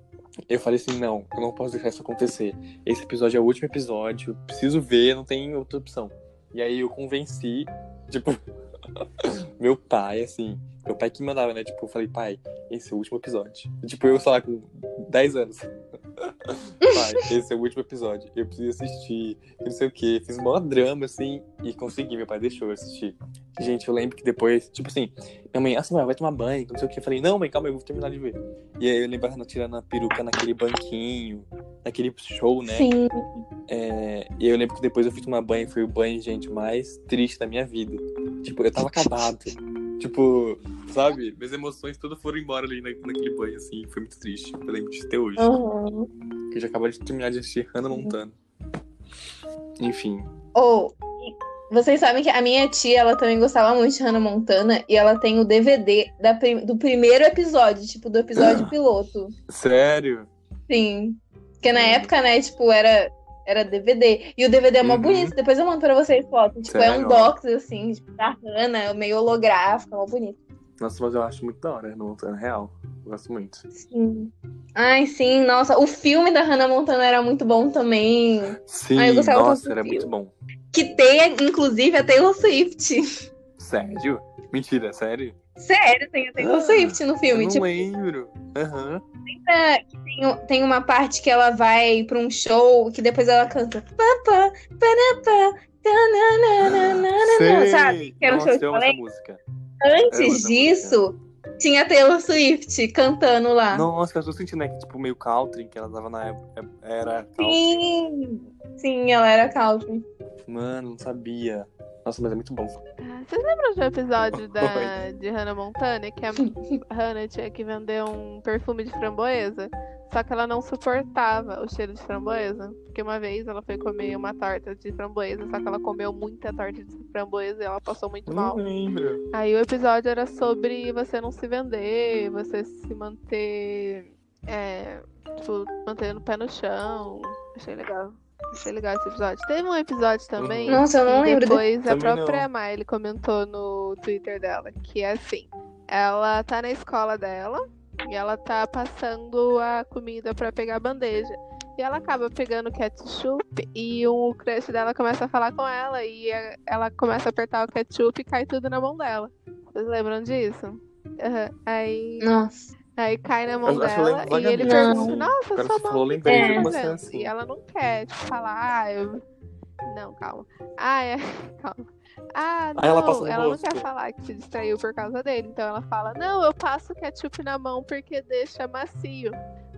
B: eu falei assim, não, eu não posso deixar isso acontecer. Esse episódio é o último episódio, eu preciso ver, não tem outra opção. E aí eu convenci, tipo, <laughs> meu pai, assim, meu pai que mandava, né? Tipo, eu falei, pai, esse é o último episódio. E, tipo, eu, sei lá, com 10 anos. pai, esse é o último episódio, eu preciso assistir, que não sei o quê. Fiz maior drama, assim, e consegui, meu pai deixou eu assistir. Gente, eu lembro que depois, tipo assim, minha mãe, assim, mãe, vai tomar banho, que não sei o quê. Eu falei, não, mãe, calma, eu vou terminar de ver. E aí eu lembro ela tirando a peruca naquele banquinho, naquele show, né?
D: Sim.
B: É, e eu lembro que depois eu fui tomar banho, foi o banho, gente, mais triste da minha vida. Tipo, eu tava acabado. tipo, sabe? Minhas emoções todas foram embora ali na- naquele banho, assim. Foi muito triste. Eu lembro disso até hoje.
D: Uhum.
B: Porque eu já acabei de terminar de assistir Hannah Montana. Enfim.
D: Ou, e vocês sabem que a minha tia, ela também gostava muito de Hannah Montana e ela tem o DVD da prim- do primeiro episódio, tipo,
B: <clears throat>
D: do episódio piloto.
B: Sério?
D: Sim. Porque na
B: Uhum.
D: época, né, tipo, era, era DVD. E o DVD é mó
B: Uhum.
D: bonito. Depois eu mando pra vocês foto. Tipo, é
B: Sério?
D: um dox, assim, tipo, da Hannah, meio holográfico, é mó bonito.
B: Nossa, mas eu acho muito da hora Hannah Montana, real. Eu gosto muito.
D: Sim. Ai, sim, nossa. O filme da Hannah Montana era muito bom também.
B: Sim,
D: Ah, eu gostava
B: nossa,
D: tanto
B: era
D: do
B: muito
D: Bill.
B: bom.
D: Que tem, inclusive, a Taylor Swift. <laughs>
B: Sério? Mentira, sério?
D: Sério, tem a Taylor
B: Ah,
D: Swift no
B: Eu
D: filme.
B: não
D: tipo,
B: lembro. Aham.
D: É, que tem, tem uma parte que ela vai pra um show que depois ela canta. Papá, parapá, tananana,
B: Sei.
D: sabe? Que era um
B: Nossa,
D: show de
B: eu amo essa
D: balé.
B: música. Amo
D: Antes
B: essa
D: disso, tinha a Taylor Swift cantando lá.
B: Nossa, eu tô sentindo, né? Que, tipo, meio country, que ela tava na época. Era country.
D: Sim, sim, ela era country.
B: Mano, não sabia. Nossa, mas é muito bom.
A: Ah, Vocês lembram de um episódio da, de Hannah Montana que a Hannah tinha que vender um perfume de framboesa? Só que ela não suportava o cheiro de framboesa. Porque uma vez ela foi comer uma torta de framboesa, só que ela comeu muita torta de framboesa e ela passou muito
B: Eu
A: mal.
B: Não lembro.
A: Aí o episódio era sobre você não se vender, você se manter. É, tipo, mantendo o pé no chão. Achei legal. Achei legal esse episódio. Teve um episódio também.
B: Uhum.
D: Nossa, eu não
A: E
D: lembro. desse.
A: Depois a
B: Também
A: própria Miley comentou no Twitter dela que é assim: ela tá na escola dela e ela tá passando a comida pra pegar a bandeja. E ela acaba pegando o ketchup e o crush dela começa a falar com ela e a- ela começa a apertar o ketchup e cai tudo na mão dela. Vocês lembram disso? Aham. Aí,
D: Nossa.
A: aí cai na mão
B: Eu acho que eu
A: dela
B: lembro
A: e ele
B: vagamente.
A: pergunta,
B: Não.
A: nossa,
B: Agora
A: sua
B: você falou,
A: mão
B: eu
A: o que
B: lembrei
A: você
D: de
A: tá
B: uma
A: fazendo?"
B: cena assim.
A: E ela não quer tipo, falar, ah, eu... <laughs> Não, calma. Ah, é, <laughs> calma. Ah, não,
B: Aí ela
A: ela,
B: passa no
A: não
B: rosto.
A: quer falar que se distraiu por causa dele. Então ela fala, não, eu passo ketchup na mão porque deixa macio.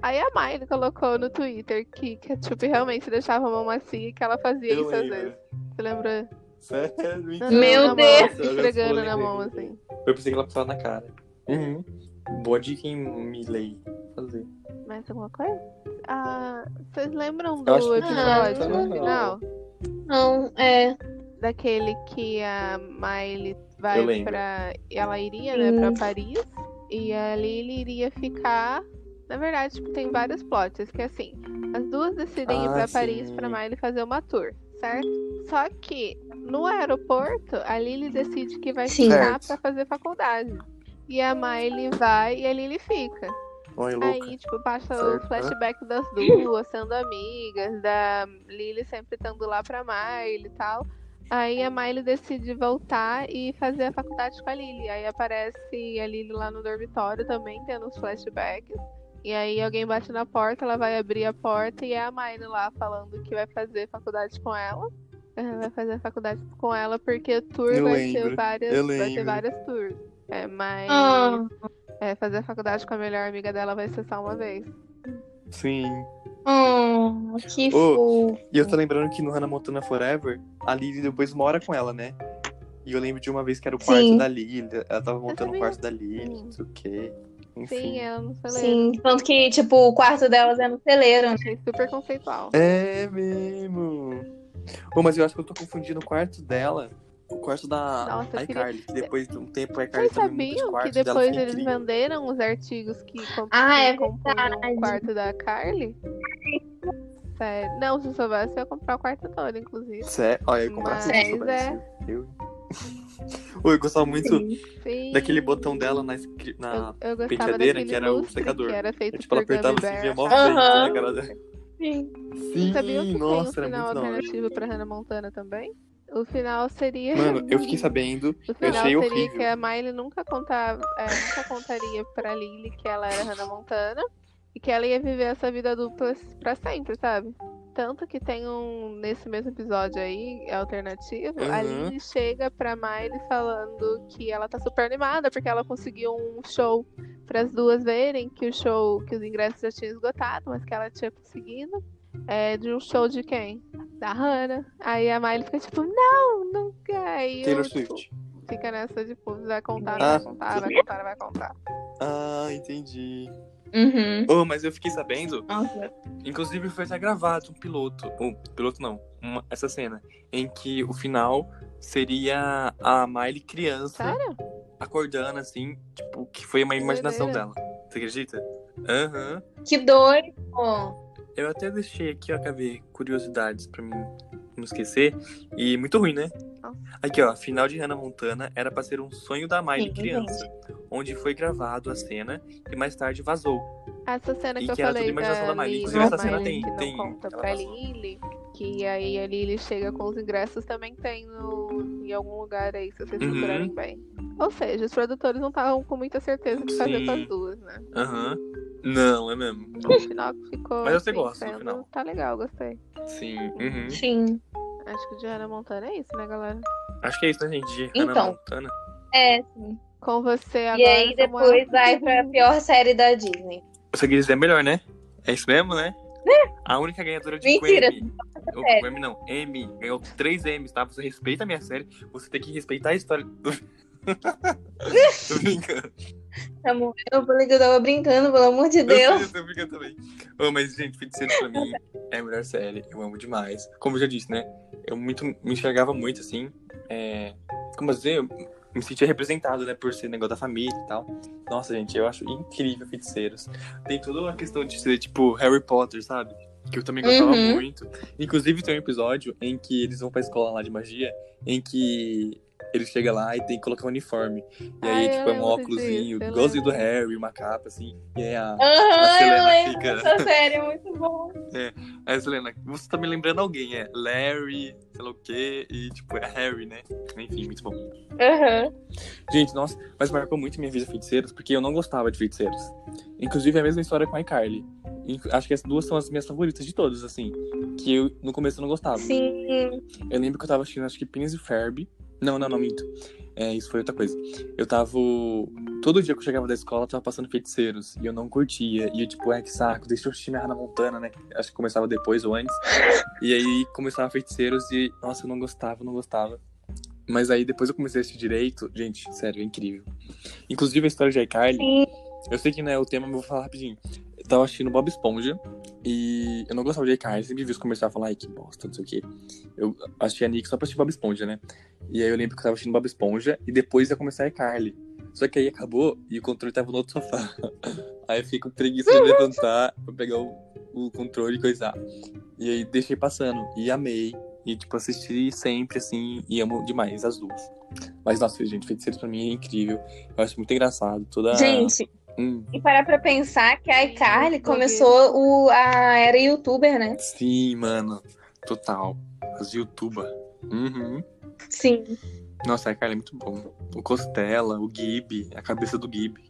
A: Aí a Miley colocou no Twitter que ketchup realmente deixava a mão macia e que ela fazia
B: Eu
A: isso às
B: lembro.
A: vezes. Você lembra?
B: Sério? Então,
D: Meu
A: <laughs> Na mão,
D: Deus!
B: Nossa, agora você falou,
A: Esfregando
B: lembrei,
A: na mão,
B: lembrei.
A: assim.
B: Eu pensei que ela passava na cara. Uhum. Boa dica em Milley. Fazer.
A: Mais alguma coisa? Ah, vocês lembram do
B: Eu acho que
A: episódio
D: não,
A: no
B: não.
A: final?
D: Não, é.
A: daquele que a Miley
B: Eu
A: vai
B: lembro.
A: pra. Ela iria, né,
D: Sim.
A: pra Paris. E a Lily iria ficar. Na verdade, tipo, tem vários plots que assim, as duas decidem ir
B: Ah,
A: pra
B: sim.
A: Paris pra Miley fazer uma tour, certo? Só que no aeroporto, a Lily decide que vai
D: Sim.
A: ficar
B: Certo.
A: pra fazer faculdade. E a Miley vai e a Lily fica.
B: Olha, louca.
A: Aí, tipo, basta
B: Certo,
A: o
B: né?
A: flashback das duas sendo amigas, da Lily sempre estando lá pra Miley e tal. Aí a Miley decide voltar e fazer a faculdade com a Lily. Aí aparece a Lily lá no dormitório também, tendo os flashbacks. E aí alguém bate na porta, ela vai abrir a porta e é a Miley lá falando que vai fazer faculdade com ela. Ela vai fazer faculdade com ela porque o tour
B: Eu
A: vai ter
B: lembro,
A: várias,
B: eu
A: vai ter
B: lembro.
A: várias tours. É, mas
D: Ah,
A: é, fazer a faculdade com a melhor amiga dela vai ser só uma vez.
B: Sim.
D: ah, que
B: Ô,
D: fofo.
B: E eu tô lembrando que no Hannah Montana Forever, a Lily depois mora com ela, né? E eu lembro de uma vez que era o quarto
D: Sim.
B: da Lily. Ela tava montando o
A: sabia.
B: quarto da Lily,
A: Sim.
B: não sei o quê.
A: Sim, é.
B: Enfim.
A: ela não se lembra.
D: Sim, tanto que, tipo, o quarto delas é no celeiro.
A: Achei super conceitual.
B: É mesmo. Ô, mas eu acho que eu tô confundindo o quarto dela. O quarto da
A: Nossa, eu queria-
B: iCarly, que depois de um tempo a iCarly
A: Vocês
B: também muda de
A: sabiam
B: quarto
A: que
B: e dela
A: depois
B: fica
A: eles
B: incrível.
A: venderam os artigos que com-
D: Ah,
A: que
D: é
A: compunham
D: verdade.
A: o quarto da Carly? Sério. Não, se eu soubesse, eu ia comprar o quarto todo, inclusive.
B: Sério? é, Olha, eu comprava se eu
D: Mas
A: é.
B: soubesse. Eu... Ô, eu <laughs> gostava muito
A: Sim.
B: daquele botão dela na, escri- na...
A: Eu, eu gostava
B: penteadeira,
A: daquele
B: que era o
A: lustre
B: secador.
A: Que era feito
B: Tipo, ela
A: por
B: apertava
A: Gummy
B: assim, via
A: Bear.
B: mó
D: Aham.
B: vento na cara dela.
D: Sim.
A: Vocês
B: Sim,
A: sabiam que tem
B: nossa,
A: um final
B: era muito
A: <laughs>
B: da hora.
A: alternativo pra Hannah Montana também? O final seria...
B: Mano, eu fiquei sabendo.
A: O final
B: achei
A: seria
B: horrível.
A: que a Miley nunca, contava, é, nunca contaria pra Lily que ela era Hannah Montana e que ela ia viver essa vida dupla pra sempre, sabe? Tanto que tem um, nesse mesmo episódio aí, é alternativo, a
B: Uhum.
A: Lily chega pra Miley falando que ela tá super animada porque ela conseguiu um show para as duas verem que o show, que os ingressos já tinham esgotado, mas que ela tinha conseguido. É de um show de quem? Da Hannah. Aí a Miley fica tipo, não, nunca. Aí eu,
B: Taylor
A: tipo,
B: Swift.
A: fica nessa de tipo, vai contar,
B: Ah.
A: vai contar, vai contar, vai contar.
B: Ah, entendi.
D: Uhum.
B: Ô, mas eu fiquei sabendo.
D: Nossa.
B: Inclusive, foi até gravado um piloto. Um piloto não. uma- essa cena. Em que o final seria a Miley criança
A: Sério?
B: acordando, assim. Tipo, que foi uma imaginação
A: doideira.
B: dela. Você acredita? Aham.
D: Que doido.
B: Eu até deixei aqui, ó, Gabi, curiosidades pra mim não esquecer. E muito ruim, né?
A: Nossa.
B: Aqui, ó, final de Hannah Montana era pra ser um sonho da Miley
D: Sim,
B: criança, onde foi gravado a cena e mais tarde vazou.
A: Essa cena
B: E
A: que, eu
B: que era
A: falei
B: tudo imaginação
A: da
B: da Miley.
A: Lily,
B: Inclusive,
A: da
B: essa cena
A: Miley
B: tem-
A: que não
B: tem-
A: conta
B: ela
A: pra
B: passou.
A: Lily, que aí a Lily chega com os ingressos, também tem no, em algum lugar aí, se vocês
B: Uhum.
A: procurarem bem. Ou seja, os produtores não estavam com muita certeza de fazer
B: Sim.
A: com as duas, né? Então,
B: Aham. Não, é mesmo.
A: O final que ficou.
B: Mas você
A: assim,
B: gosta do final.
A: Tá legal, gostei.
B: Sim. Uhum.
D: Sim.
A: Acho que o de Hannah Montana é isso, né, galera?
B: Acho que é isso, né, gente? De Hannah
D: Então.
B: Montana.
D: É, sim.
A: Com você agora.
D: E aí
A: Samuel.
D: depois vai <laughs> pra pior série da Disney.
B: Você quer dizer melhor, né? É isso mesmo, né? A única ganhadora de
D: Mentira,
B: Grammy. Ou
D: sério.
B: Grammy não, M. Ganhou três M's, tá? Você respeita a minha série, você tem que respeitar a história. <laughs> Tô brincando.
D: Samuel, eu falei que eu tava brincando, pelo amor de
B: Eu
D: Deus.
B: sei, eu tô brincando também. Ô, mas, gente, Feiticeiro pra mim é a melhor série. Eu amo demais. Como eu já disse, né? Eu muito, me enxergava muito, assim. é, Como eu dizer? Eu me sentia representado, né? Por ser negócio da família e tal. Nossa, gente, eu acho incrível Feiticeiros. Tem toda uma questão de ser, tipo, Harry Potter, sabe? Que eu também gostava
D: Uhum.
B: muito. Inclusive, tem um episódio em que eles vão pra escola lá de magia, em que Ele chega lá e tem que colocar um uniforme. E
A: Ai,
B: aí,
A: eu
B: tipo, é um
A: lembro
B: óculosinho,
A: disso, eu
B: igualzinho do Harry, uma capa, assim. E aí a,
D: Aham, eu
B: Selena
D: lembro
B: fica-
D: dessa série, é muito bom.
B: a Selena, você tá me lembrando alguém, é Larry, sei lá o quê, e tipo, é Harry, né? Enfim, muito bom.
D: Aham.
B: Gente, nossa, mas marcou muito minha vida feiticeiros, porque eu não gostava de feiticeiros. Inclusive, é a mesma história com a iCarly. Inc- Acho que as duas são as minhas favoritas de todas, assim. Que eu, no começo, eu não gostava.
D: Sim.
B: Eu lembro que eu tava assistindo, acho que Pinas e Ferb. Não, não, não, minto. É, isso foi outra coisa. Eu tava. Todo dia que eu chegava da escola, eu tava passando feiticeiros. E eu não curtia. E eu, tipo, é que saco, deixa eu assistir na Hannah Montana, né? Acho que começava depois ou antes. E aí começava feiticeiros e, nossa, eu não gostava, não gostava. Mas aí depois eu comecei a assistir direito. Gente, sério, é incrível. Inclusive a história de iCarly.
D: Sim.
B: Eu sei que não é o tema, mas eu vou falar rapidinho. Eu tava assistindo Bob Esponja e eu não gostava de iCarly, sempre vi os comerciais falar, ai que bosta, não sei o quê. Eu achei a Nick só pra assistir Bob Esponja, né? E aí eu lembro que eu tava assistindo Bob Esponja e depois ia começar iCarly. Só que aí acabou e o controle tava no outro sofá. <laughs> Aí eu fiquei com preguiça de levantar pra pegar o, o controle e coisar. E aí deixei passando e amei. E tipo, assisti sempre assim e amo demais as duas. Mas nossa, gente, feiticeiros pra mim é incrível. Eu acho muito engraçado.
D: Ah.
B: Toda.
D: Gente,
B: Hum,
D: e parar pra pensar que a iCarly começou o, a era youtuber, né?
B: Sim, mano. Total. As youtuba. Uhum.
D: Sim.
B: Nossa, a Carla é muito bom. O Costela, o Gibi, a cabeça do Gibi.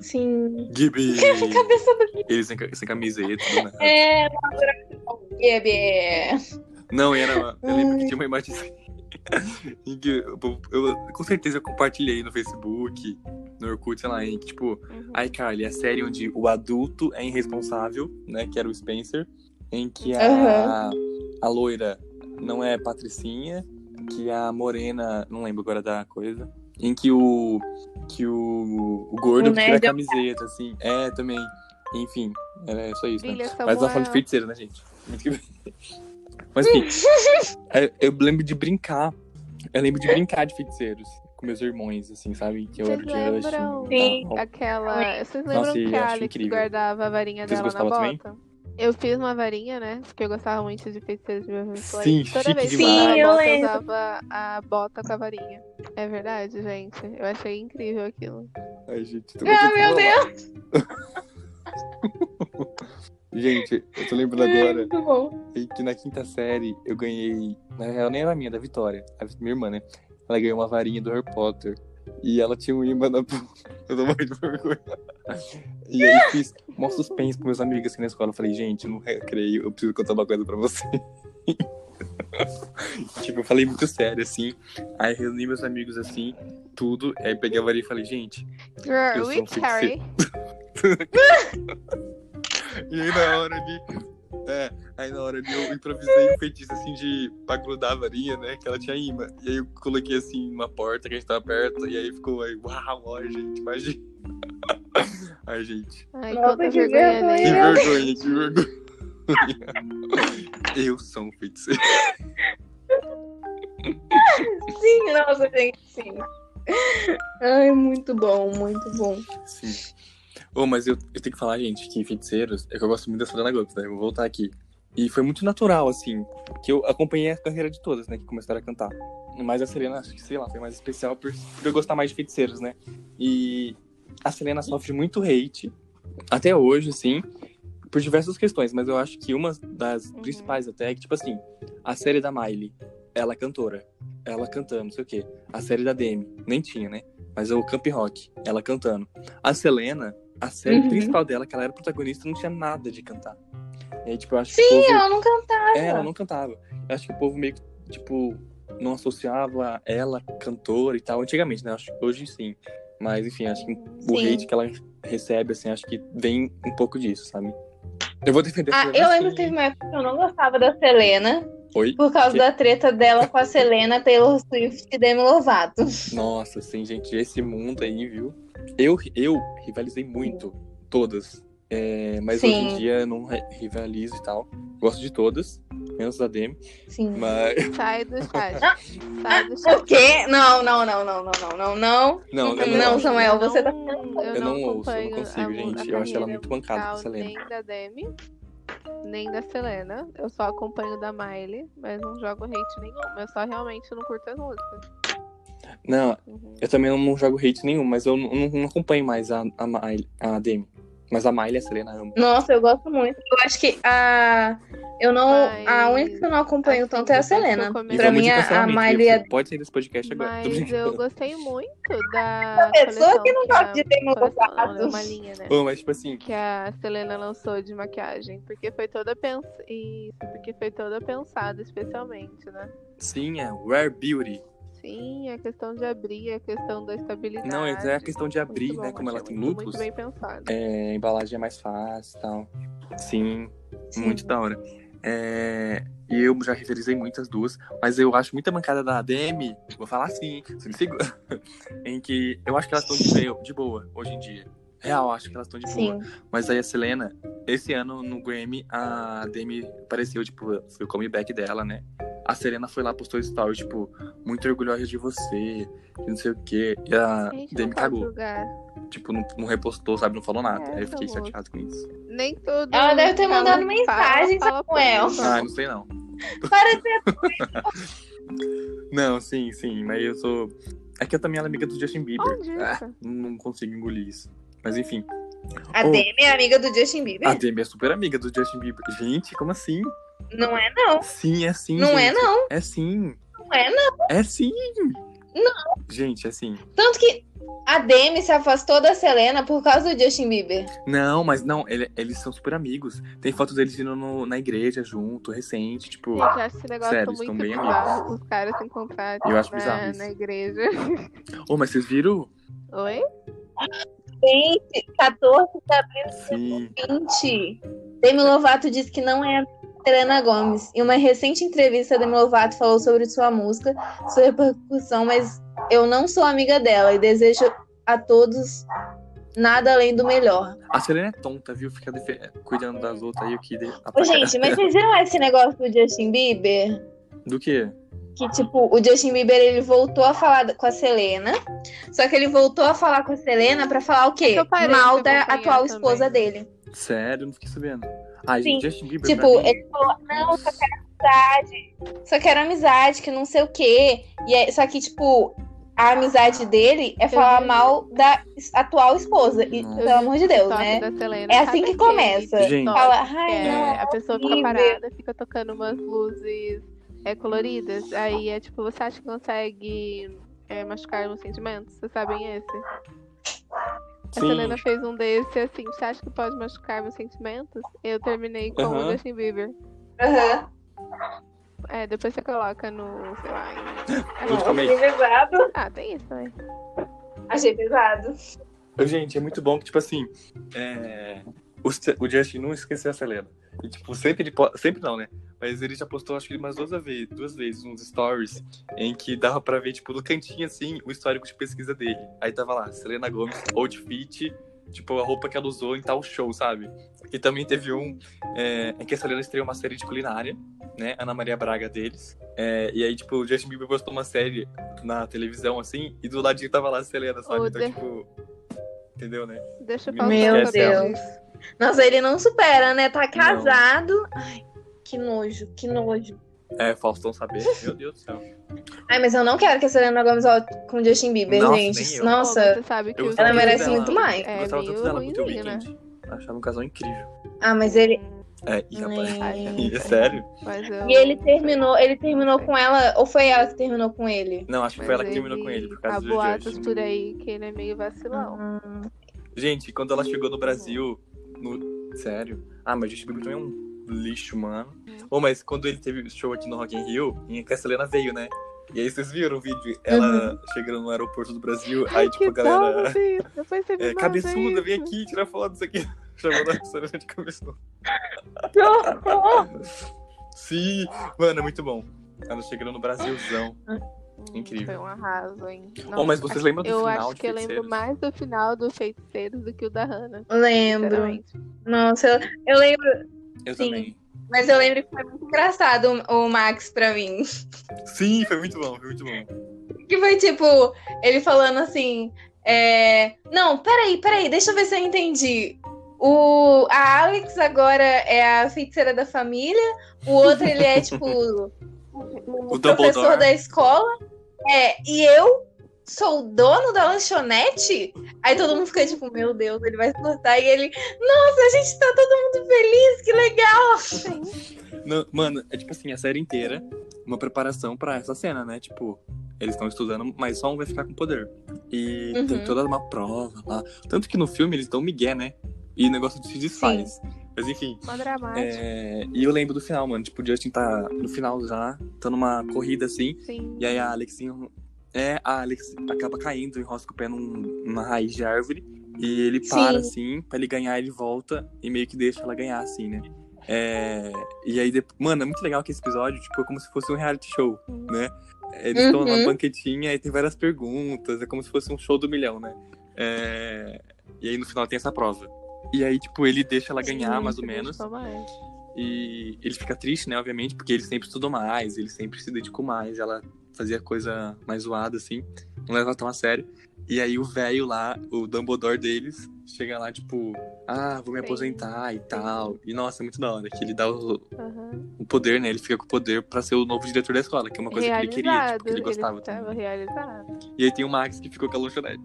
D: Sim. <laughs>
B: Gibi!
D: Cabeça do
B: Ele sem, ca- sem camiseta, né? do nada.
D: É, Laura Bebê.
B: Não, era. Eu lembro que tinha uma imagem assim. <laughs> em que eu, eu- com certeza eu compartilhei no Facebook, no Orkut, sei lá, em que, tipo,
A: Uhum.
B: a iCarly, a série onde o adulto é irresponsável, né? Que era o Spencer, em que a, a loira não é patricinha, que a morena, não lembro agora da coisa, em que o. que o, o gordo
D: O
B: tira a
D: nerd é o
B: camiseta, assim. É, também. Enfim, era só isso, né?
A: Brilha,
B: Mas ela
A: Samuel.
B: falando de feiticeiro, né, gente? Muito que... Mas enfim, eu- eu lembro de brincar. Eu lembro de brincar de feiticeiros com meus irmãos, assim, sabe? Que eu
A: Vocês
B: era o que eu
A: lembram?
D: Sim.
A: Aquela. Vocês lembram
B: Nossa, eu
A: que
B: acho
A: a Alex
B: incrível.
A: guardava a varinha
B: Vocês
A: dela na bota?
B: gostavam também?
A: Eu fiz uma varinha, né? Porque eu gostava muito de feiticeiros de Waverly Place.
B: Sim,
A: Toda
B: chique
A: vez que
B: demais.
A: eu
D: Sim, eu
A: usava bota, eu
D: lembro.
A: usava a bota com a varinha. É verdade, gente. Eu achei incrível aquilo.
B: Ai, gente, tô
D: Ah, meu
B: Deus! gente, eu tô lembrando agora
D: Muito bom.
B: em que na quinta série eu ganhei. Na real, nem era minha, da Vitória, a vi- minha irmã, né? Ela ganhou uma varinha do Harry Potter. E ela tinha um imã na boca. <laughs> Eu tô morrendo de vergonha. E aí eu fiz mó suspense pros meus amigos assim na escola. Eu falei, gente, no recreio, eu preciso contar uma coisa pra você. <laughs> tipo, eu falei muito sério, assim. Aí reuni meus amigos assim, tudo. Aí peguei a varinha e falei, gente.
A: Girl,
B: sou um
A: we carry.
B: E aí na hora ali. É, aí na hora ali eu improvisei um feitiço assim de pra grudar a varinha, né? Que ela tinha imã. E aí eu coloquei assim uma porta que a gente tava perto, e aí ficou aí, uau, olha, gente, imagina. <laughs> Ai, gente,
A: Ai,
D: Nossa,
A: quanta
D: que
A: vergonha,
B: que
A: né?
B: vergonha,
D: vergonha.
B: que vergonha. <laughs> Eu sou um feiticeiro. <laughs>
D: Sim, nossa, gente, sim. Ai, muito bom, muito bom.
B: Sim. Ô, mas eu, eu tenho que falar, gente, que feiticeiros é que eu gosto muito da Selena Gomez, né? Eu vou voltar aqui. E foi muito natural, assim, que eu acompanhei a carreira de todas, né? Que começaram a cantar. Mas a Selena, acho que, sei lá, foi mais especial por, por eu gostar mais de feiticeiros, né? E a Selena sofre muito hate, até hoje, assim, por diversas questões. Mas eu acho que uma das
A: Uhum.
B: principais até é que, tipo assim, a série da Miley, ela é cantora. Ela cantando, não sei o quê. A série da Demi, nem tinha, né? Mas é o Camp Rock, ela cantando. A Selena, a série
D: Uhum.
B: principal dela, que ela era protagonista, não tinha nada de cantar. E aí, tipo, eu acho que. o
D: Sim,
B: povo-
D: ela não cantava.
B: é, ela não cantava. Eu acho que o povo meio que, tipo, não associava ela cantora e tal, antigamente, né? Acho que hoje sim. Mas, enfim, acho que o
D: Sim.
B: hate que ela recebe, assim, acho que vem um pouco disso, sabe? Eu vou defender
D: Ah,
B: Selena,
D: eu lembro
B: sim.
D: que teve uma época que eu não gostava da Selena,
B: Oi?
D: por causa
B: Que-
D: da treta dela com a Selena, Taylor Swift e Demi Lovato.
B: Nossa, sim, gente, esse mundo aí, viu? Eu, eu rivalizei muito, todas. É, mas hoje em
D: Sim.
B: dia eu não ri- rivalizo e tal. Gosto de todas, menos da Demi.
D: Sim.
B: Mas. <laughs>
A: Sai do chat.
D: Ah,
A: Sai do
D: Por
A: chat.
D: quê? Não, não, não, não, não, não, não, não.
B: Não, eu
D: Não,
B: acho.
D: Samuel, você tá-
A: não-
B: Eu não ouço, eu não
A: acompanho
B: consigo,
A: a-
B: gente.
A: a
B: Eu acho
A: carreira
B: ela muito bancada,
A: musical
B: essa Selena.
A: Nem da Demi, nem da Selena. Eu só acompanho da Miley, mas não jogo hate nenhum. Eu só realmente não curto as músicas.
B: Não,
A: Uhum.
B: eu também não jogo hate nenhum, mas eu não, não- não acompanho mais a, a, Miley- a Demi. Mas a Miley e a Selena amo.
D: Nossa, eu gosto muito. Eu acho que a. Eu não. A
A: Mas,
D: única que eu não acompanho
A: assim,
D: tanto é a
A: depois que eu
D: Selena.
A: comecei-
B: E
D: Pra
B: vamos
D: mim,
B: de
D: a, a
B: cancelamento,
D: Miley
B: viu?
D: é
B: Pode sair desse podcast agora. Tô
A: Mas eu
B: brincando.
A: gostei muito da
D: é pessoa
A: coleção
D: que não gosta de
A: a-
D: ter
A: coleção, não, né?
D: usado.
A: uma linha, né?
B: Ô, mas tipo assim,
A: que a Selena lançou de maquiagem, porque foi toda pens... isso, porque foi toda pensada especialmente, né?
B: sim, é Rare Beauty.
A: Sim, a questão de abrir, a questão da estabilidade.
B: Não, é a questão de
A: Muito
B: abrir,
A: bom,
B: né? Como ela
A: achei
B: tem
A: muito,
B: lúpus,
A: Muito bem pensado.
B: é, a embalagem é mais fácil e tal. Sim,
D: Sim.
B: muito da hora. É, e eu já referizei muitas duas, mas eu acho muita mancada da DM, vou falar assim, se me segura, <laughs> em que eu acho que elas estão de, meio- de boa hoje em dia. Real, acho que elas estão de boa.
D: Sim.
B: Mas aí a Selena, esse ano no Grammy, a Demi apareceu, tipo, foi o comeback dela, né? A Selena foi lá, postou story, tipo, muito orgulhosa de você, que não sei o quê. E a
A: Gente, não
B: Demi
A: pode
B: cagou.
A: julgar.
B: Tipo, não, não repostou, sabe? Não falou nada.
A: É,
B: aí eu
D: tá
B: fiquei
A: amor.
B: chateado com isso.
A: Nem tudo.
D: Ela deve ter
A: que
D: mandado
A: ela
D: mensagem,
A: fala, fala pra
D: Samuel.
A: pessoa.
B: Ah, não sei não.
D: Para ser
B: Não, sim, sim. Mas eu sou. É que eu também era amiga do Justin Bieber.
A: Onde
B: Ah,
A: isso?
B: não consigo engolir isso. Mas enfim,
D: a
B: Ô.
D: Demi é amiga do Justin
B: a
D: Bieber?
B: Demi é super amiga do Justin Bieber. Gente, como assim?
D: Não é, não.
B: Sim, é sim.
D: Não é,
B: gente.
D: não.
B: É sim.
D: Não é,
B: não. É sim. Não. Gente, é sim.
D: Tanto que a Demi se afastou da Selena por causa do Justin Bieber.
B: Não, mas não, ele- eles são super amigos. Tem foto deles indo no- na igreja junto, recente, tipo.
A: Gente, eu acho esse negócio
B: Sério,
A: muito
B: estão bem
A: bizarro. Os caras se encontrarem
B: Eu acho bizarro
A: na,
B: isso.
A: na igreja.
B: Ô, mas vocês viram?
A: Oi?
D: Gente, 14 de
B: Sim.
D: 20. Demi Lovato disse que não é a Selena Gomes. Em uma recente entrevista, Demi Lovato falou sobre sua música, sua repercussão, mas eu não sou amiga dela e desejo a todos nada além do melhor.
B: A Selena é tonta, viu? Fica defe- cuidando das outras aí, o que. de-
D: Ô, gente, mas vocês viram esse negócio do Justin Bieber?
B: Do quê?
D: Que, tipo, o Justin Bieber, ele voltou a falar com a Selena, só que ele voltou a falar com a Selena pra falar o
A: É que
D: quê?
A: eu parei de
D: Mal da
A: acompanhar
D: atual
A: também.
D: esposa dele.
B: Sério, não fiquei sabendo. Ah,
D: Sim.
B: gente, Justin Bieber.
D: Tipo,
B: pra mim-
D: ele falou, não, só quero amizade, só quero amizade, que não sei o quê. E aí, só que, tipo, a amizade dele é falar
A: vi.
D: mal da es- atual esposa. E,
B: Nossa.
D: pelo amor de Deus,
A: TikTok
D: né?
A: da Selena,
D: É assim
A: cada
D: que
A: dia,
D: começa.
A: TikTok.
B: Gente.
D: Fala, ai,
A: É,
D: não,
A: a pessoa fica
D: horrível.
A: parada, fica tocando umas luzes é, coloridas. Aí é tipo, você acha que consegue é, machucar meus sentimentos? Vocês sabem esse? A Selena
B: Sim.
A: fez um desse assim, você acha que pode machucar meus sentimentos? Eu terminei com
B: Aham.
A: o Justin Bieber.
D: aham.
A: É, depois você coloca no, sei lá. em-
D: Não,
B: Justamente.
D: achei pesado.
A: Ah, tem isso aí.
D: Achei pesado.
B: Ô, Gente, é muito bom que, tipo assim. é, O, Ce- o Justin não esqueceu a Selena. E, tipo, sempre ele po- Sempre não, né? Mas ele já postou, acho que umas duas vezes, duas vezes uns stories em que dava pra ver, tipo, do cantinho assim, o histórico de pesquisa dele. Aí tava lá, Selena Gomes, outfit, tipo, a roupa que ela usou em tal show, sabe? E também teve um é, em que a Selena estreou uma série de culinária, né? Ana Maria Braga deles. É, e aí, tipo, o Justin Bieber postou uma série na televisão, assim, e do ladinho tava lá a Selena, sabe?
A: O
B: Então,
A: The-
B: tipo. Entendeu, né?
A: Deixa eu
B: Me
A: falar
D: Meu
A: um pouco sobre
D: Deus.
A: isso.
D: Nossa, ele não supera, né? Tá casado. Ai, que nojo, que nojo.
B: É, Faustão saber. Meu Deus do céu.
D: Ai, mas eu não quero que a Selena Gomes volte com o Justin Bieber,
B: Nossa, nem
D: gente.
B: eu.
A: Pô,
D: Nossa.
A: você sabe que
B: Eu
A: o
B: gostava
D: Ela
B: tanto
D: merece
B: dela.
D: muito mais.
B: Eu
A: É,
B: gostava tanto
A: meio
B: dela quanto o
A: ruimzinho, né?
B: Weekend. Achava um casal incrível.
D: Ah, mas ele.
B: É, e rapaz.
D: Ai.
B: É sério?
A: Mas eu...
D: E ele terminou, ele terminou com ela, ou foi ela que terminou com ele?
B: Não, acho que
A: Mas é
B: foi ela que terminou com ele, por causa
A: Há
B: do
A: boatos
B: Justin.
A: por aí que ele é meio vacilão.
D: Ah.
B: Gente, quando ela chegou no Brasil. No... Sério? Ah, mas o Justin Bieber também é um lixo, mano. Ô, mas quando ele teve show aqui no Rock in Rio, em que a Selena veio, né? E aí vocês viram o vídeo, ela
A: Uhum.
B: chegando no aeroporto do Brasil, aí tipo a galera.
A: Deus, depois você me
B: É,
A: manda
B: cabeçuda, vem
A: isso.
B: aqui, tira foto disso aqui. <laughs> Chamando a Selena de cabeçuda. Sim, mano, é muito bom. Ela chegando no Brasilzão. Incrível.
A: Foi um arraso, hein?
B: Ô, mas vocês lembram do
A: eu
B: final
A: acho
B: de
A: que eu lembro
B: Feiticeiros?
A: mais do final do Feiticeiros do que o da Hannah.
D: Lembro.
A: Sinceramente.
D: Nossa, eu, eu lembro,
B: Eu
D: Sim.
B: também.
D: mas eu lembro que foi muito engraçado o, o Max pra mim. <laughs>
B: Sim, foi muito bom, foi muito bom.
D: Que foi tipo, ele falando assim: é, Não, peraí, peraí, deixa eu ver se eu entendi. O, a Alex agora é a feiticeira da família, o outro ele <laughs> é tipo o,
B: O
D: professor
B: Dumbledore.
D: da escola. É, e eu sou o dono da lanchonete? Aí todo mundo fica tipo, meu Deus, ele vai cortar. E ele, nossa, a gente tá todo mundo feliz, que legal.
B: Não, mano, é tipo assim, a série inteira, uma preparação pra essa cena, né? Tipo, eles estão estudando, mas só um vai ficar com poder. E tem
D: Uhum.
B: toda uma prova lá. Tanto que no filme eles dão migué, né? E o negócio se desfaz. Mas enfim.
A: Uma dramática,
B: é, E eu lembro do final, mano. Tipo, o Justin tá no final já, tá numa corrida assim.
A: sim.
B: E aí a Alex, enro- é, a Alex acaba caindo, enrosca o pé num- numa raiz de árvore. E ele para, assim, pra ele ganhar, ele volta e meio que deixa ela ganhar, assim, né? É, e aí, depois, mano, é muito legal que esse episódio, tipo, é como se fosse um reality show, né? Eles estão numa
D: Uhum.
B: banquetinha e tem várias perguntas, é como se fosse um show do milhão, né? É, e aí no final tem essa prova. E aí, tipo, ele deixa ela ganhar, mais ou
A: Gente,
B: menos.
A: deixa eu mais.
B: E ele fica triste, né, obviamente, porque ele sempre estudou mais, ele sempre se dedicou mais, ela fazia coisa mais zoada, assim, não leva tão a sério. E aí o velho lá, o Dumbledore deles, chega lá, tipo, ah, vou me
A: Sim.
B: aposentar e tal. E nossa, é muito da hora, que ele dá o,
A: Aham.
B: o poder, né? Ele fica com o poder pra ser o novo diretor da escola, que é uma coisa
A: Realizado.
B: que ele queria, tipo, que ele gostava.
A: estava realizado.
B: E aí tem o Max que ficou com
A: <laughs>
B: a lanchonete.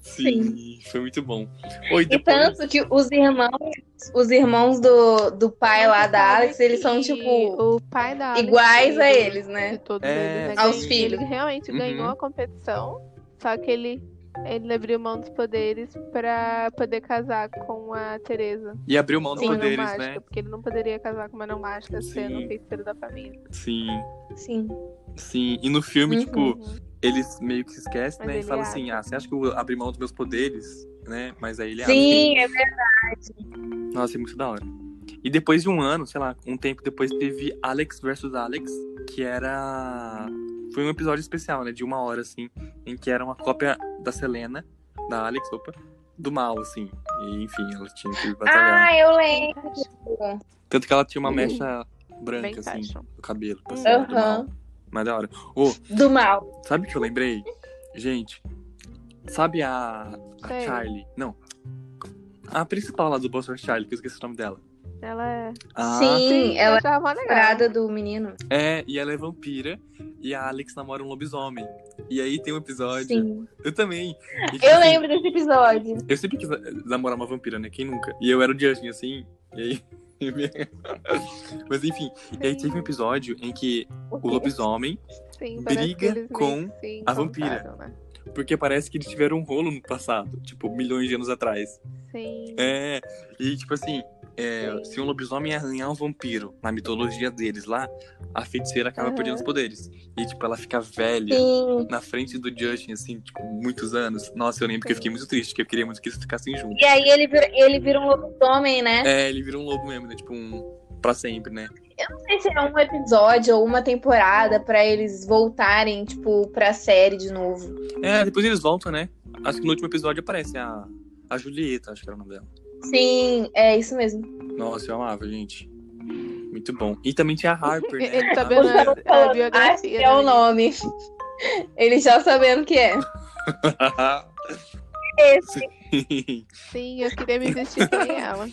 B: Sim, foi muito bom. Oi,
D: E
B: depois.
D: tanto que os irmãos, os irmãos do, do pai lá
A: Você
D: da
A: sabe
D: Alex, eles são,
A: que
D: tipo,
A: o pai da Alex
D: iguais a
A: ele-
D: eles, né?
A: de todos
B: É,
A: eles, né?
B: aos
A: Ele-
D: filhos.
A: Ele realmente
B: Uhum.
A: ganhou a competição, só que ele, ele abriu mão dos poderes pra poder casar com a Teresa.
B: E abriu mão dos
A: Sim,
B: poderes,
A: mágica,
B: né?
A: porque ele não poderia casar com uma não mágica sendo um
B: Sim.
A: feiticeiro da família.
B: Sim.
D: Sim.
B: Sim, e no filme,
D: Uhum.
B: tipo,
A: Uhum.
B: eles meio que se esquecem,
A: Mas
B: né? E
A: ele
B: falam assim, ah, você acha que eu vou abrir mão dos meus poderes, né? Mas aí ele
D: Sim, é verdade.
B: abre. Nossa, é muito da hora. E depois de um ano, sei lá, um tempo depois, teve Alex versus Alex, que era... Foi um episódio especial, né? De uma hora, assim, em que era uma cópia da Selena, da Alex, opa, do mal, assim. E, enfim, ela tinha que batalhar.
D: Ah, eu lembro.
B: Tanto que ela tinha uma mecha branca,
A: Bem
B: assim,
A: fashion.
B: do cabelo. pra cima, do mal.
D: Aham.
B: Mas da hora. Ô,
D: Do mal.
B: Sabe o que eu lembrei? Gente, sabe a, a
A: Sei.
B: Charlie? Não. A principal lá do Bolsonaro Charlie, que eu esqueci o nome dela.
A: Ela é
B: Ah,
D: Sim, ela é
A: tava mó legal.
D: namorada do menino.
B: É, e ela é vampira. E a Alex namora um lobisomem. E aí tem um episódio.
D: Sim.
B: Eu também. E, tipo,
D: Eu
B: assim,
D: lembro desse episódio.
B: Eu sempre quis namorar uma vampira, né? Quem nunca? E eu era o Justin, assim. E aí. <laughs> Mas enfim. E aí teve um episódio em que o lobisomem
A: Sim, parece que
B: briga
A: eles meio
B: com
A: que se
B: a vampira.
A: encontraram, Né?
B: Porque parece que eles tiveram um rolo no passado, tipo, milhões de anos atrás.
A: Sim.
B: É, e tipo assim, é,
A: Sim.
B: se um lobisomem arranhar um vampiro, na mitologia deles lá, a feiticeira acaba
A: Aham.
B: perdendo os poderes. E tipo, ela fica velha,
D: Sim.
B: na frente do Justin, assim, tipo, muitos anos. Nossa, eu lembro que eu fiquei muito triste, que eu queria muito que eles ficassem juntos.
D: E aí ele vira, ele vira um lobisomem, né?
B: É, ele vira um lobo mesmo, né? Tipo, um... Pra sempre, né?
D: Não sei se é um episódio ou uma temporada pra eles voltarem, tipo, pra série de novo.
B: É, depois eles voltam, né? Acho que no último episódio aparece a, a Julieta, acho que era o nome dela.
D: Sim, é isso mesmo.
B: Nossa, eu amava, gente. Muito bom. E também tinha a Harper, né?
A: <laughs> Ele tá
B: A
A: sabendo a
B: amiga.
D: Acho que
A: biografia.
D: é o
A: dele.
D: nome. <laughs> Ele já sabendo que é.
B: <laughs>
D: Esse.
A: Sim, eu queria me vestir que nem ela.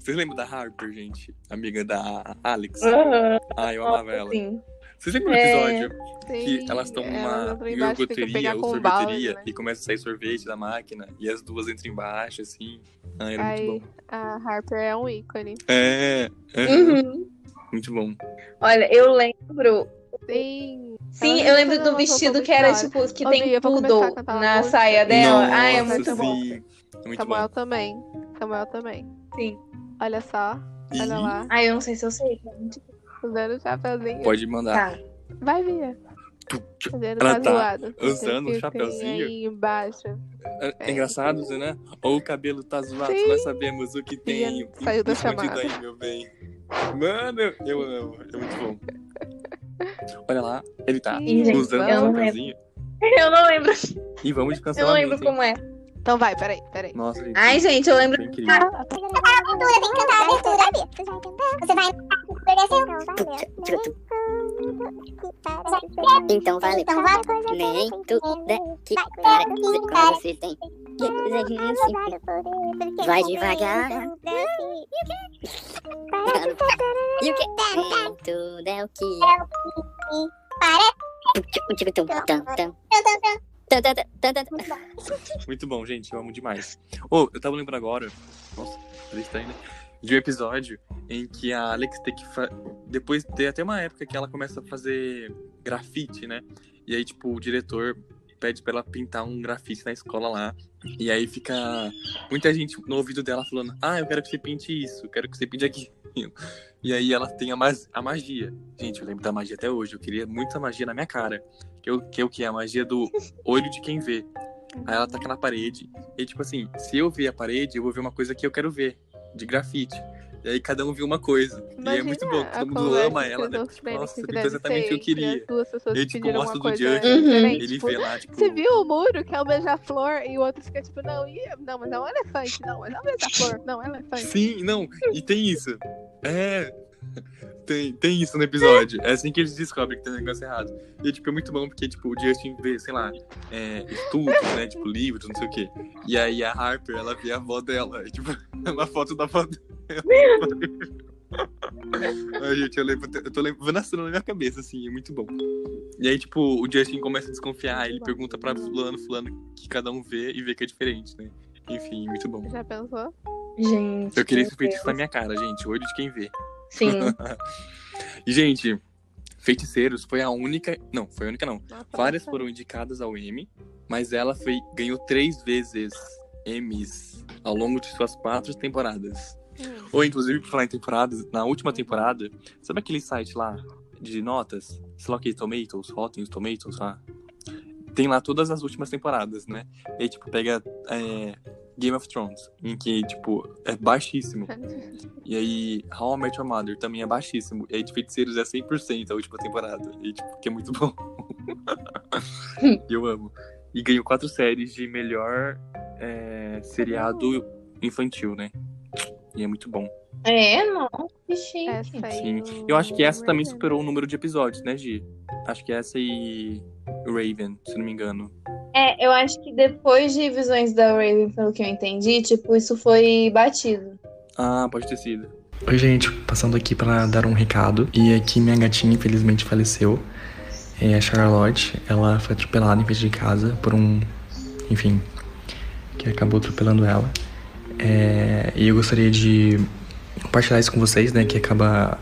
B: Vocês lembram da Harper, gente? Amiga da Alex.
D: Aham,
B: Ah, eu amava ela.
D: Sim.
B: Vocês lembram do
D: É.
B: episódio
A: Sim,
B: <laughs> que elas estão
A: elas
B: numa
A: entram embaixo, tem que
B: iogurteria
A: pegar
B: ou
A: com
B: sorveteria
A: balde, né?
B: e começa a sair sorvete da máquina e as duas entram embaixo, assim. Ah, era
A: Ai.
B: muito bom.
A: A Harper é um ícone.
B: É, é,
D: Uhum.
B: muito bom.
D: Olha, eu lembro.
A: Sim.
D: Sim,
A: Ela
D: eu
A: sempre
D: lembro
A: usa
D: do
A: uma
D: vestido
A: roupa
D: que era,
A: muito da
D: tipo, que
A: Ô, Bia,
D: tem
A: eu vou começar a
D: poodle
A: cantar uma
D: na
A: música.
D: saia dela.
B: Nossa,
D: Ah, é muito bom.
B: sim. É muito
A: Samuel
B: bom.
A: também. Samuel também.
D: Sim.
A: Olha só, olha tá lá.
D: Ah, eu não sei se eu sei. <laughs>
A: Usando o chapéuzinho.
B: Ih, Pode mandar.
D: Tá.
A: Vai, Bia. Fazendo
B: Ela
A: uma
B: tá
A: zoada.
B: usando um
A: Tem
B: chapeuzinho.
A: Aí embaixo.
B: É engraçado, né? Ou o cabelo tá zoado,
A: Sim.
B: nós sabemos o que tem.
A: Ian saiu da
B: escondido
A: chamada.
B: aí, meu bem. Mano, eu amo, é muito bom. Olha lá, ele tá
A: Ih, gente,
B: usando
A: eu
B: o
A: não
B: chapéuzinho.
D: Eu não lembro.
B: E vamos de
D: Eu não
B: cancelamento.
D: lembro como é.
A: Então vai, peraí, peraí.
B: hein? Nossa, gente.
D: Ai, gente, eu lembro.
B: foi
E: Ah,
B: incrível.
E: tá Então vale.
G: Então vale.
E: Nem tudo que
G: Vai.
E: parece você tem. Que coisa que não se Vai devagar. <laughs> Tá, é E o que? Nem tudo é o que tá.
B: Muito bom, gente. Eu amo demais. Oh, eu tava lembrando agora. Nossa, falei estranho, né? De um episódio em que a Alex tem que. Fa... Depois tem até uma época que ela começa a fazer grafite, né? E aí, tipo, o diretor pede pra ela pintar um grafite na escola lá. E aí fica muita gente no ouvido dela falando: Ah, eu quero que você pinte isso, eu quero que você pinte aquilo. E aí ela tem a, mas- a magia. Gente, eu lembro da magia até hoje. Eu queria muito a magia na minha cara. Que, eu, que é o que? A magia do olho de quem vê. Aí ela taca na parede. E tipo assim, se eu ver a parede, eu vou ver uma coisa que eu quero ver. De grafite. E aí cada um viu uma coisa. e é muito bom,
A: a
B: todo mundo
A: conversa
B: ama
A: entre
B: ela,
A: os
B: né?
A: outros
B: Tipo,
A: Bennett
B: nossa,
A: que
B: pintou
A: deve
B: exatamente
A: ser
B: o que
A: entre
B: eu queria.
A: As duas pessoas
B: Eu,
A: que
B: tipo,
A: pediram
B: mostro
A: uma
B: do
A: coisa
B: Judge,
A: diferente,
B: Ele
A: tipo,
B: vê lá, tipo.
A: Você viu o muro, que é o beija-flor, e o outro fica tipo, não, e, não, mas é um elefante, não, mas é um beija-flor, não, é um elefante.
B: Sim, não, e tem isso. É. Tem, tem isso no episódio. É assim que eles descobrem que tem um negócio errado. E, tipo, é muito bom porque, tipo, o Justin vê, sei lá, é, estudos, né? Tipo, livros, não sei o quê. E aí a Harper, ela vê a avó dela. E, tipo, <laughs> é uma foto da avó dela. <laughs> Ai, gente, eu, lembro, eu tô lembrando a cena na minha cabeça, assim, é muito bom. E aí, tipo, o Justin começa a desconfiar. Ele pergunta pra fulano, fulano, que cada um vê e vê que é diferente, né? Enfim, muito bom.
A: Já pensou?
D: Gente.
B: Eu queria
D: meu
B: esse feitiço
D: Deus.
B: na minha cara, gente. Olho de quem vê. <laughs>
D: Sim.
B: E, gente, Feiticeiros foi a única. Não, foi a única não.
A: Nossa,
B: Várias
A: nossa.
B: foram indicadas ao M, mas ela foi ganhou três vezes M's ao longo de suas quatro temporadas.
A: Hum.
B: Ou, inclusive, pra falar em temporadas, na última temporada, sabe aquele site lá de notas? Sei lá o que, Tomatoes, Rotten Tomatoes lá? Tem lá todas as últimas temporadas, né? E aí, tipo, pega é, Game of Thrones, em que, tipo, é baixíssimo. E aí, How I Met Your Mother também é baixíssimo. E aí, de Feiticeiros é 100% a última temporada. E, tipo, que é muito bom. E eu amo. E ganhou quatro séries de melhor é, seriado infantil, né? E é muito bom.
D: É, não. Que chique.
A: Essa aí
B: Sim.
A: do-
B: Eu acho que essa
A: do
B: também
A: Raven.
B: superou o número de episódios, né, Gi? Acho que essa e Raven, se não me engano.
D: É, eu acho que depois de Visões da Raven, pelo que eu entendi, tipo, isso foi batido.
B: Ah, pode ter sido. Oi, gente. Passando aqui para dar um recado. E aqui minha gatinha, infelizmente, faleceu. É a Charlotte. Ela foi atropelada em frente de casa por um... Enfim, que acabou atropelando ela. É, E eu gostaria de compartilhar isso com vocês, né? Que acaba,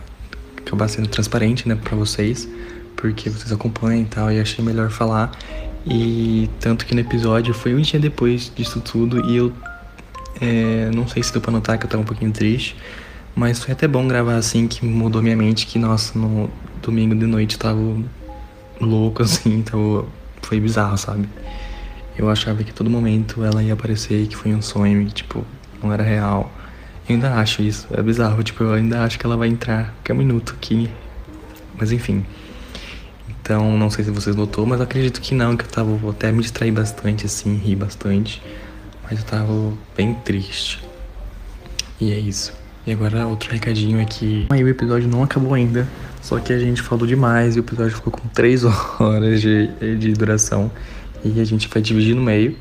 B: acabar sendo transparente, né? Pra vocês. Porque vocês acompanham e tal. E achei melhor falar. E tanto que no episódio foi um dia depois disso tudo. E eu é, não sei se deu pra notar que eu tava um pouquinho triste, mas foi até bom gravar assim, que mudou minha mente, que nossa, no domingo de noite eu tava louco, <laughs> assim, tava... foi bizarro, sabe? Eu achava que a todo momento ela ia aparecer, que foi um sonho, e tipo, não era real. Eu ainda acho isso, é bizarro, tipo, eu ainda acho que ela vai entrar qualquer minuto aqui. Mas enfim. Então, não sei se vocês notou, mas eu acredito que não, que eu tava, vou até me distrair bastante, assim, ri bastante. Mas eu tava bem triste. E é isso. E agora outro recadinho é que. Aí o episódio não acabou ainda. Só que a gente falou demais e o episódio ficou com 3 <laughs> horas de, de duração. E a gente vai dividir no meio.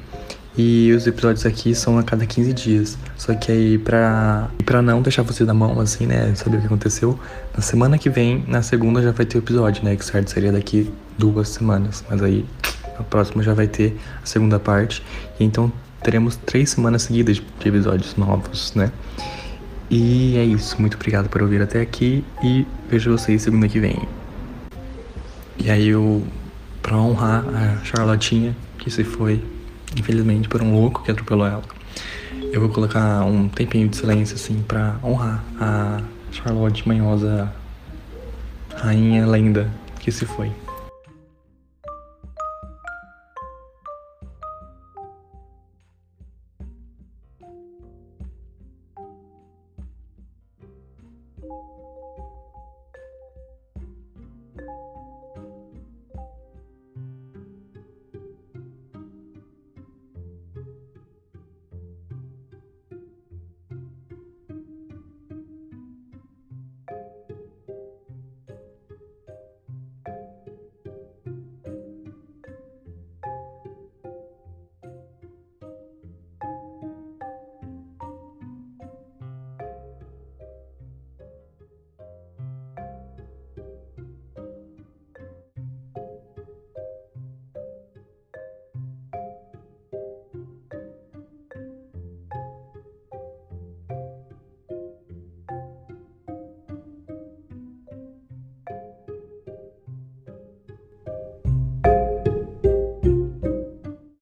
B: E os episódios aqui são a cada 15 dias. Só que aí, pra, e pra não deixar você na mão, assim, né? Saber o que aconteceu, na semana que vem, na segunda, já vai ter o episódio, né? Que o certo seria daqui duas semanas. Mas aí, na próxima já vai ter a segunda parte. E então teremos três semanas seguidas de episódios novos, né? E é isso. Muito obrigado por ouvir até aqui e vejo vocês segunda que vem. E aí eu, pra honrar a Charlotinha, que se foi, infelizmente, por um louco que atropelou ela, eu vou colocar um tempinho de silêncio, assim, pra honrar a Charlotte Manhosa, rainha lenda que se foi.